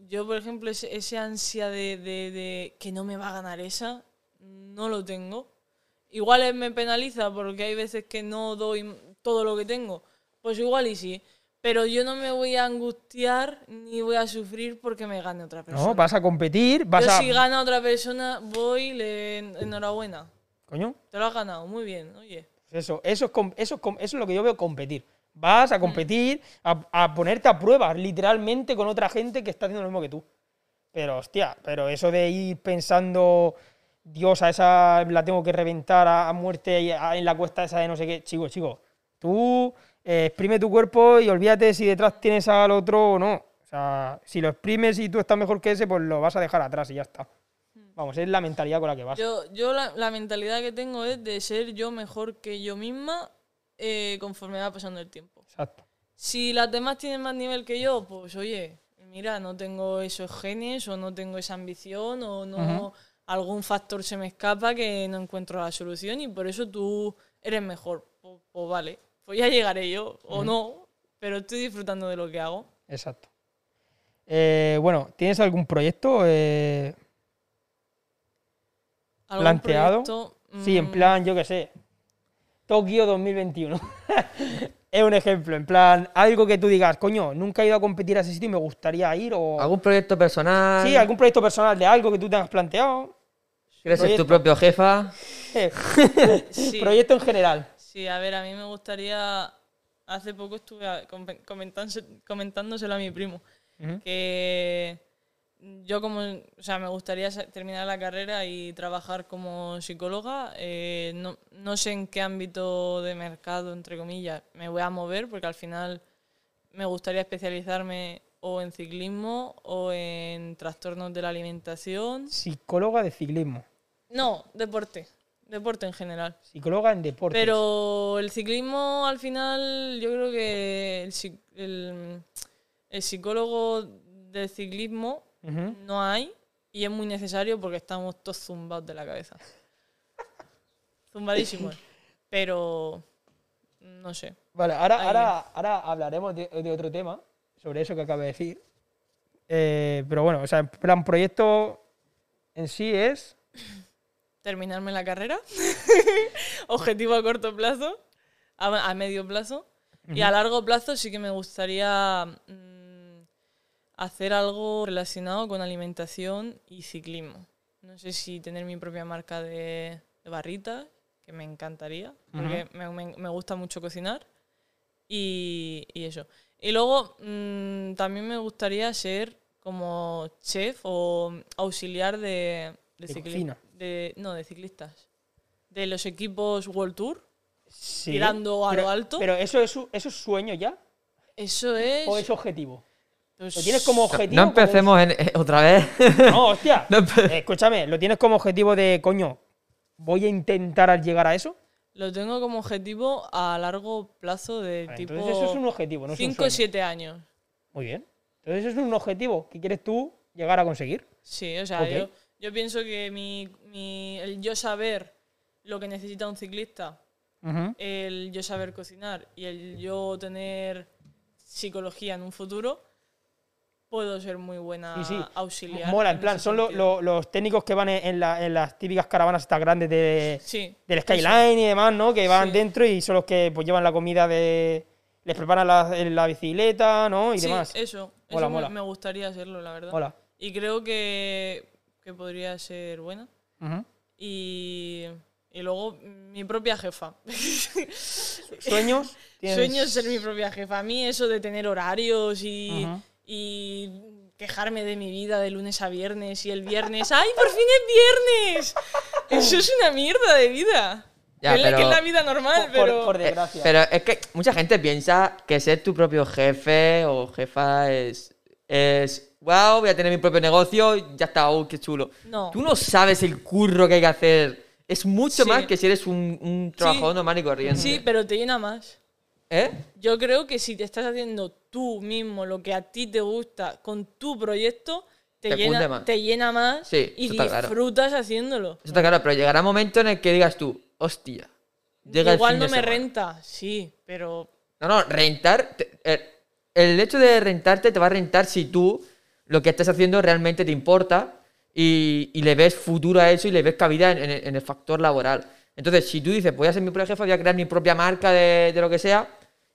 Yo, por ejemplo, ese, ese ansia de, de- de que no me va a ganar esa, no lo tengo. Igual eh, me penaliza porque hay veces que no doy todo lo que tengo. Pues igual y sí. Pero yo no me voy a angustiar ni voy a sufrir porque me gane otra persona.
No, vas a competir, vas
Yo
a...
si gana otra persona, voy, le enhorabuena.
Coño,
Te lo has ganado, muy bien, oye.
pues eso, eso es, com- eso, es com- eso es lo que yo veo competir. Vas a competir, a, a ponerte a prueba, literalmente con otra gente que está haciendo lo mismo que tú. Pero, hostia, pero eso de ir pensando, Dios, a esa la tengo que reventar a, a muerte y a- en la cuesta esa de no sé qué. Chico, chico, tú eh, exprime tu cuerpo y olvídate si detrás tienes al otro o no. O sea, si lo exprimes y tú estás mejor que ese, pues lo vas a dejar atrás y ya está. Vamos, es la mentalidad con la que vas.
Yo, yo la, la mentalidad que tengo es de ser yo mejor que yo misma eh, conforme va pasando el tiempo.
Exacto.
Si las demás tienen más nivel que yo, pues oye, mira, no tengo esos genes o no tengo esa ambición o no algún factor se me escapa que no encuentro la solución y por eso tú eres mejor. Pues, pues vale, pues ya llegaré yo, o no, pero estoy disfrutando de lo que hago.
Exacto. Eh, bueno, ¿tienes algún proyecto? Eh,
¿Algún
¿Planteado?
proyecto?
Sí, en
Mm,
plan, yo qué sé. Tokio 2021. es un ejemplo. En plan, algo que tú digas, coño, nunca he ido a competir a ese sitio y me gustaría ir. O...
¿Algún proyecto personal?
Sí, algún proyecto personal de algo que tú te has planteado.
¿Quieres ser
proyecto.
tu propio jefa?
Eh,
Mm, Sí,
Proyecto en general.
sí, a ver, a mí me gustaría... Hace poco estuve a- comen- comentándose- comentándoselo a mi primo, que yo como... O sea, me gustaría sa- terminar la carrera y trabajar como psicóloga. eh, no, no sé en qué ámbito de mercado, entre comillas, me voy a mover, porque al final me gustaría especializarme o en ciclismo o en trastornos de la alimentación.
Psicóloga de ciclismo.
No, deporte. Deporte en general.
Psicóloga en deportes.
Pero el ciclismo al final, yo creo que el, psi- el- el psicólogo del ciclismo
Ujú.
no hay y es muy necesario porque estamos todos zumbados de la cabeza. Zumbadísimos. Pero no sé.
Vale, ahora,
Ahí
ahora, ahora hablaremos de, de otro tema, sobre eso que acabo de decir. Eh, pero bueno, o sea, en plan proyecto en sí es...
terminarme la carrera, objetivo a corto plazo, a, a medio plazo, y a largo plazo sí que me gustaría mm, hacer algo relacionado con alimentación y ciclismo. No sé si tener mi propia marca de, de barritas, que me encantaría, porque me, me- me gusta mucho cocinar, y, y eso. Y luego mm, también me gustaría ser como chef o auxiliar de,
De
cicli-
cocina.
de- no, de ciclistas. De los equipos World Tour.
Sí,
Tirando a lo
pero-
alto.
Pero eso es, su- eso es sueño ya,
Eso es.
o es objetivo.
pues,
Lo tienes como objetivo...
No
como-
empecemos en- eh, otra vez.
No, hostia.
No empe-
Eh, Escúchame, lo tienes como objetivo de, coño, voy a intentar al llegar a eso.
Lo tengo como objetivo a largo plazo de
Vale,
tipo.
Ah, entonces eso es un objetivo, no es un
5 o
sueño.
7 años.
Muy bien. Entonces eso es un objetivo que quieres tú llegar a conseguir.
Sí, o sea,
Ok.
yo, yo pienso que mi, mi- el yo saber lo que necesita un ciclista, el yo saber cocinar y el yo tener psicología en un futuro, puedo ser muy buena
Sí, sí.
auxiliar.
Mola, en plan,
ese
son lo-
sentido.
lo- los técnicos que van en, en la- en las típicas caravanas estas grandes de,
Sí.
del Skyline y demás, ¿no? Que van
Sí.
dentro y son los que pues, llevan la comida de... Les preparan la, la bicicleta, ¿no? Y
sí,
demás.
Eso,
Mola,
eso me-
mola.
me gustaría hacerlo, la verdad.
Mola.
Y creo que, que podría ser buena.
Ujú.
Y, y luego mi propia jefa.
¿Sueños? ¿Tienes-
Sueño ser mi propia jefa. A mí eso de tener horarios y,
Ujú.
y quejarme de mi vida de lunes a viernes y el viernes, ¡ay, por fin es viernes! Eso es una mierda de vida.
Ya,
es la- que
pero-
es la vida normal,
Por-
pero...
por, por desgracia.
Eh, Pero es que mucha gente piensa que ser tu propio jefe o jefa es. es wow, voy a tener mi propio negocio, ya está, oh, qué chulo.
No.
Tú no sabes el curro que hay que hacer. Es mucho
Sí.
más que si eres un, un trabajador normal y corriente.
Sí, pero te llena más.
¿Eh?
Yo creo que si te estás haciendo tú mismo lo que a ti te gusta con tu proyecto, te,
Te
llena,
funde más.
te llena más
Sí,
y
eso está claro.
disfrutas haciéndolo.
Eso está claro, pero llegará un momento en el que digas tú, hostia. Llega el
Igual
fin
no
de
me
semana.
renta, sí, pero
No, no, rentar. te- eh, el hecho de rentarte te va a rentar si tú lo que estás haciendo realmente te importa y, y le ves futuro a eso y le ves cabida en, en el- en el factor laboral. Entonces, si tú dices, voy a ser mi propia jefa, voy a crear mi propia marca de, de lo que sea,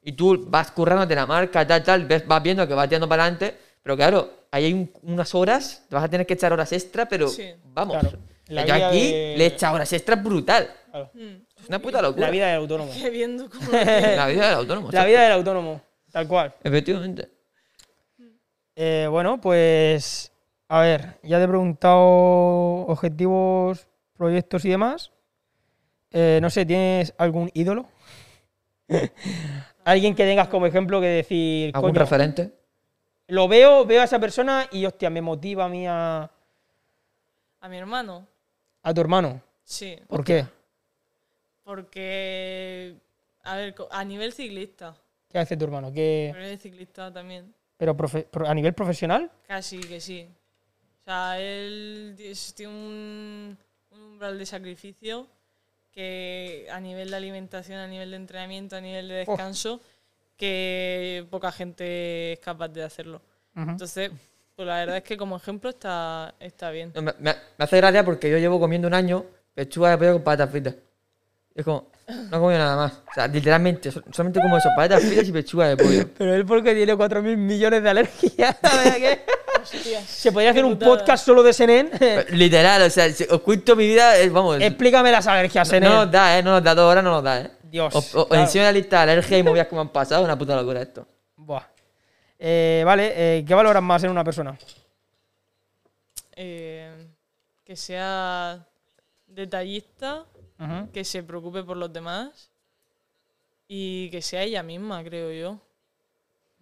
y tú vas currándote la marca, tal, tal, ves, vas viendo que vas tirando para adelante, pero claro, ahí hay un- unas horas, te vas a tener que echar horas extra, pero
Sí.
vamos. eh,
Claro, la
yo
vida
aquí
de-
le he echado horas extras brutal.
Claro.
Es una puta locura.
La vida del autónomo.
que viendo cómo...
La vida del autónomo.
La vida del autónomo, tal cual.
Efectivamente.
Eh, bueno, pues. A ver, ya te he preguntado objetivos, proyectos y demás. Eh, no sé, ¿tienes algún ídolo? Alguien que tengas como ejemplo que decir.
¿Algún
coño,
referente?
Lo veo, veo a esa persona y hostia, me motiva a mí a,
A mi hermano,
a tu hermano.
sí,
¿Por qué?
porque... A ver, co- a nivel ciclista,
¿Qué hace tu hermano? ¿Qué,
a nivel ciclista también,
¿Pero profe- pro- a nivel profesional?
casi que sí. O sea, él ti- es- tiene un, un umbral de sacrificio que a nivel de alimentación, a nivel de entrenamiento, a nivel
Oh.
de descanso, que poca gente es capaz de hacerlo. Entonces, pues la verdad es que como ejemplo está, está bien.
No, me, me- me hace gracia porque yo llevo comiendo un año pechuga de pollo con patatas fritas. Y es como, no he comido nada más. O sea, literalmente, so- solamente como eso, patatas fritas y pechuga de pollo.
Pero él porque tiene 4.000 millones de alergias, ¿sabes a qué? Se podría hacer un
putada.
podcast solo de Senen.
Pero Eh, Literal, o sea, si os cuento mi vida, eh, vamos.
Explícame las alergias,
no
Senen.
nos da, ¿eh? No nos da, dos horas no nos da, ¿eh?
Dios,
Os, os- os
claro.
enseño la lista de alergias y movidas que me han pasado, una puta locura esto.
Buah. Eh, vale, eh, ¿qué valoras más en una persona?
Eh, que sea detallista,
Ujú.
que se preocupe por los demás y que sea ella misma, creo yo.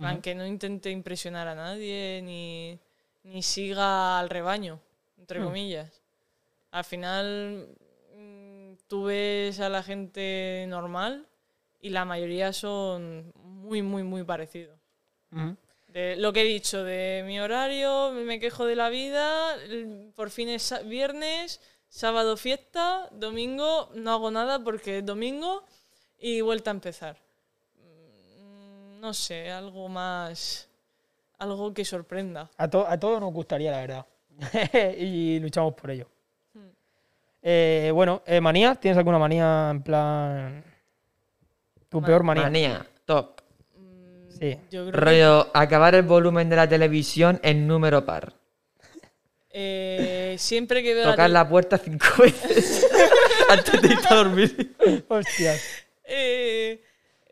Aunque no intente impresionar a nadie ni, ni siga al rebaño, entre comillas. Al final mm, tú ves a la gente normal y la mayoría son muy, muy, muy parecidos.
Ujú.
De lo que he dicho, de mi horario, me quejo de la vida, el- por fin es sa- viernes, sábado fiesta, domingo no hago nada porque es domingo y vuelta a empezar. Mm, No sé, algo más, algo que sorprenda.
A, to- a todos nos gustaría, la verdad. y luchamos por ello. Eh, bueno, eh, manías. ¿Tienes alguna manía en plan. Tu peor manía?
Manía, top.
Sí.
Yo creo que,
Rollo, acabar el volumen de la televisión en número par.
eh, siempre que veo la
Tocar
tele-
la puerta cinco veces antes de irte a dormir.
Hostias.
Eh,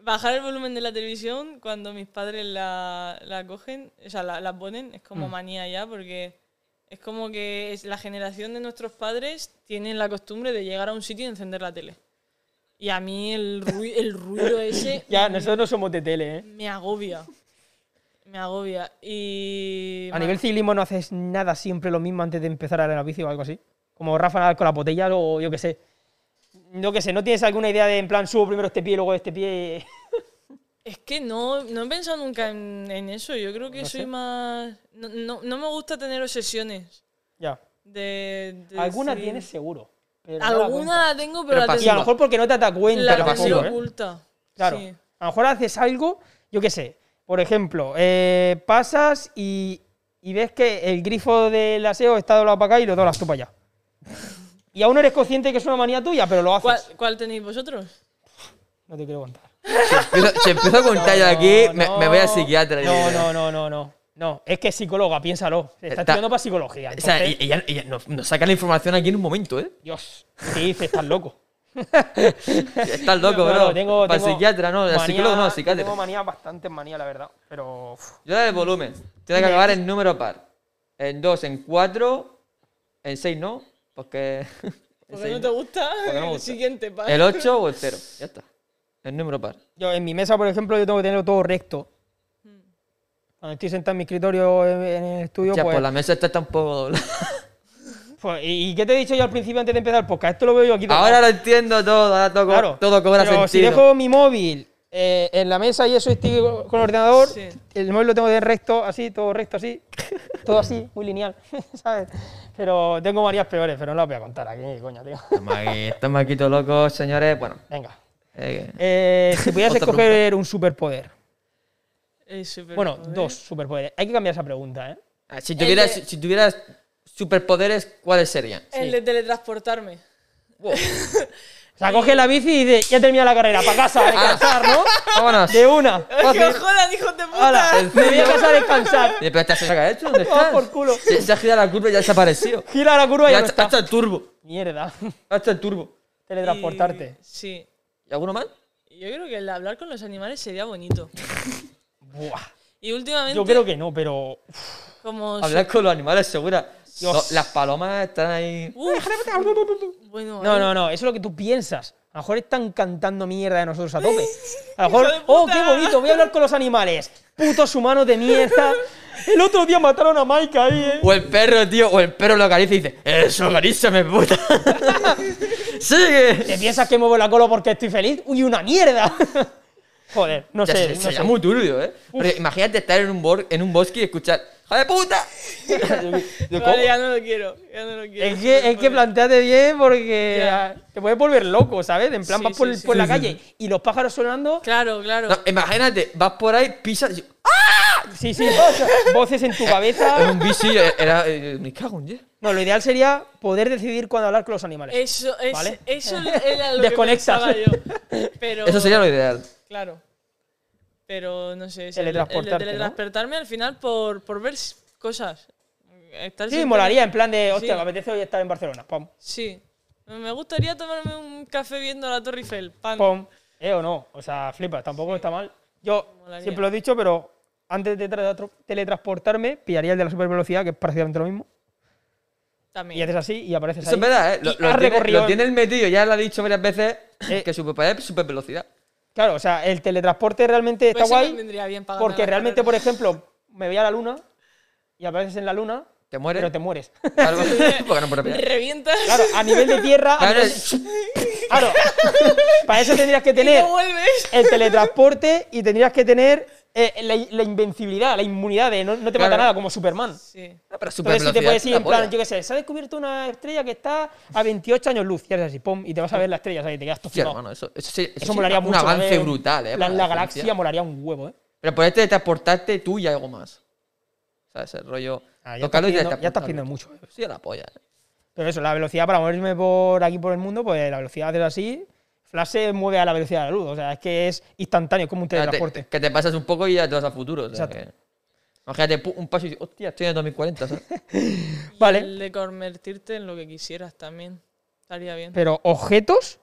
bajar el volumen de la televisión cuando mis padres la, la cogen, o sea, la, la ponen, es
Mm.
como manía ya, porque es como que es- la generación de nuestros padres tienen la costumbre de llegar a un sitio y encender la tele. Y a mí el, rui- el ruido ese
Ya, nosotros no somos de tele, ¿eh?
me agobia. Me agobia. Y.
A nivel ciclismo no haces nada siempre lo mismo antes de empezar a la bici o algo así. Como Rafa Nadal con la botella o yo qué sé. Yo qué sé, ¿no tienes alguna idea de en plan subo primero este pie y luego este pie?
Es que no, no he pensado nunca en, en eso. Yo creo que soy más. No, no, no me gusta tener obsesiones.
ya.
De, de
Alguna
decir-
tienes seguro. pero no la cuentas.
Alguna la tengo, pero,
Pero
la
pasiva.
Y a lo
tengo,
mejor porque no te das cuenta.
la tengo
tampoco, ¿eh?
oculta.
Claro.
Sí.
A lo mejor haces algo, yo qué sé. Por ejemplo, eh, pasas y, y ves que el grifo del aseo está doblado para acá y lo doblas tú para allá. Y aún no eres consciente que es una manía tuya, pero lo haces.
¿Cuál, cuál tenéis vosotros?
No te quiero contar.
Empiezo- si empiezo a contar yo
No,
aquí, me,
no.
me voy a psiquiatra. yo
No,
creo.
no, no, no, no. No, es que es psicóloga, piénsalo. Se está
Está-
estudiando para psicología.
O sea,
entonces,
y- ella, ella nos, nos saca la información aquí en un momento, ¿eh?
Dios, te dice, estás loco.
Estás loco,
No,
bro.
no, tengo-
Para
tengo
psiquiatra, no.
manía-
Al psicólogo, no, al psiquiatra.
Tengo manía, bastante manía, la verdad. Pero. uf.
Yo la del volumen. Tiene que acabar en número par. En dos, en cuatro, en seis no, porque... en
Porque
seis
no te gusta.
Porque no me
El
gusta.
siguiente, pa.
El ocho o el cero. Ya está. El número par.
Yo, en mi mesa, por ejemplo, yo tengo que tenerlo todo recto. Cuando estoy sentado en mi escritorio en, en el estudio,
Ya,
pues,
pues la mesa está tan poco doblada.
pues, ¿Y y qué te he dicho yo al principio antes de empezar el podcast? Esto lo veo yo aquí. doblado.
Ahora lo entiendo todo, ahora todo, co- todo cobra
pero
sentido.
Si dejo mi móvil eh, en la mesa y eso estoy con el ordenador,
Sí.
el móvil lo tengo de recto, así, todo recto, así, todo así, muy lineal, ¿sabes? Pero tengo varias peores, pero no las voy a contar aquí, coño, tío.
Estamos aquí, estamos aquí todos locos, señores. Bueno,
Venga.
eh,
Eh, si pudieras
Otra
escoger un superpoder.
El superpoder.
Bueno, dos superpoderes. Hay que cambiar esa pregunta, ¿eh?
ah, si, tuvieras,
de-
si tuvieras superpoderes, ¿cuáles serían?
El de teletransportarme.
O sea, coge la bici y dice, ya termina la carrera, para casa, a descansar, ¿no?
Ah. Vámonos.
De una.
¡Es que os jodan, hijos de puta!
Hala, me voy a casa a descansar.
Eh, ¿Pero esta se ha hecho? ¿Dónde
Toma
estás?
por culo.
Se, se ha girado la curva y ya ha desaparecido.
Gira la curva y
Ya
ya no
está,
está.
hasta el turbo.
Mierda.
Hasta el turbo.
Teletransportarte.
Y- sí.
¿Y alguno más?
Yo creo que el hablar con los animales sería bonito.
Buah.
Y últimamente,
Yo creo que no, pero
como...
Hablar con los animales, segura.
Dios.
No, las palomas están ahí.
Uf. bueno, eh.
No,
ahí-
no, no, eso es lo que tú piensas. A lo mejor están cantando mierda de nosotros a tope. A lo mejor,
¡Hijo de
oh,
puta!
qué bonito, voy a hablar con los animales. Putos humanos de mierda. El otro día mataron a Mike ahí, eh.
O el perro, tío, o el perro lo acaricia y dice: ¡Eso, acaríciame, puta! ¡Sigue!
¿Te piensas que muevo la cola porque estoy feliz? ¡Uy, una mierda! Joder, no
Ya
sé.
se-
no
sería
sé.
muy turbio, ¿eh? Porque imagínate estar en un, bor- en un bosque y escuchar ¡Hija de puta!
Yo, ¿cómo?
Vale, ya no lo quiero. Ya no lo quiero.
Es que, es que planteate bien porque
Ya.
ah, te puedes volver loco, ¿sabes? En plan,
Sí,
vas por,
sí, sí.
por la
Sí,
calle y los pájaros sonando.
Claro, claro.
No, imagínate, vas por ahí, pisas. y-
Sí, sí, voces en tu
Era
cabeza.
un bici, era. eh, Me cago en diez.
No, lo ideal sería poder decidir cuándo hablar con los animales.
Eso, es,
Vale.
eso era lo
Desconectas.
que pensaba yo. Pero,
Eso sería lo ideal.
Claro. Pero no sé. es el-
Teletransportarte,
El, de teletransportarme al final por, por ver s- cosas. Estar
Sí,
siempre-
molaría, en plan de, hostia,
Sí.
me apetece hoy estar en Barcelona. Pom,
Sí. Me gustaría tomarme un café viendo la Torre Eiffel. Pan.
pom. ¿Eh o no? O sea, flipa, tampoco está mal. Yo
Molaría.
siempre lo he dicho, pero antes de tra- teletransportarme, pillaría el de la supervelocidad, que es prácticamente lo mismo. Y
También.
haces así y apareces
Eso
ahí.
es verdad, ¿eh?
Y
Lo,
has
lo tiene,
recorrido-
lo tiene el metido, ya lo ha dicho varias veces,
Eh.
que su superpoder es super velocidad.
Claro, o sea, el teletransporte realmente está
Pues sí me
guay.
vendría bien para ganar
porque
las
realmente, por
carreras.
ejemplo, me voy a la luna y apareces en la luna,
Te mueres.
pero te mueres.
Claro, porque no puedes pelear.
Revientas.
Claro, a nivel de tierra. a
Claro,
nivel- claro. para eso tendrías que
Y
tener
no vuelves.
el teletransporte y tendrías que tener eh, la, la invencibilidad, la inmunidad de no, no te mata
Claro.
nada, como Superman.
Sí.
no, pero super
Entonces, si te
velocidad.
puedes ir en plan, yo qué sé, se ha descubierto una estrella que está a 28 años luz, y haces así, pum, y te vas a ver la estrella, ¿sabes? Y te quedas todo flipado.
hermano, eso, eso, sí- eso
Eso
sí,
molaría
un
mucho.
avance
¿sabes?
brutal, ¿eh?
En
para
plan, La, galaxia molaría un huevo, ¿eh?
Pero poder teletransportarte tú y algo más. O sea, ese rollo.
Ah, ya, estás
Tocarlo y
pidiendo, ya estás
teletransportarlo.
pidiendo mucho. ¿eh?
Sí, a la polla. ¿eh?
Pero eso, la velocidad para moverme por aquí por el mundo, pues la velocidad es así. Flash se mueve a la velocidad de la luz, o sea, es que es instantáneo, es como un
O sea, te-
teletransporte.
que te pasas un poco y ya te vas al futuro. o sea,
Exacto.
que- imagínate pu- un paso y dices, hostia, estoy en el 2040, ¿sabes?
Y
Vale.
El de convertirte en lo que quisieras también. Estaría bien.
Pero objetos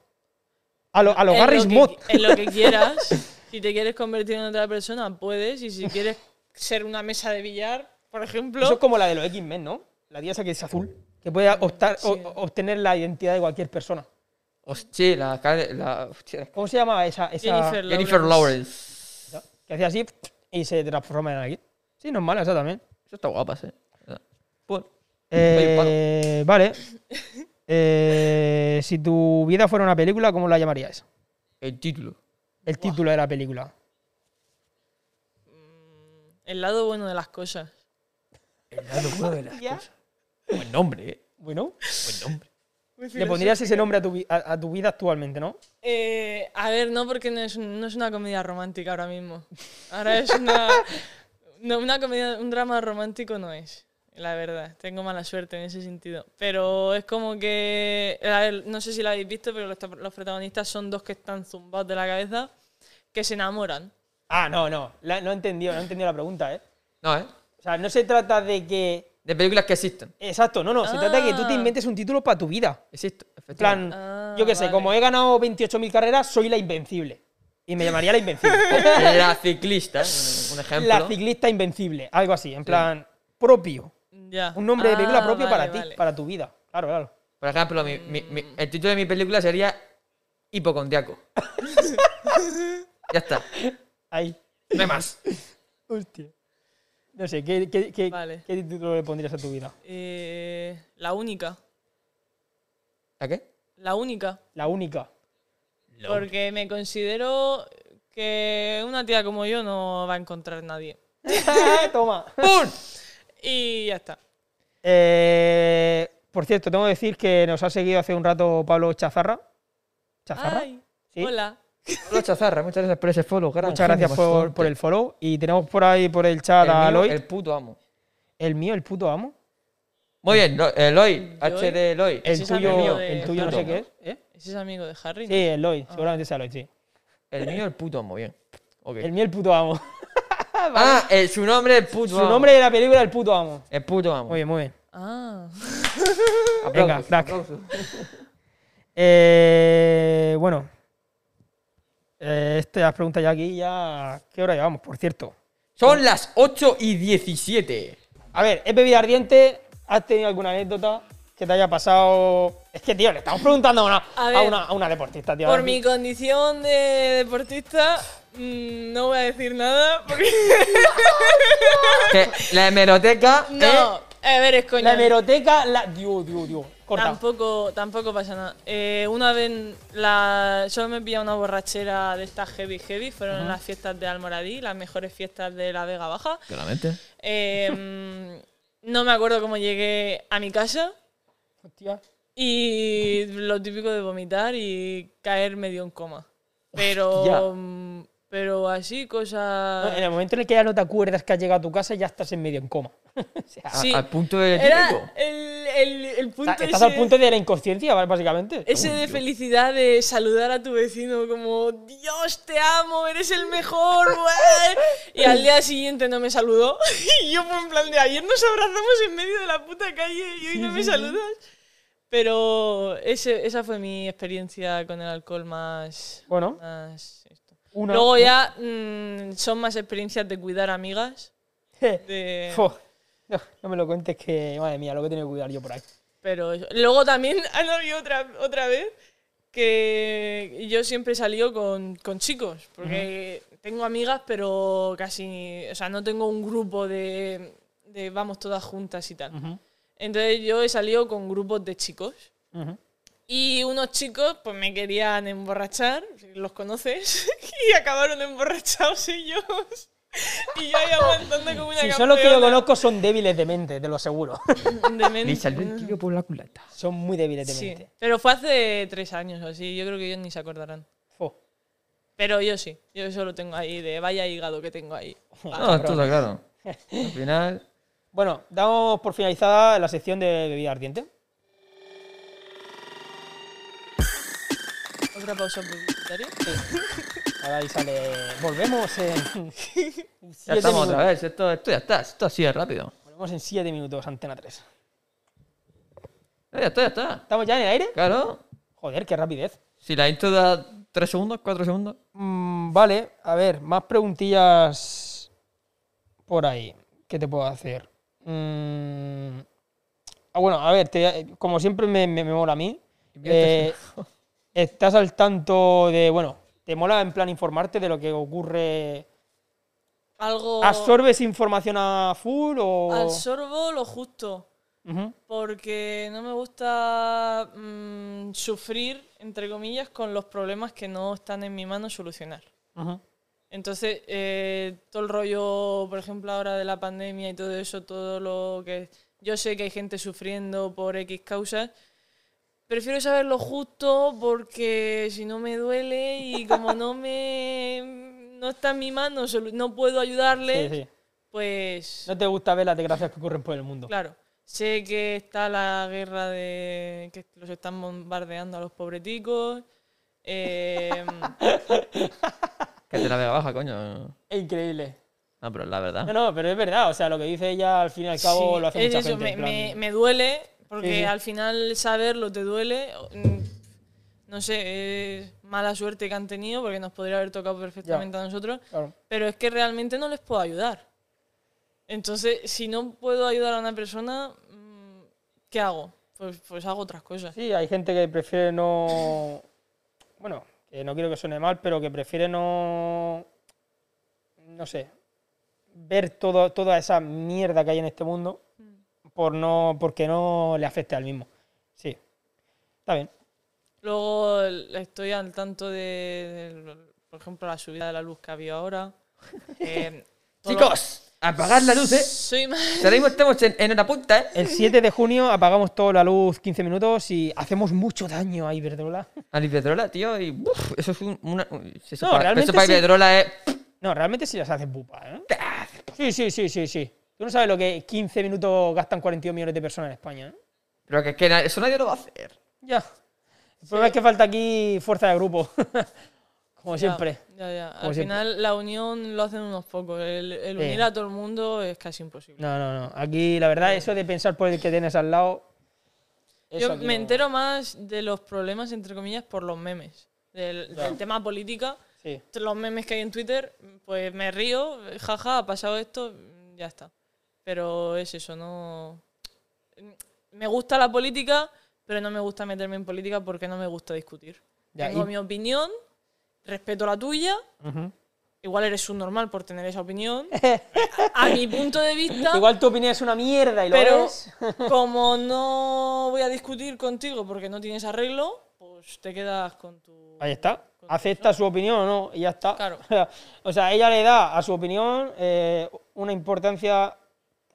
a, lo- a los
En
Garry's
Eh, lo que-
Mod.
En lo que quieras. si te quieres convertir en otra persona, puedes. Y si quieres ser una mesa de billar, por ejemplo.
Eso es como la de los X-Men, ¿no? La diosa que es azul, que puede optar-
Sí.
o- obtener la identidad de cualquier persona.
Hostia, la, cara- la, hostia, la-
¿Cómo se llama esa? esa
Jennifer,
Jennifer Lawrence.
esa? Que hacía así y se transforma en alguien. Sí, no es mala esa también.
Eso está guapa, ¿eh? Bueno.
Eh, vale. Eh, si tu vida fuera una película, ¿cómo la llamarías?
El título.
El título de la película.
El lado bueno de las cosas.
Buen nombre, ¿eh?
Bueno,
Buen nombre.
le pondrías ese nombre a tu, vi- a- a tu vida actualmente, ¿no?
Eh, a ver, no, porque no es, un- no es una comedia romántica ahora mismo. Ahora es una. no, una comedia, un drama romántico no es. La verdad, tengo mala suerte en ese sentido. Pero es como que. a ver, no sé si la habéis visto, pero los, los protagonistas son dos que están zumbados de la cabeza, que se enamoran.
Ah, no, no. La- no he entendido, no he entendido la pregunta, ¿eh?
No, ¿eh?
O sea, no se trata de que.
De películas que existen.
Exacto, no, no. Se trata de que tú te
Ah.
inventes un título para tu vida.
Existen,
En plan,
efectivamente.
Ah,
yo qué sé,
vale.
como he ganado 28.000 carreras, soy la invencible. Y me llamaría la invencible.
La ciclista, ¿eh? un ejemplo.
la ciclista invencible. Algo así, en plan, propio.
Ya.
Un nombre de película
Ah,
propio
vale,
para ti,
vale.
para tu vida. Claro, claro.
Por ejemplo, mi- mi- mi- el título de mi película sería Hipocondriaco. ya está.
Ahí.
No hay más.
Hostia. No sé, ¿qué, qué, qué,
Vale.
qué título le pondrías a tu vida?
Eh, la única.
¿A qué?
La única.
La única.
Porque me considero que una tía como yo no va a encontrar nadie.
Toma.
¡Pum!
Y ya está.
Eh, por cierto, tengo que decir que nos ha seguido hace un rato Pablo Chazarra. Chazarra.
Ay,
Sí.
Hola.
Hola, Chazarra. Muchas gracias por ese follow. gran
Muchas gracias
genio,
por,
bastante.
por el follow. Y tenemos por ahí por el chat a
mío,
Eloy. El,
el puto amo.
mío, el puto amo.
Muy bien, Lo- Eloy. H de Eloy.
El
Ese es
tuyo,
amigo de-
el tuyo no sé
Puto
qué
amo.
es. ¿eh?
Ese es amigo de Harry.
Sí,
Ah.
Eloy. Seguramente sea Eloy, sí.
El mío, el puto amo. Bien. Ok.
El mío, el puto amo.
Ah, el- su nombre, el puto
Su
amo.
nombre de la película, el puto amo.
El puto amo.
Muy bien, muy bien.
Ah.
Venga,
Aplausos,
crack.
aplausos.
Eh, bueno. Eh, estas preguntas ya aquí, ya. ¿Qué hora llevamos, por cierto?
Son las 8 y 17.
A ver, ¿es bebida ardiente? ¿Has tenido alguna anécdota que te haya pasado? Es que, tío, le estamos preguntando a una,
A
a
ver.
una, a una deportista, tío.
Por
Ahora sí.
mi condición de deportista, mm, no voy a decir nada. Porque...
Que la hemeroteca.
No. A ver, es coña.
La hemeroteca, la. Dios, Dios, Dios. Corta.
Tampoco, tampoco pasa nada. Eh, una vez la, solo me pilla una borrachera de estas heavy heavy. Fueron las fiestas de Almoradí, las mejores fiestas de la Vega Baja.
Claramente.
Eh, mm, No me acuerdo cómo llegué a mi casa
Hostia.
y lo típico de vomitar y caer medio en coma. Pero,
Hostia.
mm, pero así,
No,
cosas...
en el momento en el que ya no te acuerdas que has llegado a tu casa, ya estás en medio en coma. O sea,
A-
Sí.
Al punto del
Era
equipo.
el, el- el punto
está- estás al
ese-
punto de la inconsciencia, ¿vale? básicamente.
Ese de felicidad de saludar a tu vecino como Dios te amo, eres el mejor. guay". y al día siguiente no me saludó. Y yo fue en plan de ayer nos abrazamos en medio de la puta calle y hoy no me saludas. Pero ese- esa fue mi experiencia con el alcohol más...
Bueno,
más esto.
una.
Luego ya mm, son más experiencias de cuidar amigas. de-
Fo, no, no me lo cuentes que, madre mía, lo que he tenido que cuidar yo por ahí.
Pero eso. luego también han habido otra, otra vez que yo siempre he salido con, con chicos, porque tengo amigas, pero casi, o sea, no tengo un grupo de, de vamos todas juntas y tal. Entonces yo he salido con grupos de chicos.
Ujú.
Y unos chicos, pues me querían emborrachar, los conoces, y acabaron emborrachados ellos. Y yo ahí aguantando como una
Si son los que yo
campeona.
conozco, son débiles de mente, te lo aseguro.
Demente.
Le salió el tiro por la culata.
son muy débiles de
Sí,
mente.
pero fue hace tres años o así. Yo creo que ellos ni se acordarán.
Fo.
Pero yo sí. Yo eso lo tengo ahí de vaya hígado que tengo ahí. Ah,
No, todo claro. Al final,
Bueno, damos por finalizada la sección de bebida ardiente.
Otra pausa publicitaria.
Ahora ahí sale. Volvemos en. siete
ya estamos
minutos.
otra vez. Esto, esto ya está. Esto así de rápido.
Volvemos en 7 minutos, antena 3.
Ya está, ya está.
¿Estamos ya en el aire?
Claro.
Joder, qué rapidez.
Si la intro da 3 segundos, 4 segundos.
Mm, vale, a ver, más preguntillas por ahí. ¿Qué te puedo hacer? Mm, ah, bueno, a ver, te- como siempre me, me, me mola a mí.
Invierte,
eh, estás al tanto de, bueno, te mola en plan informarte de lo que ocurre.
Algo.
¿Absorbes información a full o...?
Al sorbo lo justo.
Ujú.
Porque no me gusta mm, sufrir, entre comillas, con los problemas que no están en mi mano solucionar.
Ujú.
Entonces, eh, todo el rollo, por ejemplo, ahora de la pandemia y todo eso, todo lo que... Yo sé que hay gente sufriendo por X causas. Prefiero saberlo justo porque si no me duele y como no me... No está en mi mano, solu- no puedo ayudarle,
Sí, sí.
pues...
No te gusta ver las desgracias que ocurren por el mundo.
Claro. Sé que está la guerra de... que los están bombardeando a los pobreticos. Eh,
Que te la vega baja, coño.
Es increíble.
No, pero la
No,
verdad.
no, pero es verdad. O sea, lo que dice ella al fin y al cabo
Sí,
lo hace
es
mucha
eso,
gente.
Me,
en plan-
me- me duele, porque
Sí, sí.
al final saberlo te duele. o- mm, No sé, es mala suerte que han tenido, porque nos podría haber tocado perfectamente a nosotros.
Claro.
Pero es que realmente no les puedo ayudar. Entonces, si no puedo ayudar a una persona, mm, ¿qué hago? Pues, pues hago otras cosas.
Sí, hay gente que prefiere no. Bueno, que no quiero que suene mal, pero que prefiere no. No sé. Ver todo, toda esa mierda que hay en este mundo
Mm.
por no, porque no le afecte al mismo. Sí. Está bien.
Luego el- estoy al tanto de, del- por ejemplo, la subida de la luz que ha habido ahora. Eh, todo lo-
Chicos, apagad la luz, eh.
Soy más...
Si ahora mismo estamos en, en hora punta, eh.
El 7 de junio apagamos toda la luz 15 minutos y hacemos mucho daño a Iberdrola.
A la Iberdrola, tío, y uf, eso es un, una. uy, si Eso,
No,
para,
realmente
eso para
sí.
Iberdrola es.
No, realmente sí las haces pupa, ¿eh? Sí, sí, sí, sí, sí. Tú no sabes lo que 15 minutos gastan 42 millones de personas en España, ¿eh?
Pero que, que na- eso nadie lo va a hacer.
Ya. El problema es que falta aquí fuerza de grupo. Como siempre.
Ya, ya.
Como
Al
siempre.
final la unión lo hacen unos pocos. El, el
Sí.
unir a todo el mundo es casi imposible.
No, no, no. Aquí, la verdad, eso de pensar por el que tienes al lado. eso
Yo
aquí
me
no-
entero más de los problemas, entre comillas, por los memes. Del, del tema política,
Sí.
los memes que hay en Twitter, pues me río, jaja, ha pasado esto, ya está. Pero es eso, no... Me gusta la política, pero no me gusta meterme en política porque no me gusta discutir.
Ya,
Tengo
y-
mi opinión, respeto la tuya,
Ujú.
Igual eres un normal por tener esa opinión. A mi punto de vista,
Igual tu opinión es una mierda y lo
pero
es.
como no voy a discutir contigo porque no tienes arreglo, pues te quedas con tu.
Ahí está. Acepta su opinión o no, y ya está.
Claro.
o sea, ella le da a su opinión eh, una importancia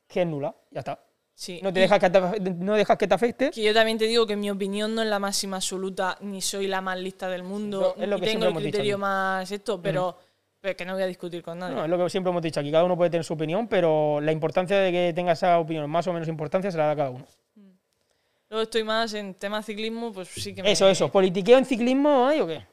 que es nula. Ya está.
Sí.
No, te dejas que te, afe- no dejas que te afecte.
Que yo también te digo que mi opinión no es la máxima absoluta, ni soy la más lista del mundo,
No, es lo
ni
que
tengo
siempre
el
hemos dicho
criterio
aquí.
más esto, pero, pero que no voy a discutir con nadie.
No, es lo que siempre hemos dicho aquí. Cada uno puede tener su opinión, pero la importancia de que tenga esa opinión, más o menos importancia, se la da cada uno.
Luego estoy más en tema ciclismo, pues sí que me-
Eso, eso. ¿Politiqueo en ciclismo hay o qué?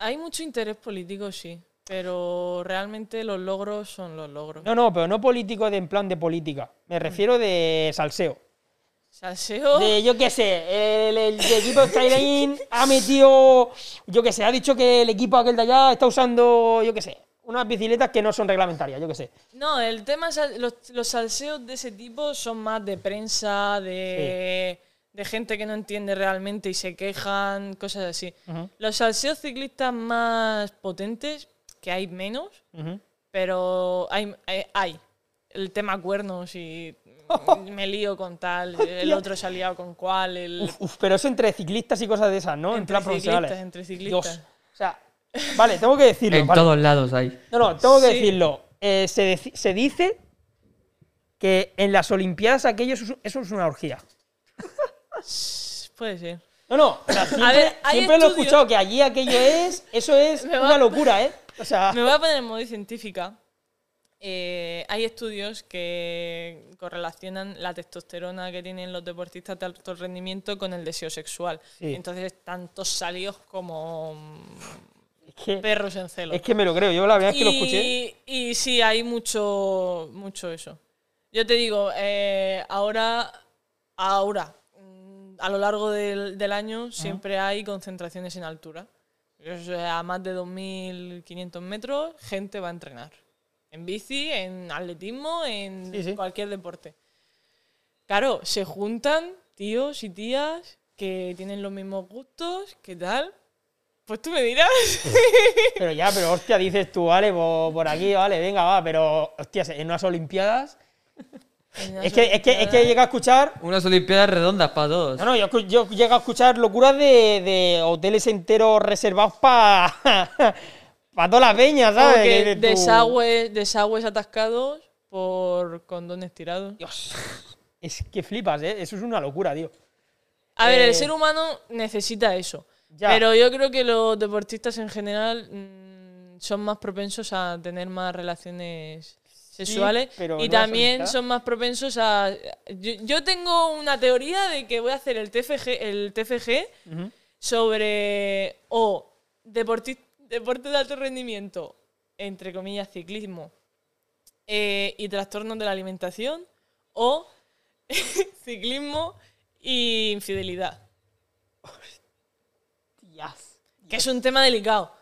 Hay mucho interés político, sí, pero realmente los logros son los logros.
No, no, pero no político de en plan de política. Me refiero de salseo.
Salseo,
De, yo qué sé, el, el de equipo Skyline ha metido, yo qué sé, ha dicho que el equipo aquel de allá está usando, yo qué sé, unas bicicletas que no son reglamentarias, yo qué sé.
No, el tema sal- los, los salseos de ese tipo son más de prensa, de, de gente que no entiende realmente y se quejan, cosas así.
Ujú.
Los salseos ciclistas más potentes, que hay menos,
Ujú.
pero hay, hay, hay. El tema cuernos y me lío con tal, el otro se ha liado con cuál, el
Uf, uf, pero eso entre ciclistas y cosas de esas, ¿no? en
Entre
plan profesionales.
ciclistas, entre ciclistas.
Dios. O sea, vale, tengo que decirlo.
En
vale.
todos lados hay.
No, no, tengo que
Sí.
decirlo. Eh, se, deci- se dice que en las Olimpiadas aquello es- eso es una orgía.
puede ser.
No, no, o sea, siempre,
ver, hay
siempre lo he
estudios-
escuchado, que allí aquello es, eso es
Me va-
una locura, ¿eh? O sea,
Me voy a poner en modo científica. Eh, hay estudios que correlacionan la testosterona que tienen los deportistas de alto rendimiento con el deseo sexual.
Sí.
Entonces, tantos salidos como mm,
es que,
perros en celo.
es que me lo creo, yo la verdad es que lo escuché.
y, y sí, hay mucho, mucho eso. Yo te digo, eh, ahora, ahora, mm, a lo largo del, del año siempre hay concentraciones en altura. O sea, a más de 2.500 metros, gente va a entrenar. En bici, en atletismo, en
Sí, sí.
cualquier deporte. Claro, se juntan tíos y tías que tienen los mismos gustos, ¿qué tal? Pues tú me dirás.
Pero ya, pero hostia, dices tú, vale, por, por aquí, vale, venga, va, pero hostia, en unas Olimpiadas. Es que, es, que, es que llega a escuchar.
Unas olimpiadas redondas para todos.
No, no, yo, escu- yo llego a escuchar locuras de, de hoteles enteros reservados para. para toda la peña,
Como
¿sabes?
que
Que dices tú,
desagües, desagües atascados por condones tirados.
Dios. Es que flipas, ¿eh? Eso es una locura, tío.
A ver,
Eh,
el ser humano necesita eso.
ya.
Pero yo creo que los deportistas en general mm, son más propensos a tener más relaciones sexuales
pero
y
no las
también
olimpiadas.
son más propensos a... Yo, yo tengo una teoría de que voy a hacer el TFG, el TFG
Ujú.
sobre o deporti- deporte de alto rendimiento, entre comillas ciclismo, eh, y trastornos de la alimentación, o ciclismo y infidelidad,
Hostias.
que es un tema delicado,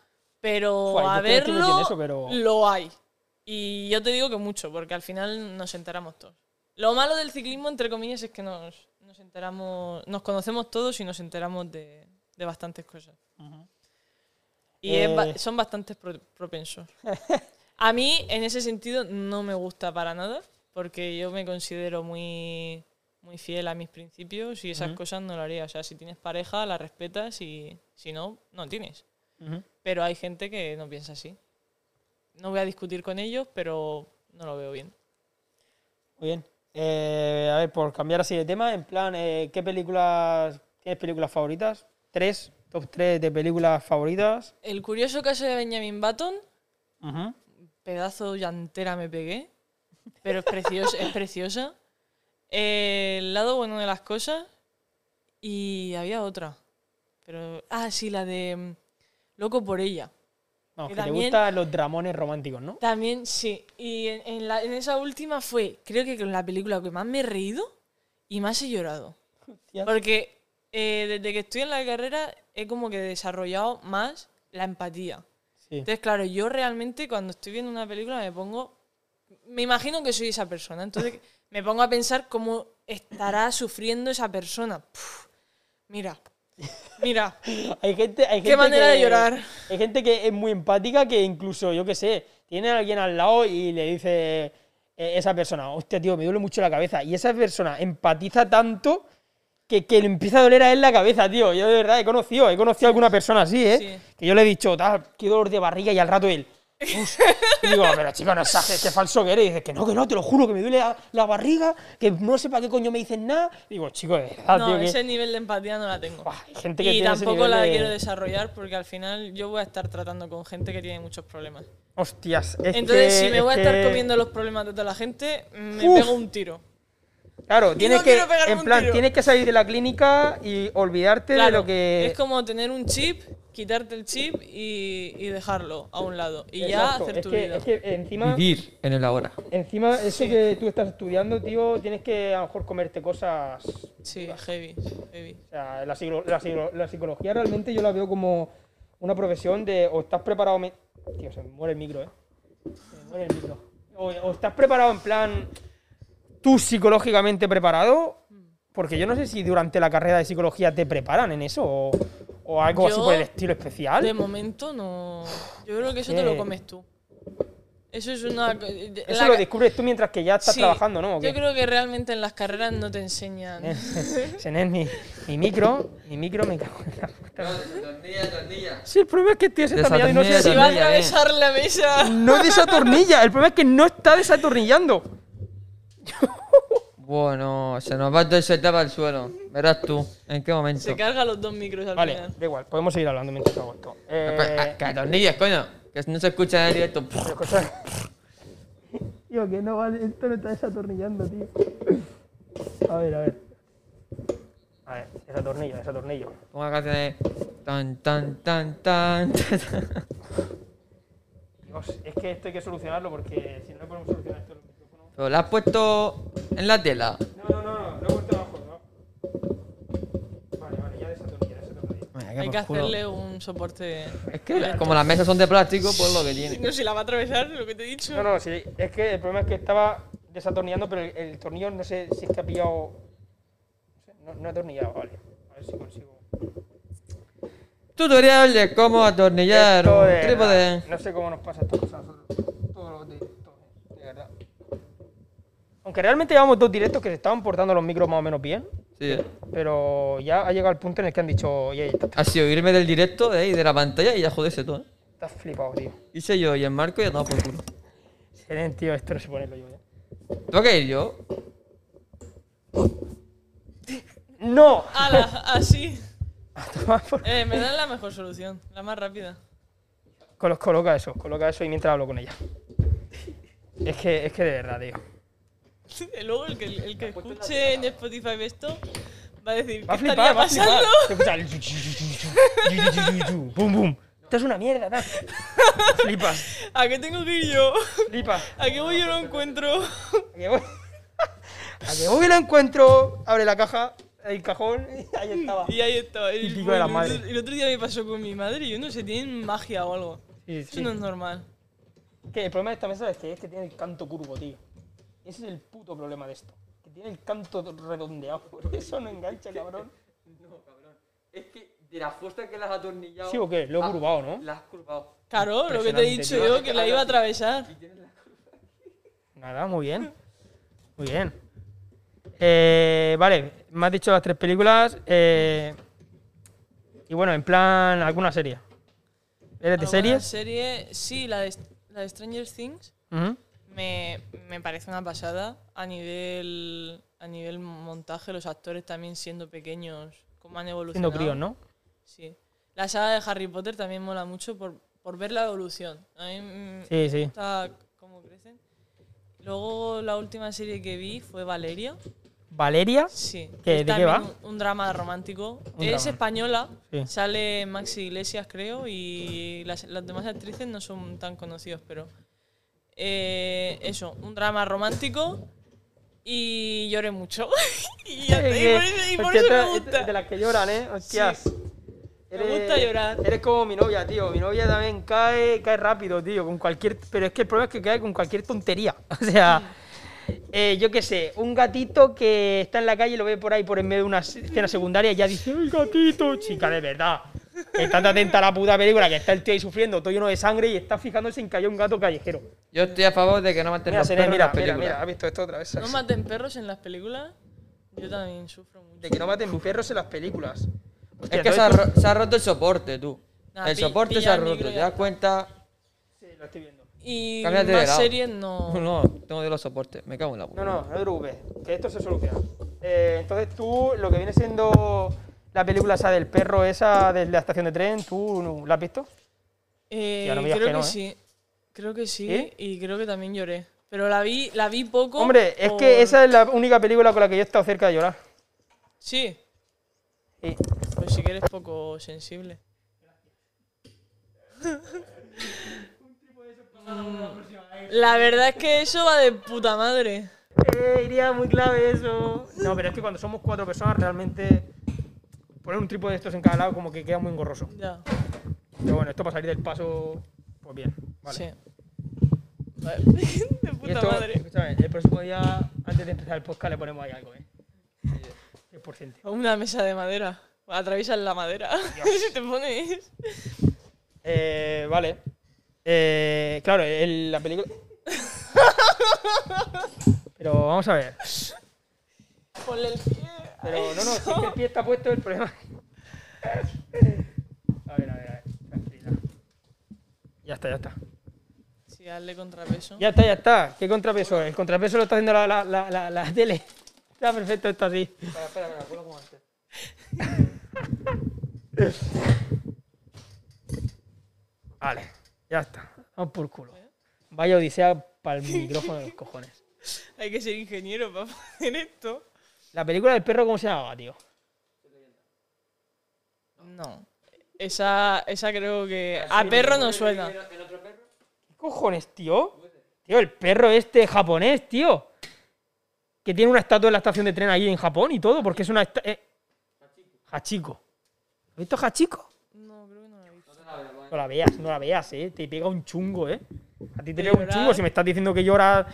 pero
Joder, yo
a
creo que no
verlo
tiene eso, pero-
lo hay. Y yo te digo que mucho, porque al final nos enteramos todos. Lo malo del ciclismo, entre comillas, es que nos, nos enteramos, nos conocemos todos y nos enteramos de, de bastantes cosas. Y es ba-
Eh.
son bastantes pro- propensos. A mí, en ese sentido, no me gusta para nada, porque yo me considero muy, muy fiel a mis principios y esas cosas no lo haría. O sea, si tienes pareja, la respetas y si no, no tienes.
Ujú.
Pero hay gente que no piensa así. No voy a discutir con ellos, pero no lo veo bien.
Muy bien. Eh, a ver, por cambiar así de tema, en plan, eh, ¿qué películas. ¿Tienes películas favoritas? Tres, top tres de películas favoritas.
El curioso caso de Benjamin Button,
Ujú.
pedazo llantera me pegué, pero es, preciosa es preciosa. Eh, el lado bueno de las cosas. Y había otra. Pero. Ah, sí, la de. mm, Loco por ella.
Vamos,
Que
que te
también-
gustan los dramones románticos, ¿no?
También, sí. Y en, en la- en esa última fue, creo que con la película que más me he reído y más he llorado.
Hostia.
Porque eh, desde que estoy en la carrera he como que desarrollado más la empatía.
Sí.
Entonces, claro, yo realmente cuando estoy viendo una película me pongo. Me imagino que soy esa persona. Entonces me pongo a pensar cómo estará sufriendo esa persona. Puf, mira. Mira.
Hay gente, hay
Qué
gente
manera
que-
de llorar.
Hay gente que es muy empática que incluso, yo qué sé, tiene a alguien al lado y le dice eh, esa persona, hostia, tío, me duele mucho la cabeza. Y esa persona empatiza tanto que, que le empieza a doler a él la cabeza, tío. Yo de verdad he conocido, he conocido a alguna persona así, ¿eh?
Sí.
Que yo le he dicho, tal, qué dolor de barriga y al rato él, Y digo, pero chico, no exageres, qué falso que eres. Y dices, que no, que no, te lo juro, que me duele la, la barriga, que no sé para qué coño me dicen nada. Y digo, chico, de verdad,
no,
Ah, tío, que-
ese nivel de empatía no la tengo.
Buah, hay gente que
Y
tiene ese
tampoco
nivel
la
de-
quiero desarrollar porque al final yo voy a estar tratando con gente que tiene muchos problemas.
Hostias, es
Entonces,
que-
si me
es
voy a estar
que-
comiendo los problemas de toda la gente, me
Uf.
pego un tiro.
Claro, tienes
no
que.
quiero pegarme
En
un
plan,
tiro.
tienes que salir de la clínica y olvidarte de
Claro,
lo que.
Es como tener un chip, quitarte el chip y, y dejarlo a un lado. Y
Exacto,
ya hacer
es
tu
que-
vida.
es que encima.
Vivir en el ahora.
Encima, eso que tú estás estudiando, tío, tienes que a lo mejor comerte cosas. O
Sí, heavy, heavy.
sea, la, psicolo- la psicolo- la psicología realmente yo la veo como una profesión de. O estás preparado. me- Tío, se me muere el micro, eh. Se me muere el micro. O, o estás preparado en plan. Tú psicológicamente preparado. Porque yo no sé si durante la carrera de psicología te preparan en eso o, o algo así
Yo-
por el estilo especial.
De momento no. Yo creo que eso te
que-
lo comes tú. Eso es una. de-
Eso
la-
lo descubres tú mientras que ya estás
Sí,
trabajando, ¿no? ¿O
Yo
qué? Eh.
creo que realmente en las carreras no te enseñan.
Ese es mi, mi micro, mi micro me cago en la puta. Sí, el problema es que tío se está mirando y no
Desatornilla,
si
se
va a
Tornilla,
atravesar la mesa.
No desatornilla, el problema es que no está desatornillando.
Bueno, se nos va todo se tapa al suelo. Verás tú, en qué momento.
Se carga los dos micros al
Vale,
final.
da igual, podemos seguir hablando mientras hago esto.
Ah,
Eh,
Que atornilles, coño. Que no se escucha en el directo.
pero escucha. Tío, que no vale, esto no está desatornillando, tío. A ver, a ver. A ver, desatornillo, desatornillo.
Pongo la canción de. Tan, tan, tan, tan. tan.
Dios, es que esto hay que solucionarlo porque si no podemos solucionar esto, el micrófono.
Pero la has puesto en la tela.
No, no, no, no, no he vuelto abajo, ¿no? Vale, vale, ya desatornilla, desatornilla.
Hay que hacerle un soporte.
Es que como las mesas son de plástico, pues lo que tiene.
No, si la va a atravesar, lo que te he dicho.
No, no, sí, es que el problema es que estaba desatornillando, pero el, el tornillo no sé si es que ha pillado. no sé, No, no ha atornillado, vale. A ver si consigo.
Tutorial de cómo atornillar
Esto
un
de
trípode.
verdad, No sé cómo nos pasa estas cosas a nosotros. Todos los directos, de verdad. Aunque realmente llevamos dos directos que se estaban portando los micros más o menos bien,
Sí. eh.
pero ya ha llegado el punto en el que han dicho, oye, estás,
Ha sido irme del directo eh, y de la pantalla y ya joderse todo. eh.
estás flipado, tío.
Hice yo y en Marco y ya por culo.
Seren, tío, esto no se ¿eh? pone lo yo ya.
¿Tengo que ir yo?
¡No!
Ala, así.
A tomar por-
Eh, me dan la mejor solución, la más rápida.
Colo- Coloca eso, coloca eso y mientras hablo con ella. Es que, es que de verdad, tío.
Y Luego el que, el que escuche en Spotify esto va a decir, ¿qué
Va a
estaría
flipar, va a flipar.
pasando?
Se escucha el ¡Bum, bum! Esto es una mierda, tal. Flipas,
¿A qué tengo que ir yo?
flipas.
¿A qué voy yo no encuentro?
A que voy, a que voy lo encuentro, abre la caja, el cajón, y ahí estaba.
Y ahí estaba. El,
Típico de la
el
madre.
otro- el otro día me pasó con mi madre y yo no sé, tienen magia o algo.
Sí,
Eso no es normal.
Que el problema de esta mesa es que este tiene el canto curvo, tío. Ese es el puto problema de esto. Que tiene el canto redondeado. Por eso no engancha, cabrón.
Oh, Es que de la fuerza que las has atornillado.
¿Sí o qué? Lo he curvado, ¿no?
Las has curvado.
Claro, lo que te he
Impresionante,
dicho
tío.
yo, que la iba a atravesar.
Nada, muy bien. Muy bien. Eh, vale, me has dicho las tres películas. eh, y bueno, en plan, alguna serie. ¿Eres de
¿Alguna
series?
serie, sí, la de, la de Stranger Things
Ujú.
me, me parece una pasada a nivel, a nivel montaje. Los actores también siendo pequeños, cómo han evolucionado.
Siendo críos, ¿no?
Sí. La saga de Harry Potter también mola mucho por, por ver la evolución. A mí mm,
Sí, sí.
gusta cómo crecen. Luego la última serie que vi fue Valeria.
¿Valeria?
Sí.
¿Qué-
Es
de qué
también
va?
Un, un drama romántico.
Un
es
drama.
española.
Sí.
Sale Maxi Iglesias, creo, y las, las demás actrices no son tan conocidas, pero... eh, eso, un drama romántico y lloré mucho. y, ya está, y por eso, y por
Eh, Hostia,
eso
esta-
me
esta es De
gusta.
las que lloran, ¿eh? Hostias.
Me gusta llorar.
Eres como mi novia, tío. Mi novia también cae, cae rápido, tío. Con cualquier, pero es que el problema es que cae con cualquier tontería. O sea, eh, yo qué sé, un gatito que está en la calle y lo ve por ahí por en medio de una se- escena secundaria y ya dice, ¡el gatito! Chica, de verdad. Están atenta a la puta película que está el tío ahí sufriendo, todo lleno de sangre y está fijándose en que hay un gato callejero.
Yo estoy a favor de que no maten
Mira,
los
Sene,
perros en
mira,
las
mira,
películas.
mira, has visto esto otra vez.
No maten perros en las películas. Yo también sufro mucho.
De que no maten perros en las películas. Hostia,
Es que
todo
se ha,
esto-
ro- se ha roto el soporte, tú.
Nah,
el
pi-
soporte se
pilla
ha
el
roto,
micro y
¿te
ya
das
está.
cuenta?
lo estoy viendo.
Y
Cámbiate de
más
lado.
series no.
No, tengo de los soportes. Me cago en la puta.
No, no, no te preocupes, que esto se soluciona. Eh, entonces tú, lo que viene siendo la película esa del perro, esa de la estación de tren, ¿tú no- la has visto?
Eh,
Ya no me digas
creo
que
que,
no, ¿eh?
sí. Creo que sí.
¿Sí?
Y creo que también lloré. Pero la vi, la vi poco.
Hombre, es
por-
que esa es la única película con la que yo he estado cerca de llorar.
Sí.
Sí.
Pues sí que eres poco sensible. Mm, La verdad es que eso va de puta madre.
Eh, iría muy clave eso. No, pero es que cuando somos cuatro personas realmente poner un trípode de estos en cada lado como que queda muy engorroso.
Ya.
Pero bueno, esto para salir del paso, pues bien. Vale.
Sí. Vale. De
Y
puta
esto,
madre.
escúchame, el próximo día, antes de empezar el podcast, le ponemos ahí algo, ¿eh? 10%.
Una mesa de madera. Atraviesas la madera. si te pones.
Eh, vale. Eh, claro, el- la película... Pero vamos a ver.
Ponle el pie.
Pero no, no, si es que el pie está puesto, el problema. A ver, a ver, a ver. Tranquila. Ya está, ya está.
Sí, hazle contrapeso.
Ya está, ya está. ¿Qué contrapeso? El contrapeso lo está haciendo la, la, la, la, la tele. Está perfecto esto así. Espera, espera, me acuerdo como antes. este. Vale, ya está. Vamos por culo. Vaya odisea para el micrófono de los cojones.
Hay que ser ingeniero para hacer esto.
La película del perro, ¿cómo se llamaba, tío?
No. Esa, esa creo que.
Ah,
A perro no suena.
¿Qué cojones, tío? Tío, el perro este japonés, tío. Que tiene una estatua en la estación de tren ahí en Japón y todo, porque es una... esta- eh. Hachiko. ¿Has visto Hachiko?
No, creo que no la he visto.
No la veas, no la veas, eh. Te pega un chungo, eh. A ti te
De
pega un
llorar.
chungo si me estás diciendo que lloras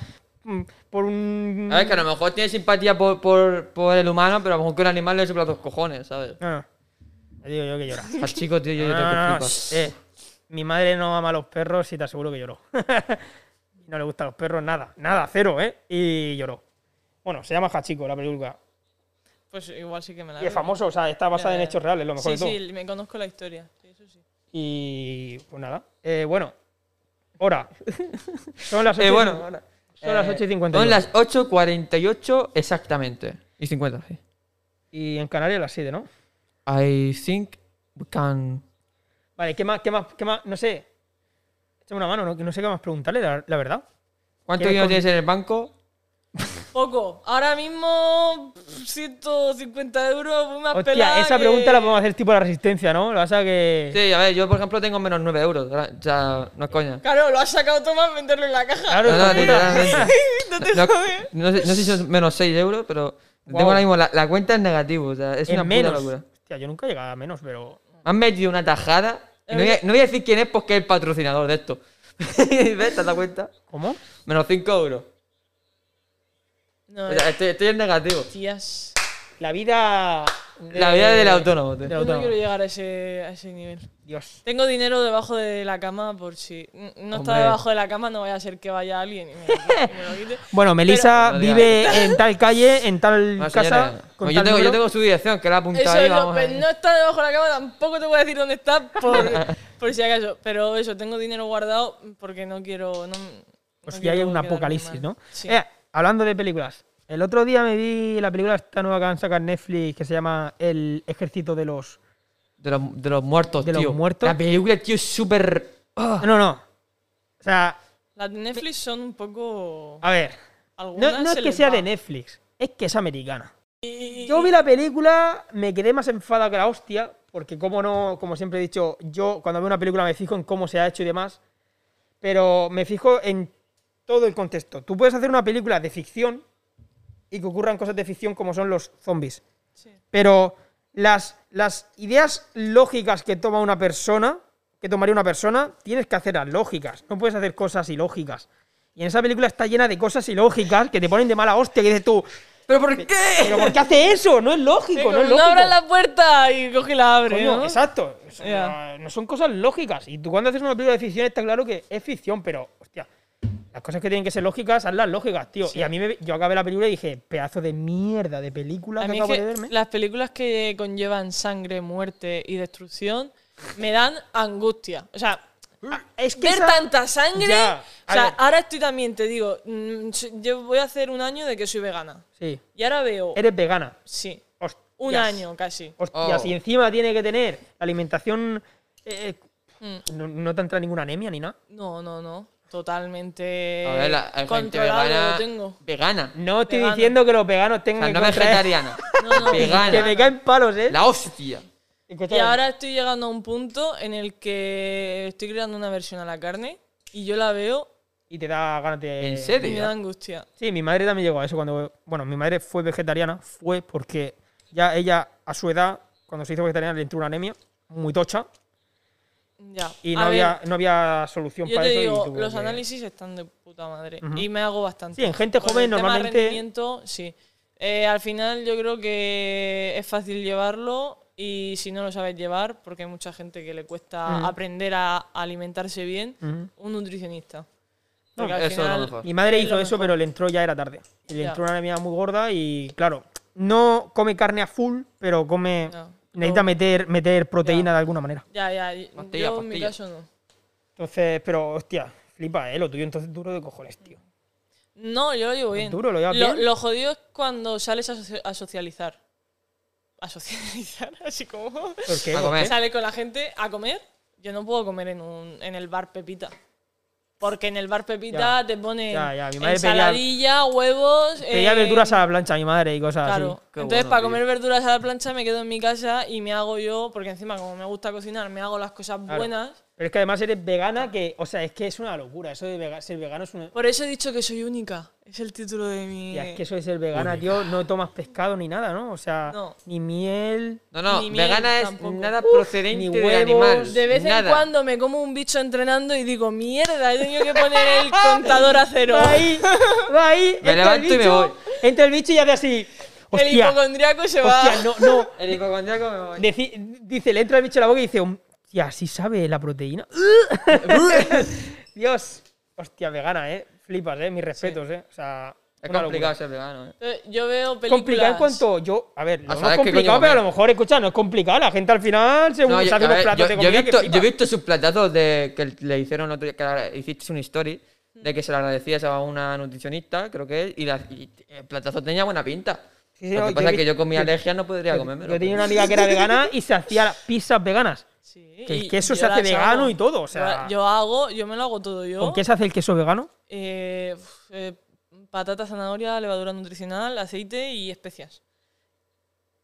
mm, por un.
A ver, que a lo mejor tiene simpatía por, por, por el humano, pero a lo mejor que un animal le sopla dos cojones, ¿sabes?
No, no. Ah. Te digo yo que lloras.
Al chico, tío, yo, yo
No,
te
no, no, no.
flipas.
Eh, mi madre no ama a los perros y te aseguro que lloró. no le gustan los perros nada, nada, cero, eh. Y lloró. Bueno, se llama Hachiko la película.
Pues igual sí que me la
Y es
veo.
famoso, o sea, está basada
Ya,
en
ya.
hechos reales, lo mejor
Sí,
de todo.
sí, me conozco la historia. Sí, eso sí.
Y pues nada. Eh, bueno, hora. Son las 8
Eh, bueno.
son las
Eh,
8 y 50.
Son las 8.48 exactamente. Y 50, sí.
Y en Canarias las 7, ¿no?
I think we can...
Vale, ¿qué más, qué más, qué más? No sé. Échame una mano, no, no sé qué más preguntarle, la, la verdad.
¿Cuánto
¿Quieres
dinero
con-
tienes en el banco?
Poco. Ahora mismo. 150 euros. Una
Hostia, esa pregunta la podemos hacer tipo la resistencia, ¿no? Lo que pasa que.
Sí, a ver, yo por ejemplo tengo menos 9 euros. O sea, no es coña.
Claro, lo has sacado todo para meterlo en la caja.
Claro,
No,
hijo
no,
de puta.
literalmente.
no te
No,
jodes.
no sé, no sé si son menos 6 euros, pero
Guau.
tengo ahora mismo la, la cuenta en negativo. O sea, es
En
una
menos.
puta locura.
Hostia, yo nunca he llegado a menos, pero.
Me han metido una tajada. y no, voy a, no voy a decir quién es porque es el patrocinador de esto. ¿Ves? ¿Te has dado cuenta?
¿Cómo?
Menos 5 euros.
No,
O sea, estoy, estoy en negativo.
tías.
La vida.
La vida del autónomo, tío.
Del
Yo no
autónomo.
quiero llegar a ese, a ese nivel.
Dios.
Tengo dinero debajo de la cama por si. n- No está
Hombre.
debajo de la cama, no vaya a ser que vaya alguien y me, lo- y me lo quite.
Bueno, Melissa
Pero-
vive en tal calle, en tal
Bueno,
casa.
señores,
con
pues yo,
tal
tengo, yo
número.
tengo su dirección, que la he apuntado
Eso
ahí.
es lo-
Vamos a
pues
ver.
no está debajo de la cama, tampoco te voy a decir dónde está por, por si acaso. Pero eso, tengo dinero guardado porque no quiero. No, no
Pues ya hay
quiero
un
quedarme
apocalipsis,
mal.
¿no?
Sí.
Eh, hablando de películas. El otro día me vi la película esta nueva que han sacado en Netflix que se llama El Ejército de los.
De, los, de los muertos,
De los
tío.
muertos.
La película, tío, es súper. ¡Ah!
No, no. O sea,
Las de Netflix son un poco.
a ver.
Algunas
No, no es que
se les
sea
va.
de Netflix, es que es americana. Yo vi la película, me quedé más enfadado que la hostia, porque como no, como siempre he dicho, yo cuando veo una película me fijo en cómo se ha hecho y demás, pero me fijo en todo el contexto. Tú puedes hacer una película de ficción y que ocurran cosas de ficción como son los zombies,
Sí.
pero las, las ideas lógicas que toma una persona, que tomaría una persona, tienes que hacerlas lógicas, no puedes hacer cosas ilógicas. Y en esa película está llena de cosas ilógicas que te ponen de mala hostia, que dices tú,
¿Pero por qué?
¿Pero por qué hace eso? No es
Sí,
lógico,
como
no es
no
lógico.
abras la puerta y coge y la abre.
Coño,
¿no?
exacto. Eso no-
Ya.
No son cosas lógicas. Y tú cuando haces una película de ficción está claro que es ficción, pero, hostia, las cosas que tienen que ser lógicas, hazlas lógicas, tío. Y a mí me, yo acabé la película y dije, pedazo de mierda de película
A
que
mí es
acabo
que
de verme.
las películas que conllevan sangre, muerte y destrucción me dan angustia. O sea,
Ah, Es
ver
esa-
tanta sangre.
Ya,
o
a
sea,
ver.
ahora estoy también, te digo, mm, so- yo voy a hacer un año de que soy vegana.
Sí,
Y ahora veo,
eres vegana.
sí,
Hostias.
un año casi.
Hostias,
Oh.
y encima tiene que tener la alimentación. eh,
Mm.
no, no te entra ninguna anemia ni nada.
No, no, no. Totalmente.
A ver, la, hay gente
controlado
vegana.
Eh, lo tengo.
Vegana.
No estoy
Vegano.
diciendo que los veganos
O
tengan
sea, no
que contraer-
vegetariana.
No, no.
Vegana.
Que me caen palos, ¿eh?
La hostia.
Y ahora estoy llegando a un punto en el que estoy creando una versión a la carne y yo la veo
Y te da ganas de.
¿En
y me
serio?
da angustia.
Sí, mi madre también llegó a eso cuando. Bueno, mi madre fue vegetariana, fue porque ya ella, a su edad, cuando se hizo vegetariana, le entró una anemia muy tocha
Ya.
y
A
no,
ver,
había, no había solución
Yo
para
te
eso. y
digo,
tuvo
los
que-
análisis están de puta madre. Y me hago bastante.
Sí, en gente
Por
joven
el tema
normalmente-
rendimiento, sí. Eh, al final yo creo que es fácil llevarlo y si no lo sabes llevar, porque hay mucha gente que le cuesta aprender a alimentarse bien, un nutricionista. Porque al
eso es lo
final-
mejor.
Mi madre
es lo
hizo eso,
mejor.
pero le entró ya era tarde. Y le
Ya.
entró una anemia muy gorda y, claro, no come carne a full, pero come.
Ya.
Necesita
Lo-
meter, meter proteína
Ya.
de alguna manera.
Ya, ya. y-
Pastilla,
yo en mi
pastilla.
caso no.
Entonces, pero, hostia, flipa, ¿eh? Lo tuyo entonces duro de cojones, tío.
No, yo lo llevo bien.
duro, lo llevas bien.
lo jodido es cuando sales a, soci- a socializar. A socializar, así como.
¿Por qué?
A comer.
Sales con la gente a comer. Yo no puedo comer en, un, en el bar Pepita. Porque en el bar Pepita
Ya,
te ponen
ya, ya, mi madre pedía-
ensaladilla, huevos.
Pedía
eh,
verduras a la plancha mi madre y cosas
Claro.
Qué
Entonces,
bueno,
para
tío.
comer verduras a la plancha, me quedo en mi casa y me hago yo, porque encima, como me gusta cocinar, me hago las cosas
Claro.
buenas.
así. Pero es que además eres vegana, que, o sea, es que es una locura. Eso de vega- ser vegano es una.
Por eso he dicho que soy única. Es el título de mi.
Tía, es que eso de ser vegana, tío, no tomas pescado ni nada, ¿no? O sea,
No.
ni miel.
No, no,
Ni miel
vegana es
tampoco.
nada
Uf,
procedente
ni
de
huevos,
animal.
De vez
nada.
en cuando me como un bicho entrenando y digo, mierda, he tenido que poner el contador a cero.
Va ahí, va ahí. entra
Me
el
levanto y me
bicho,
voy.
Entra el bicho y hace así.
el
Hostia,
hipocondriaco se va.
hostia, no, no.
El hipocondriaco me voy.
Deci- dice, le entra el bicho en la boca y dice, hostia, así sabe la proteína. Dios. Hostia, vegana, ¿eh? Flipas, ¿eh? Mis respetos, ¿eh? O sea,
Es
una locura.
complicado ser vegano, eh.
Entonces, Yo veo películas.
complicado en cuanto yo a ver
A
no es
saber qué
complicado
coño
pero a
comer.
lo mejor escucha no es complicado la gente al final se,
No,
se
yo,
hace
a
unos
ver,
platos
yo-
de
yo he
comida que
visto, yo he
flipas.
visto sus platazos de que le hicieron otro día, que la- hiciste un story de que se lo agradecías a una nutricionista, creo que es, y, la- y el platazo tenía buena pinta.
Sí, sí,
lo
no,
que
yo
pasa
he
es que
visto-
yo con mi
yo-
alergia no podría comérmelo.
yo tenía una amiga que era vegana y se hacía pizzas veganas
Sí,
Que el
y
queso
yo
se hace
las
vegano y todo, o
Yo-
sea-
Yo, hago, yo me lo hago todo yo.
¿con qué se hace el queso vegano?
Eh, uf, eh, patata, zanahoria, levadura nutricional, aceite y especias.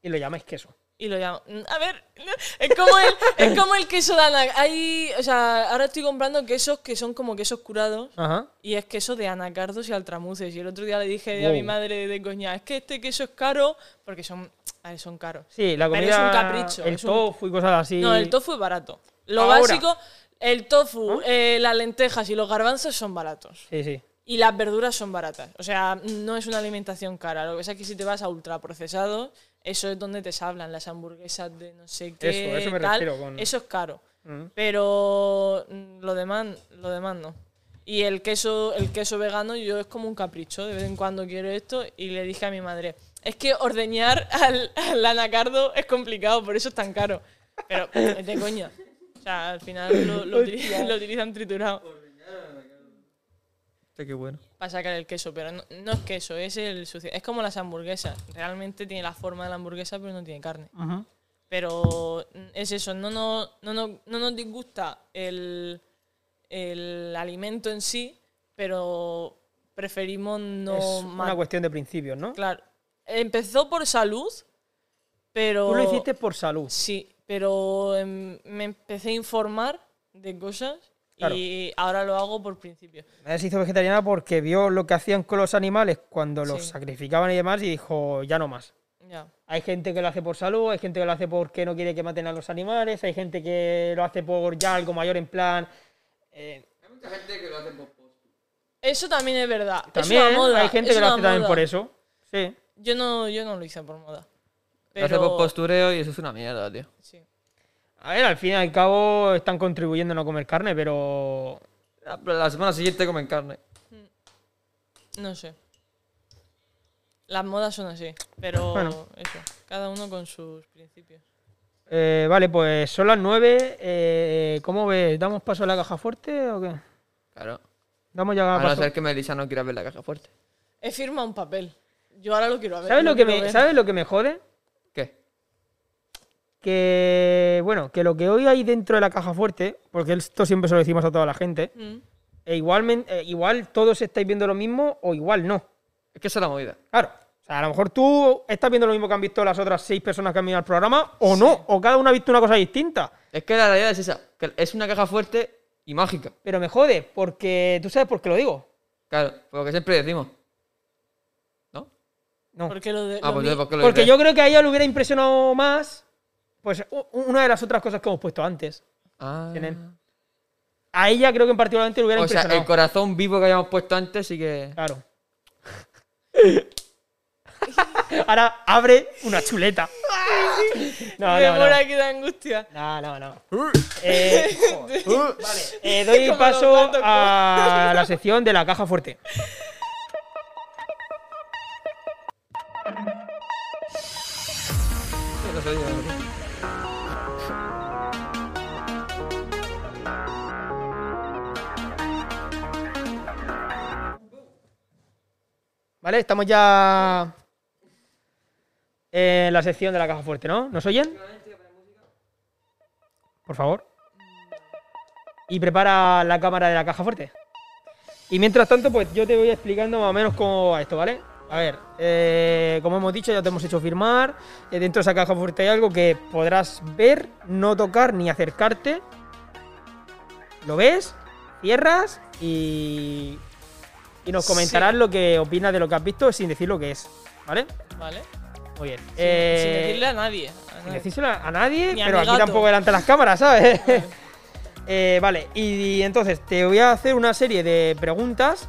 y lo llamáis queso
Y lo llamo. Mm, A ver, es como el, es como el queso de anac. Hay, o sea, ahora estoy comprando quesos que son como quesos curados.
ajá
Y es queso de anacardos y altramuces. Y el otro día le dije a
Wow.
mi madre de coña, es que este queso es caro porque son, a ver, son caros.
sí la
Pero
comida
es un capricho,
el
es un-
tofu y cosas así
No, el tofu es barato. Lo
Ahora. ¿Ah?
básico, el tofu, eh, las lentejas y los garbanzos son baratos.
sí sí
Y las verduras son baratas. O sea, no es una alimentación cara. Lo que pasa es que si te vas a ultraprocesados, eso es donde te hablan las hamburguesas de no sé qué.
Eso, eso me
tal.
refiero con-
Eso es caro.
Mm.
Pero mm, lo demás, lo demás no. Y el queso, el queso vegano, yo es como un capricho. De vez en cuando quiero esto. Y le dije a mi madre, es que ordeñar al, al anacardo es complicado, por eso es tan caro. Pero es de coña. O sea, al final lo, lo utili- lo utilizan triturado
Hostia, Este, qué bueno.
para sacar el queso, pero no, no es queso, es el sucio. Es como las hamburguesas. Realmente tiene la forma de la hamburguesa, pero no tiene carne.
Ujú.
Pero mm, es eso, no, nos- no, nos- no nos disgusta el, el alimento en sí, pero preferimos no
es
ma-
una cuestión de principios ¿no?
Claro. Empezó por salud, pero.
tú lo hiciste por salud
Sí, pero em, me empecé a informar de cosas
Claro.
y ahora lo hago por principio.
Ella se hizo vegetariana porque vio lo que hacían con los animales cuando los
Sí.
sacrificaban y demás y dijo ya no más
Ya.
Hay gente que lo hace por salud, hay gente que lo hace porque no quiere que maten a los animales, hay gente que lo hace por ya algo mayor en plan. eh,
Eso también es verdad. Es
también
una moda,
hay gente
es
que lo
una
hace también
moda.
por eso. Sí.
Yo no, yo no lo hice por moda.
Lo
Pero,
hace por postureo y eso es una mierda, tío.
sí.
A ver, al fin y al cabo están contribuyendo a no comer carne, pero.
Ah, pero La semana siguiente comen carne.
No sé. Las modas son así. Pero
Bueno.
eso. Cada uno con sus principios.
Eh, vale, pues son las 9. eh, ¿Cómo ves? ¿Damos paso a la caja fuerte o qué?
Claro.
Damos ya
A no
paso.
ser que Melissa no quiera ver la caja fuerte.
He firmado un papel. Yo ahora lo quiero ver.
¿Sabes lo que
quiero
me,
ver.
¿Sabes lo que me jode?
¿Qué?
Que, bueno, que lo que hoy hay dentro de la caja fuerte, porque esto siempre se lo decimos a toda la gente,
Mm.
e igualmente, eh, igual todos estáis viendo lo mismo o igual no.
Es que esa es la movida.
Claro. O sea, a lo mejor tú estás viendo lo mismo que han visto las otras seis personas que han venido al programa o no, o cada una ha visto una cosa distinta.
Es que la realidad es esa. Que es una caja fuerte y mágica.
Pero me jode, porque tú sabes por qué lo digo.
Claro, por lo que siempre decimos. ¿No?
No.
Porque lo de.
Ah,
lo
pues
mi-
entonces, ¿por qué lo
Porque
diré?
yo creo que a ella le hubiera impresionado más, pues u- una de las otras cosas que hemos puesto antes.
Ah.
tienen- A ella creo que en particularmente le hubiera
O sea,
impresionado.
el corazón vivo que habíamos puesto antes sí que.
Claro. Ahora abre una chuleta. No,
me
no,
pone
no.
aquí de angustia.
No, no, no. Eh, joder. Vale, eh, doy
Como los
paso
gatos.
a la sección de la caja fuerte. Vale, estamos ya en la sección de la caja fuerte, ¿no? ¿Nos oyen? Por favor. Y prepara la cámara de la caja fuerte. Y mientras tanto, pues yo te voy explicando más o menos cómo va esto, ¿vale? A ver, eh, como hemos dicho, ya te hemos hecho firmar. eh, dentro de esa caja fuerte hay algo que podrás ver, no tocar ni acercarte. Lo ves, cierras y. Y nos
Sí.
comentarás lo que opinas de lo que has visto sin decir lo que es, ¿vale?
Vale.
Muy bien.
Sin- sin,
Eh,
decirle a nadie. a
sin
nadie.
decírselo a nadie,
Ni a
pero
mi
aquí
gato.
tampoco delante de las cámaras, ¿sabes? Eh, vale, y, y entonces te voy a hacer una serie de preguntas.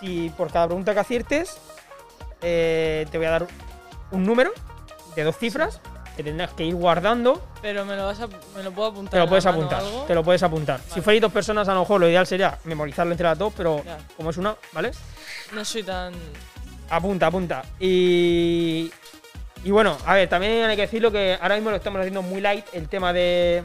Y por cada pregunta que aciertes, eh, te voy a dar un número de dos cifras que tendrás que ir guardando.
Pero me lo, vas a, me lo puedo apuntar.
Te lo
en la
puedes
mano o
apuntar,
algo.
te lo puedes apuntar. Si
Vale.
fuerais dos personas, a lo mejor lo ideal sería memorizarlo entre las dos, pero
Ya.
como es una, ¿vale?
No soy tan.
Apunta, apunta. Y. Y bueno, a ver, también hay que decirlo que ahora mismo lo estamos haciendo muy light el tema de.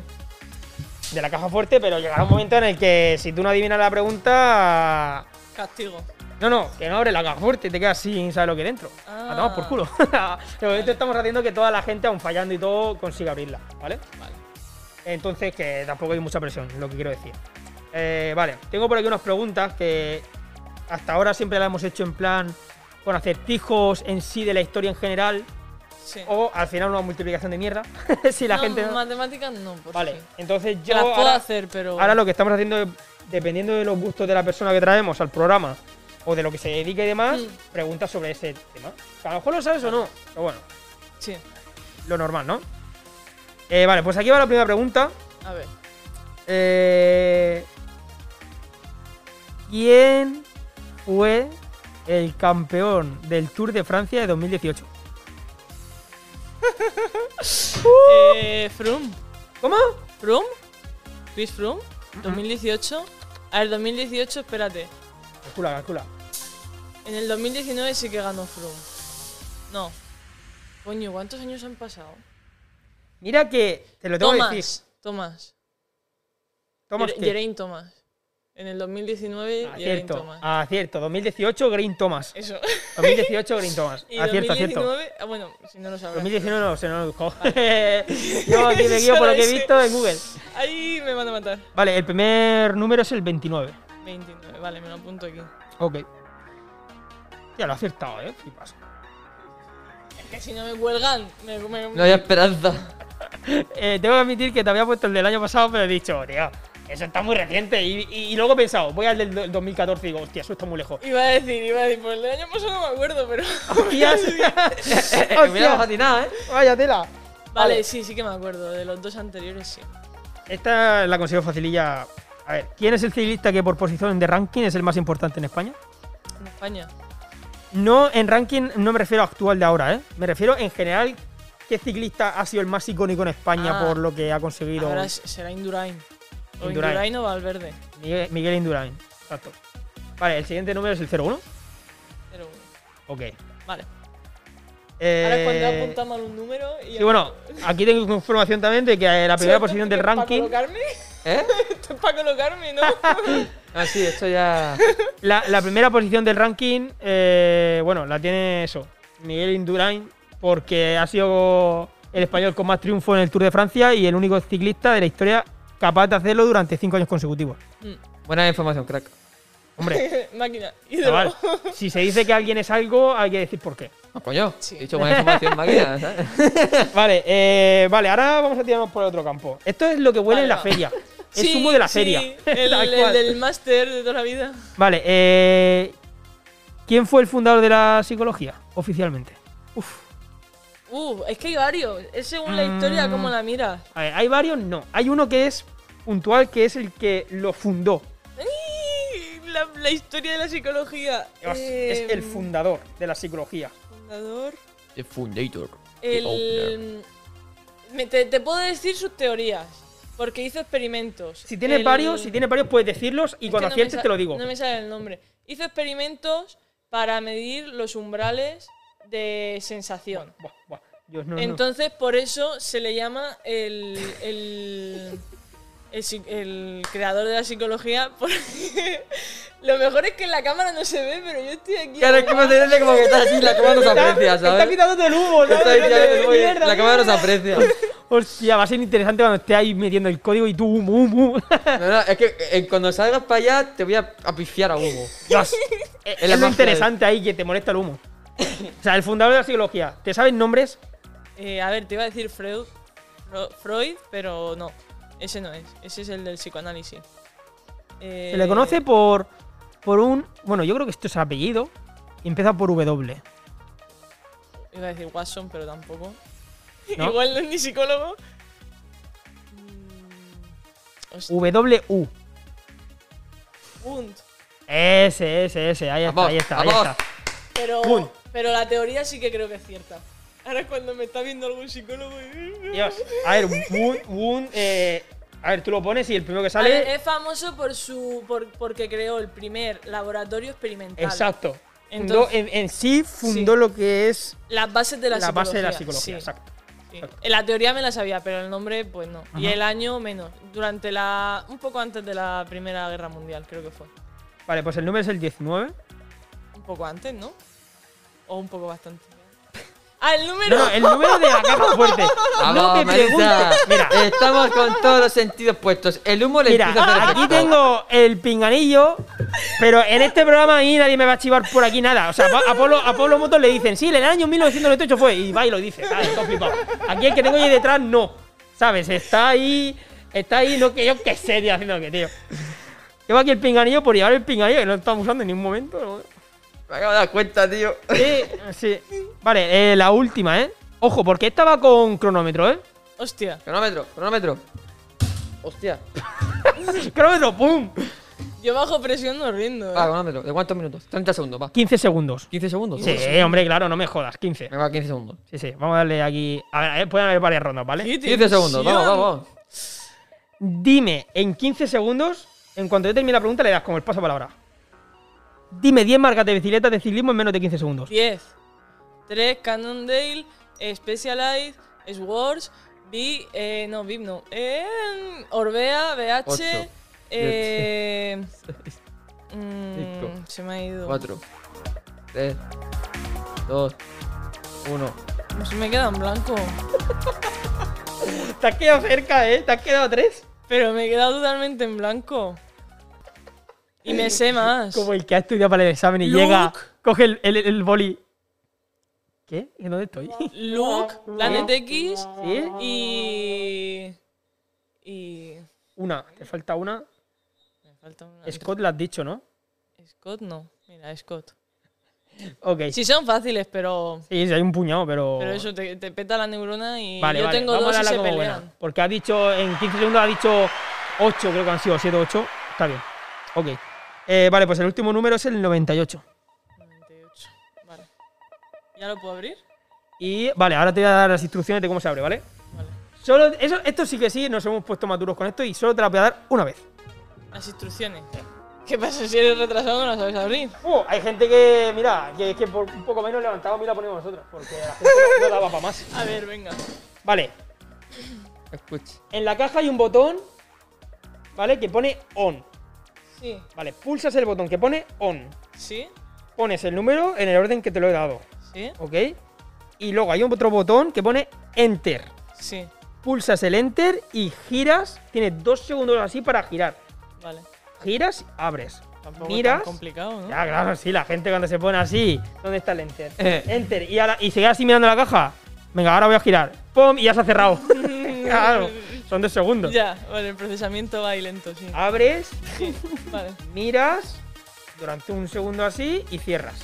De la caja fuerte, pero llegará un momento en el que si tú no adivinas la pregunta.
Castigo.
No, no, que no abres la caja fuerte y te quedas sin saber lo que hay dentro.
Ah.
La tomamos por culo. de momento estamos haciendo que toda la gente, aun fallando y todo, consiga abrirla, ¿vale?
Vale.
Entonces, que tampoco hay mucha presión, es lo que quiero decir. Eh, vale, tengo por aquí unas preguntas que hasta ahora siempre las hemos hecho en plan con acertijos en sí de la historia en general
Sí.
o al final una multiplicación de mierda. si la
No,
gente. no-
Matemáticas no. por
Vale,
fin.
entonces
Que
yo.
las puedo
ahora-
hacer, pero.
Ahora lo que estamos haciendo es, dependiendo de los gustos de la persona que traemos al programa o de lo que se dedique y demás,
Mm.
preguntas sobre ese tema. Que a lo mejor lo sabes o no, pero bueno,
Sí.
lo normal, ¿no? Eh, vale, pues aquí va la primera pregunta.
A ver.
Eh, ¿Quién fue el campeón del Tour de Francia de 2018?
Eh, Froome.
¿Cómo?
Froome. Chris Froome. 2018. A ver, 2018, espérate.
Calcula, calcula.
En el 2019 sí que ganó Froome. No. Coño, ¿cuántos años han pasado?
Mira que te lo tengo que decir.
Tomás. Tomás.
Thomas
Gere-
qué? Ah,
Geraint Thomas. En el 2019, Geraint
Acierto,
Thomas.
acierto. 2018, Green Thomas.
Eso.
2018, Green Thomas.
Y
Acierto, acierto.
2019, ah, bueno, si no lo sabrás.
2019 no, se nos buscó. Yo aquí me guío por lo que he visto en Google.
Ahí me van a matar.
Vale, el primer número es el 29.
29, vale, me lo apunto aquí.
Ok. Ya lo he acertado, ¿eh? Flipas.
Es que si no me cuelgan, me, me-
No hay esperanza.
Eh, tengo que admitir que te había puesto el del año pasado, pero he dicho, tío, eso está muy reciente. Y, y- y luego he pensado, voy al del do- 2014 y digo, hostia, eso está muy lejos.
Iba a decir, iba a decir, por el del año pasado no me acuerdo, pero.
¡Hostias! Eh,
Me hubiéramos
¡Hostias!
atinado, ¿eh?
¡Vaya tela!
Vale, sí, sí que me acuerdo. De los dos anteriores, sí.
Esta la consigo facililla. A ver, ¿quién es el ciclista que por posición de ranking es el más importante en España?
En España.
No, en ranking no me refiero a actual de ahora, ¿eh? Me refiero en general qué ciclista ha sido el más icónico en España
Ah.
por lo que ha conseguido
Ahora es- será Indurain. O
Indurain.
Indurain o Valverde.
Miguel, Miguel Indurain. Exacto. Vale, el siguiente número es el 01.
Pero bueno.
Ok.
Vale.
Eh,
Ahora es cuando apunta mal un número y.
Sí, bueno, aquí tengo información también de que la primera posición del ranking.
¿Para colocarme?
¿Eh?
¿Esto es para colocarme, no?
Ah, sí, esto ya.
La, la primera posición del ranking, eh, bueno, la tiene eso, Miguel Indurain, porque ha sido el español con más triunfo en el Tour de Francia y el único ciclista de la historia capaz de hacerlo durante cinco años consecutivos.
Buena información, crack.
Hombre,
Máquina. Y
chaval, si se dice que alguien es algo, hay que decir por qué.
No, coño. Ah, pues He dicho buena información, máquina. ¿sabes?
Vale, eh, vale, ahora vamos a tirarnos por el otro campo. Esto es lo que huele
Vale,
en la
va.
feria. Es humo de la
sí,
feria.
El,
Tal
el
cual.
del máster de toda la vida.
Vale, eh, ¿quién fue el fundador de la psicología oficialmente? Uf,
Uh, es que hay varios. Es según
Mm.
la historia como la miras.
a ver, hay varios, no. Hay uno que es puntual, que es el que lo fundó.
¡Ay! La, la historia de la psicología.
Es,
Eh,
es el fundador de la psicología.
fundador.
The Fundator. The owner.
El. me- te, te puedo decir sus teorías. Porque hizo experimentos.
Si tienes
El-
varios, si tienes varios, puedes decirlos y
Es que
cuando
no me
aciertes
sa-
te lo digo.
No me sale el nombre. Hizo experimentos para medir los umbrales de sensación.
Buah, buah, Dios, no, no.
Entonces, por eso se le llama el. el el, psi- el creador de la psicología, porque lo mejor es que en la cámara no se ve, pero yo estoy aquí.
Claro, es que me siento como que estás así, la cámara nos
Está-
aprecia,
está,
¿sabes?
quitando el humo, ¿sabes?
Está diciendo,
Mierda,
oye,
mierda.
la cámara nos aprecia.
Hostia, va a ser interesante cuando esté ahí metiendo el código y tú, humo, humo.
No, no, es que eh, cuando salgas para allá te voy a, a pifiar a Hugo.
Dios,
Es
es
la
lo
magia
interesante ahí que te molesta el humo. O sea, el fundador de la psicología, ¿te sabes nombres?
Eh, a ver, te iba a decir Freud, Fro- Freud, pero no, ese no es, ese es el del psicoanálisis. Eh,
Se le conoce por, por un. Bueno, yo creo que esto es apellido. y empieza por W.
Eh, Iba a decir Watson, pero tampoco.
¿No?
Igual no es ni psicólogo. Mm,
Uh.
hostia,
W-U.
Wundt.
Ese, ese, ese. Ahí está,
Vamos,
ahí está, ahí
vamos.
está.
Pero,
Wundt.
pero la teoría sí que creo que es cierta. Ahora es cuando me está viendo algún psicólogo. y-
Dios. A ver, Woon, Woon, eh, a ver, tú lo pones y el primero que
A ver,
sale.
eh,
es famoso por su por- porque creó el primer laboratorio experimental.
exacto. Fundó-
Entonces-
en, en sí fundó lo que es
Las bases de la,
la, base eh, de la
psicología,
psicología.
sí.
Exacto.
Sí. La teoría me la sabía, pero el nombre, pues no. Y el año, menos. Durante la. Un poco antes de la Primera Guerra Mundial, creo que fue.
Vale, pues el número es el 19.
Un poco antes, ¿no? O un poco bastante. Ah, el número.
No, no, el número de la caja fuerte. no
Vamos,
me
Ah, Marisa.
preguntes. Mira,
Estamos con todos los sentidos puestos. El humo le
Mira,
empieza a hacer
aquí
efecto.
tengo el pinganillo, pero en este programa a mí nadie me va a chivar por aquí nada. O sea, a Pablo, a Pablo Motos le dicen, sí, en el año 1998 fue, y va y lo dice. ¿sabes? Todo flipado. Aquí el que tengo ahí detrás, no. ¿Sabes? Está ahí, está ahí, no que yo qué sé, tío, haciendo que, tío. Llevo aquí el pinganillo por llevar el pinganillo, que no lo estamos usando en ningún momento. ¿no?
Me acabo de dar cuenta, tío.
Sí, sí. Vale, eh, la última, ¿eh? Ojo, porque esta va con cronómetro, ¿eh?
Hostia.
Cronómetro, cronómetro. Hostia.
Cronómetro, ¡pum!
Yo bajo presión no rindo. eh.
Ah,
Va, Ah, cronómetro. ¿De cuántos minutos? 30 segundos, va.
15 segundos.
15 segundos.
Sí, hombre, claro, no me jodas, 15.
Me va 15 segundos.
Sí, sí, vamos a darle aquí. A ver, a ver, pueden haber varias rondas, ¿vale?
¡Qué
15 segundos, vamos,
tensión!
vamos.
Dime en 15 segundos, en cuanto yo termine la pregunta, le das como el paso palabra. Dime 10 marcas de bicicletas de ciclismo en menos de 15 segundos.
10, 3, Cannondale, Specialized, Swords, B, eh, no, VIP no, em, Orbea, BH,
Ocho,
eh, mm,
cinco,
se me ha ido.
4, 3, 2, 1.
Se me queda en blanco,
Te has quedado cerca, ¿eh? Te has quedado a 3.
pero me he quedado totalmente en blanco. Y me sé más.
Como el que ha estudiado para el examen y
Luke.
llega, coge el, el, el boli. ¿Qué? ¿En dónde estoy?
Luke, Planet X
¿Sí?
y... Y...
Una, te falta una.
Me falta una...
Scott la has dicho, ¿no?
Scott no, mira, Scott.
Ok. Sí,
Sí son fáciles, pero...
sí, hay un puñado, pero.
Pero eso te, te peta la neurona y
Vale,
yo
vale,
tengo
vamos
dos
a
y
darla
se
como
pelean.
buena. Porque ha dicho, en 15 segundos ha dicho 8, creo que han sido 7 8. Está bien. Ok. Eh, vale, pues el último número es el 98.
98. Vale. ¿Ya lo puedo abrir?
Y vale, ahora te voy a dar las instrucciones de cómo se abre, ¿vale?
Vale.
Solo, eso, esto sí que sí, nos hemos puesto maduros con esto y solo te la voy a dar una vez.
Las instrucciones. ¿Qué pasa si eres retrasado no las sabes abrir?
Uh, hay gente que, mira, que, que por un poco menos levantamos y la ponemos nosotros, porque la gente no daba para más.
A ver, venga.
Vale,
Escucha.
En la caja hay un botón, ¿vale? Que pone on.
Sí.
Vale, pulsas el botón que pone on.
¿Sí?
Pones el número en el orden que te lo he dado,
¿Sí?
¿ok? Y luego hay otro botón que pone enter.
Sí.
Pulsas el enter y giras. Tienes dos segundos así para girar.
Vale.
Giras, abres.
Tampoco es tan
miras.
complicado, ¿no?
Ya, claro, sí, la gente cuando se pone así. ¿Dónde está el enter? Enter. Y, ahora, y se queda así mirando la caja. Venga, ahora voy a girar. ¡Pum! Y ya se ha cerrado. claro, son dos segundos.
Ya, vale, el procesamiento va ahí lento, sí.
Ah. Abres,
Sí, vale.
miras durante un segundo así y cierras.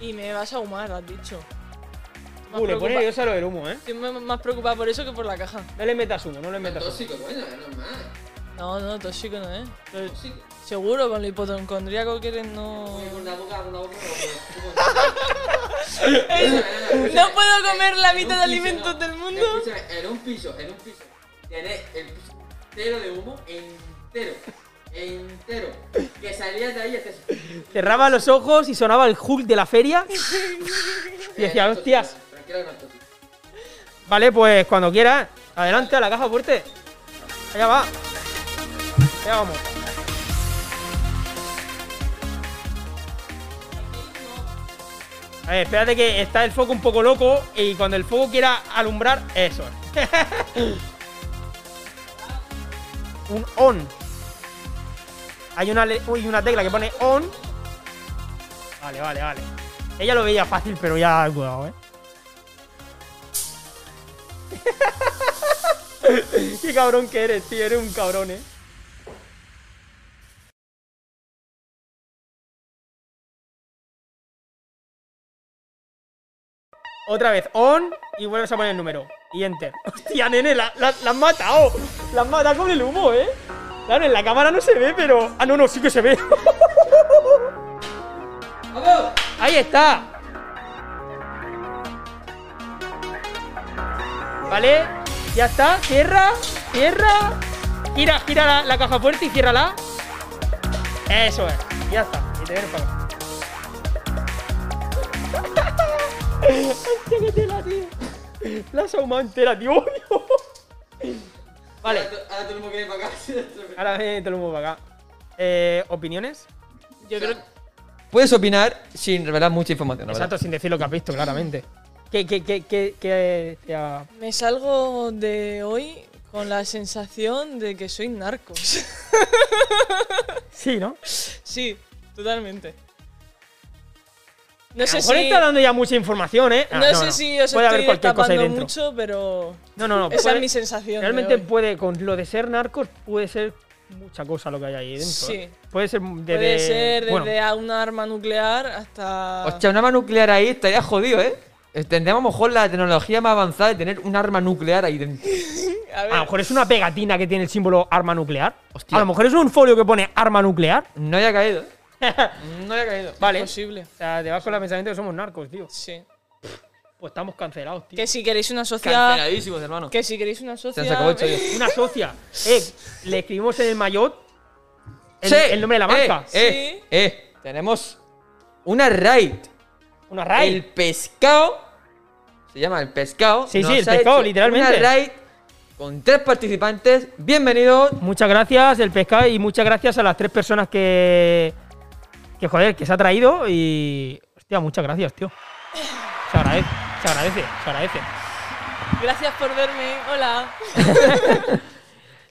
Y me vas a ahumar, has dicho. Más
Uh, le pone
preocupa-
nervioso a lo del humo, ¿eh?
Estoy m- más preocupada por eso que por la caja.
No le metas humo, no le metas humo.
No, no, tóxico no es. Pero seguro con lo hipocondríaco que eres no. Es- no puedo comer la mitad de alimentos del mundo.
Escúchame, en un piso, en un piso. Tiene el piso entero de humo, entero. Entero. Que salías de ahí y hacías.
Cerraba los ojos y sonaba el Hulk de la feria. y decía, hostias.
Tranquila, no, tóxico.
Vale, pues cuando quieras, adelante a la caja fuerte. Allá va. Allá vamos. A ver, espérate que está el foco un poco loco y cuando el foco quiera alumbrar, eso. un on. Hay una, le- uy, una tecla que pone on. Vale, vale, vale. Ella lo veía fácil, pero ya cuidado, eh. Qué cabrón que eres, tío. Eres un cabrón, eh. Otra vez, on y vuelves a poner el número. Y enter. Hostia, nene, la, la- la has matado. La has matado con el humo, eh. Claro, en la cámara no se ve, pero. Ah, no, no, sí que se ve. Ahí está. ¿Vale? Ya está, cierra, cierra. Gira, gira la, la caja fuerte y ciérrala. Eso es, ya está. Y te vienes para acá. Hostia, qué tela, tío. La has ahumado entera, tío. vale,
Ahora tú- Ahora tú mismo que vienes para acá.
ahora viene todo el mundo para acá. Eh, ¿Opiniones?
Yo creo
Puedes opinar sin revelar mucha información, la
Exacto,
verdad.
sin decir lo que has visto, claramente. ¿Qué, qué, qué, qué, qué te ha-
me salgo de hoy con la sensación de que soy narcos.
Sí, ¿no?
sí, totalmente. No
A lo
sé
mejor
si.
está dando ya mucha información, ¿eh? Ah,
No, sé si os
Puede haber
estoy
cualquier cosa ahí
tapando
dentro.
mucho, pero.
No, no, no.
Esa
puede-
es mi sensación. de
Realmente
hoy.
puede, con lo de ser narcos, puede ser mucha cosa lo que hay ahí dentro.
Sí.
¿eh? Puede ser desde.
Puede ser desde
bueno,
a una arma nuclear hasta.
Hostia, un arma nuclear ahí estaría jodido, ¿eh? Tendríamos a lo mejor la tecnología más avanzada de tener un arma nuclear ahí dentro.
a ver,
a lo mejor es una pegatina que tiene el símbolo arma nuclear.
Hostia.
A lo mejor es un folio que pone arma nuclear.
No haya caído. ¿eh? No haya caído.
Vale. O
posible.
sea, debajo del pensamiento que somos narcos, tío.
Sí.
Pues estamos cancelados, tío.
Que si queréis una socia.
Canceladísimos, hermano.
Que si queréis una socia.
Se nos acabó el chollo.
Una socia. Eh, le escribimos en el maillot el,
Sí.
el nombre de la marca.
Eh, eh, eh. Tenemos una raid.
Una RAI.
El pescado. Se llama el pescado.
Sí, sí,
nos
el
ha
pescado,
hecho
literalmente.
Una raid con tres participantes. Bienvenidos.
Muchas gracias, el pescado, y muchas gracias a las tres personas que. que joder, que se ha traído. Y. Hostia, muchas gracias, tío. Se agradece, se agradece, se agradece.
Gracias por verme. Hola.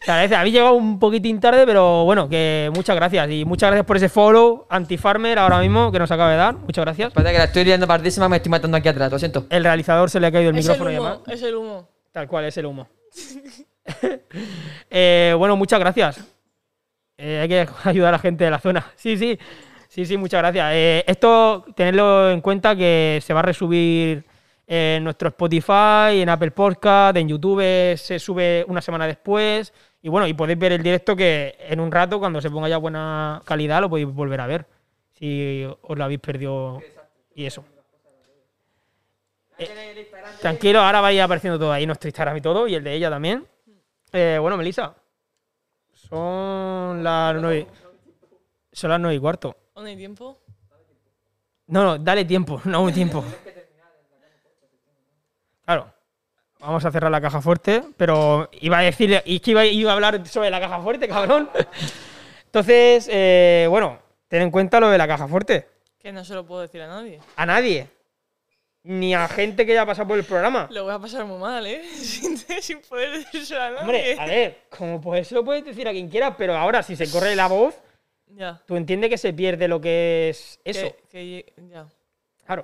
Se agradece. Habéis llegado un poquitín tarde, pero bueno, que muchas gracias. Y muchas gracias por ese follow anti-farmer ahora mismo que nos acaba de dar. Muchas gracias.
Espérate que la estoy liando pardísima, me estoy matando aquí atrás, lo siento.
El realizador se le ha caído el
es el
micrófono y
humo.
demás.
Es el humo.
Tal cual, es el humo. Eh, bueno, muchas gracias. Eh, hay que ayudar a la gente de la zona. Sí, sí. Sí, sí, muchas gracias. Eh, esto, tenedlo en cuenta que se va a resubir en nuestro Spotify, en Apple Podcast, en YouTube se sube una semana después. Y bueno, y podéis ver el directo que en un rato, cuando se ponga ya buena calidad, lo podéis volver a ver. Si os lo habéis perdido y eso. Eh, tranquilo, ahora va a ir apareciendo todo ahí, nuestro Instagram y todo, y el de ella también. Eh, bueno, Melissa, son las nueve. Son las nueve y cuarto.
¿Aún hay tiempo?
No, no, dale tiempo, no un tiempo. Claro. Vamos a cerrar la caja fuerte, pero iba a decirle, y que iba, iba a hablar sobre la caja fuerte, cabrón. Entonces, eh, bueno, ten en cuenta lo de la caja fuerte.
Que no se lo puedo decir a nadie.
A nadie. Ni a gente que haya pasado por el programa.
Lo voy a pasar muy mal, ¿eh? Sin, sin poder decírselo a nadie.
Hombre, a ver, como pues se lo puedes decir a quien quieras, pero ahora si se corre la voz,
Ya.
tú entiendes que se pierde lo que es eso.
Que, que lle- ya.
Claro,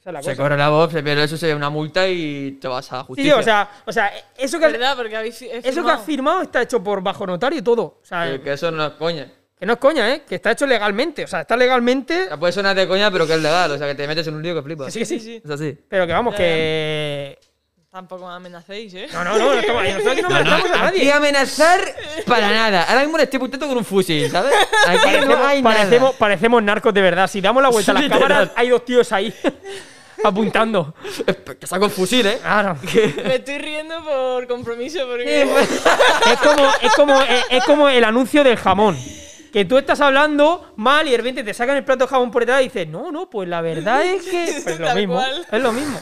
esa es la
Se
cosa.
corre la voz, pero eso sería una multa y te vas a la
Sí,
justicia.
sí, o sea, o sea, eso que,
¿Verdad? Porque habéis fi- he
eso que
firmado.
has firmado está hecho por bajo notario y todo. O sea,
Pero que eso no es coña.
que no es coña, ¿eh? Que está hecho legalmente. O sea, está legalmente.
O sea, puede sonar de coña, pero que es legal. O sea, que te metes en un lío que flipas.
Sí, sí,
Es así.
Pero que vamos,
Ya,
que.
Tampoco me amenacéis, ¿eh?
No, no, no, no estamos, nosotros aquí no amenazamos a
Aquí
nadie.
amenazar para nada. Ahora mismo le estoy puteando con un fusil, ¿sabes? Aquí no hay nada.
Parecemos, parecemos narcos de verdad. Si damos la vuelta a las
Literal.
cámaras, hay dos tíos ahí apuntando.
Que saco el fusil, ¿eh?
Claro.
Me estoy riendo por compromiso, porque.
Es como, es, como, es, es como el anuncio del jamón. Que tú estás hablando mal y de repente te sacan el plato de jamón por detrás y dices, no, no, pues la verdad es que. Pues lo
Tal
mismo.
cual.
Es lo mismo.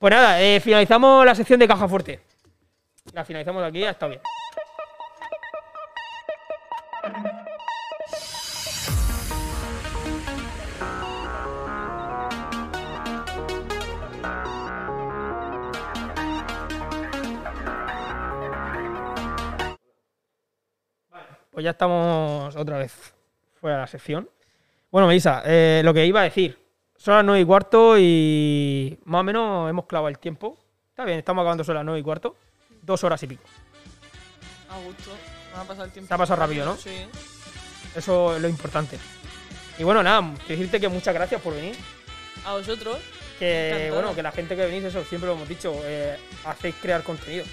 Pues nada, eh, finalizamos la sección de caja fuerte. La finalizamos aquí, ya está bien. Pues ya estamos otra vez fuera de la sección. Bueno, Melissa, eh, lo que iba a decir. Son las 9 y cuarto y más o menos hemos clavado el tiempo. Está bien, estamos acabando son las 9 y cuarto. Dos horas y pico.
A gusto. Me ha pasado el tiempo.
Se ha pasado rápido, ¿no?
Sí.
Eso es lo importante. Y bueno, nada, decirte que muchas gracias por venir.
A vosotros.
Que
Encantada.
bueno, que la gente que venís, eso siempre lo hemos dicho, eh, hacéis crear contenido.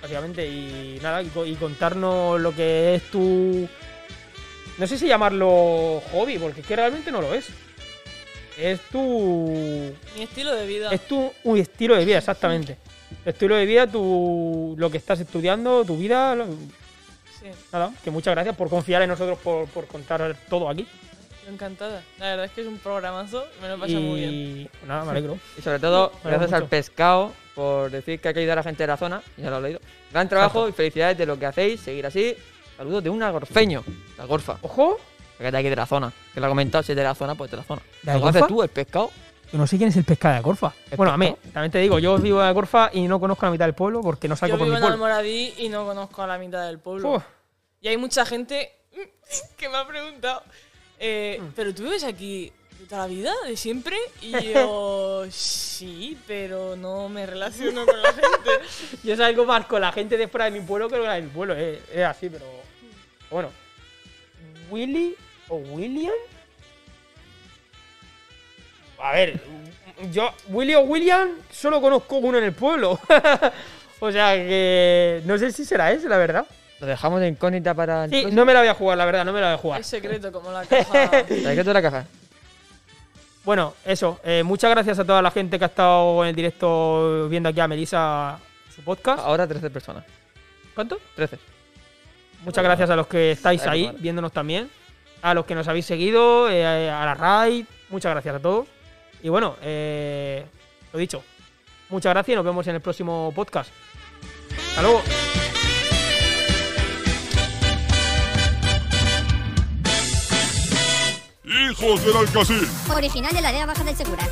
Básicamente, y nada, y, co- y contarnos lo que es tu. No sé si llamarlo hobby, porque es que realmente no lo es. Es tu.
Mi estilo de vida.
Es tu un estilo de vida, exactamente. Tu estilo de vida, tu, lo que estás estudiando, tu vida. lo-
Sí.
Nada, que muchas gracias por confiar en nosotros, por, por contar todo aquí.
Yo encantada. La verdad es que es un programazo. y Me lo he pasado
y
muy bien.
nada, me alegro.
Y sobre todo,
Vale,
gracias
mucho.
al pescado por decir que hay que ayudar a la gente de la zona. Ya lo he leído. Gran trabajo y felicidades de lo que hacéis. Seguir así. Saludos de un agorfeño. La gorfa.
Ojo,
Que es de aquí de la zona. Que lo ha comentado. Si es de la zona, pues de la zona.
¿De
lo que
Algorfa?
haces tú, el pescado.
Yo no sé quién es el pescado de Corfa.
¿El
Bueno, a mí,
pescado?
también te digo, yo vivo de Corfa y no conozco la mitad del pueblo porque no salgo
Yo
por
vivo
mi
en
pueblo.
Almoradí y no conozco a la mitad del pueblo.
Uf,
Y hay mucha gente mm, que me ha preguntado, eh, ¿pero tú vives aquí de toda la vida, de siempre? Y yo, sí, pero no me relaciono con la gente.
yo salgo más con la gente de fuera de mi pueblo que con la de mi pueblo. Es, es así, pero. Bueno. ¿Willy o William? A ver, yo, Willy o William, solo conozco uno en el pueblo. o sea que. No sé si será ese, la verdad.
Lo dejamos de incógnita para. el
Sí,
próximo.
no me la voy a jugar, la verdad, no me la voy a jugar.
Es secreto, como la caja.
¿Sabes qué es de la caja?
Bueno, eso. eh, muchas gracias a toda la gente que ha estado en el directo viendo aquí a Melissa su podcast.
Ahora 13 personas.
¿Cuánto?
13.
Muchas gracias a los que estáis
Vale,
ahí
vale.
viéndonos también. A los que nos habéis seguido, eh, a la RAI. Muchas gracias a todos. Y bueno, eh, lo dicho. Muchas gracias y nos vemos en el próximo podcast. Hasta luego.
¡Hijos del Alcacil!
Original de la área baja del Segura.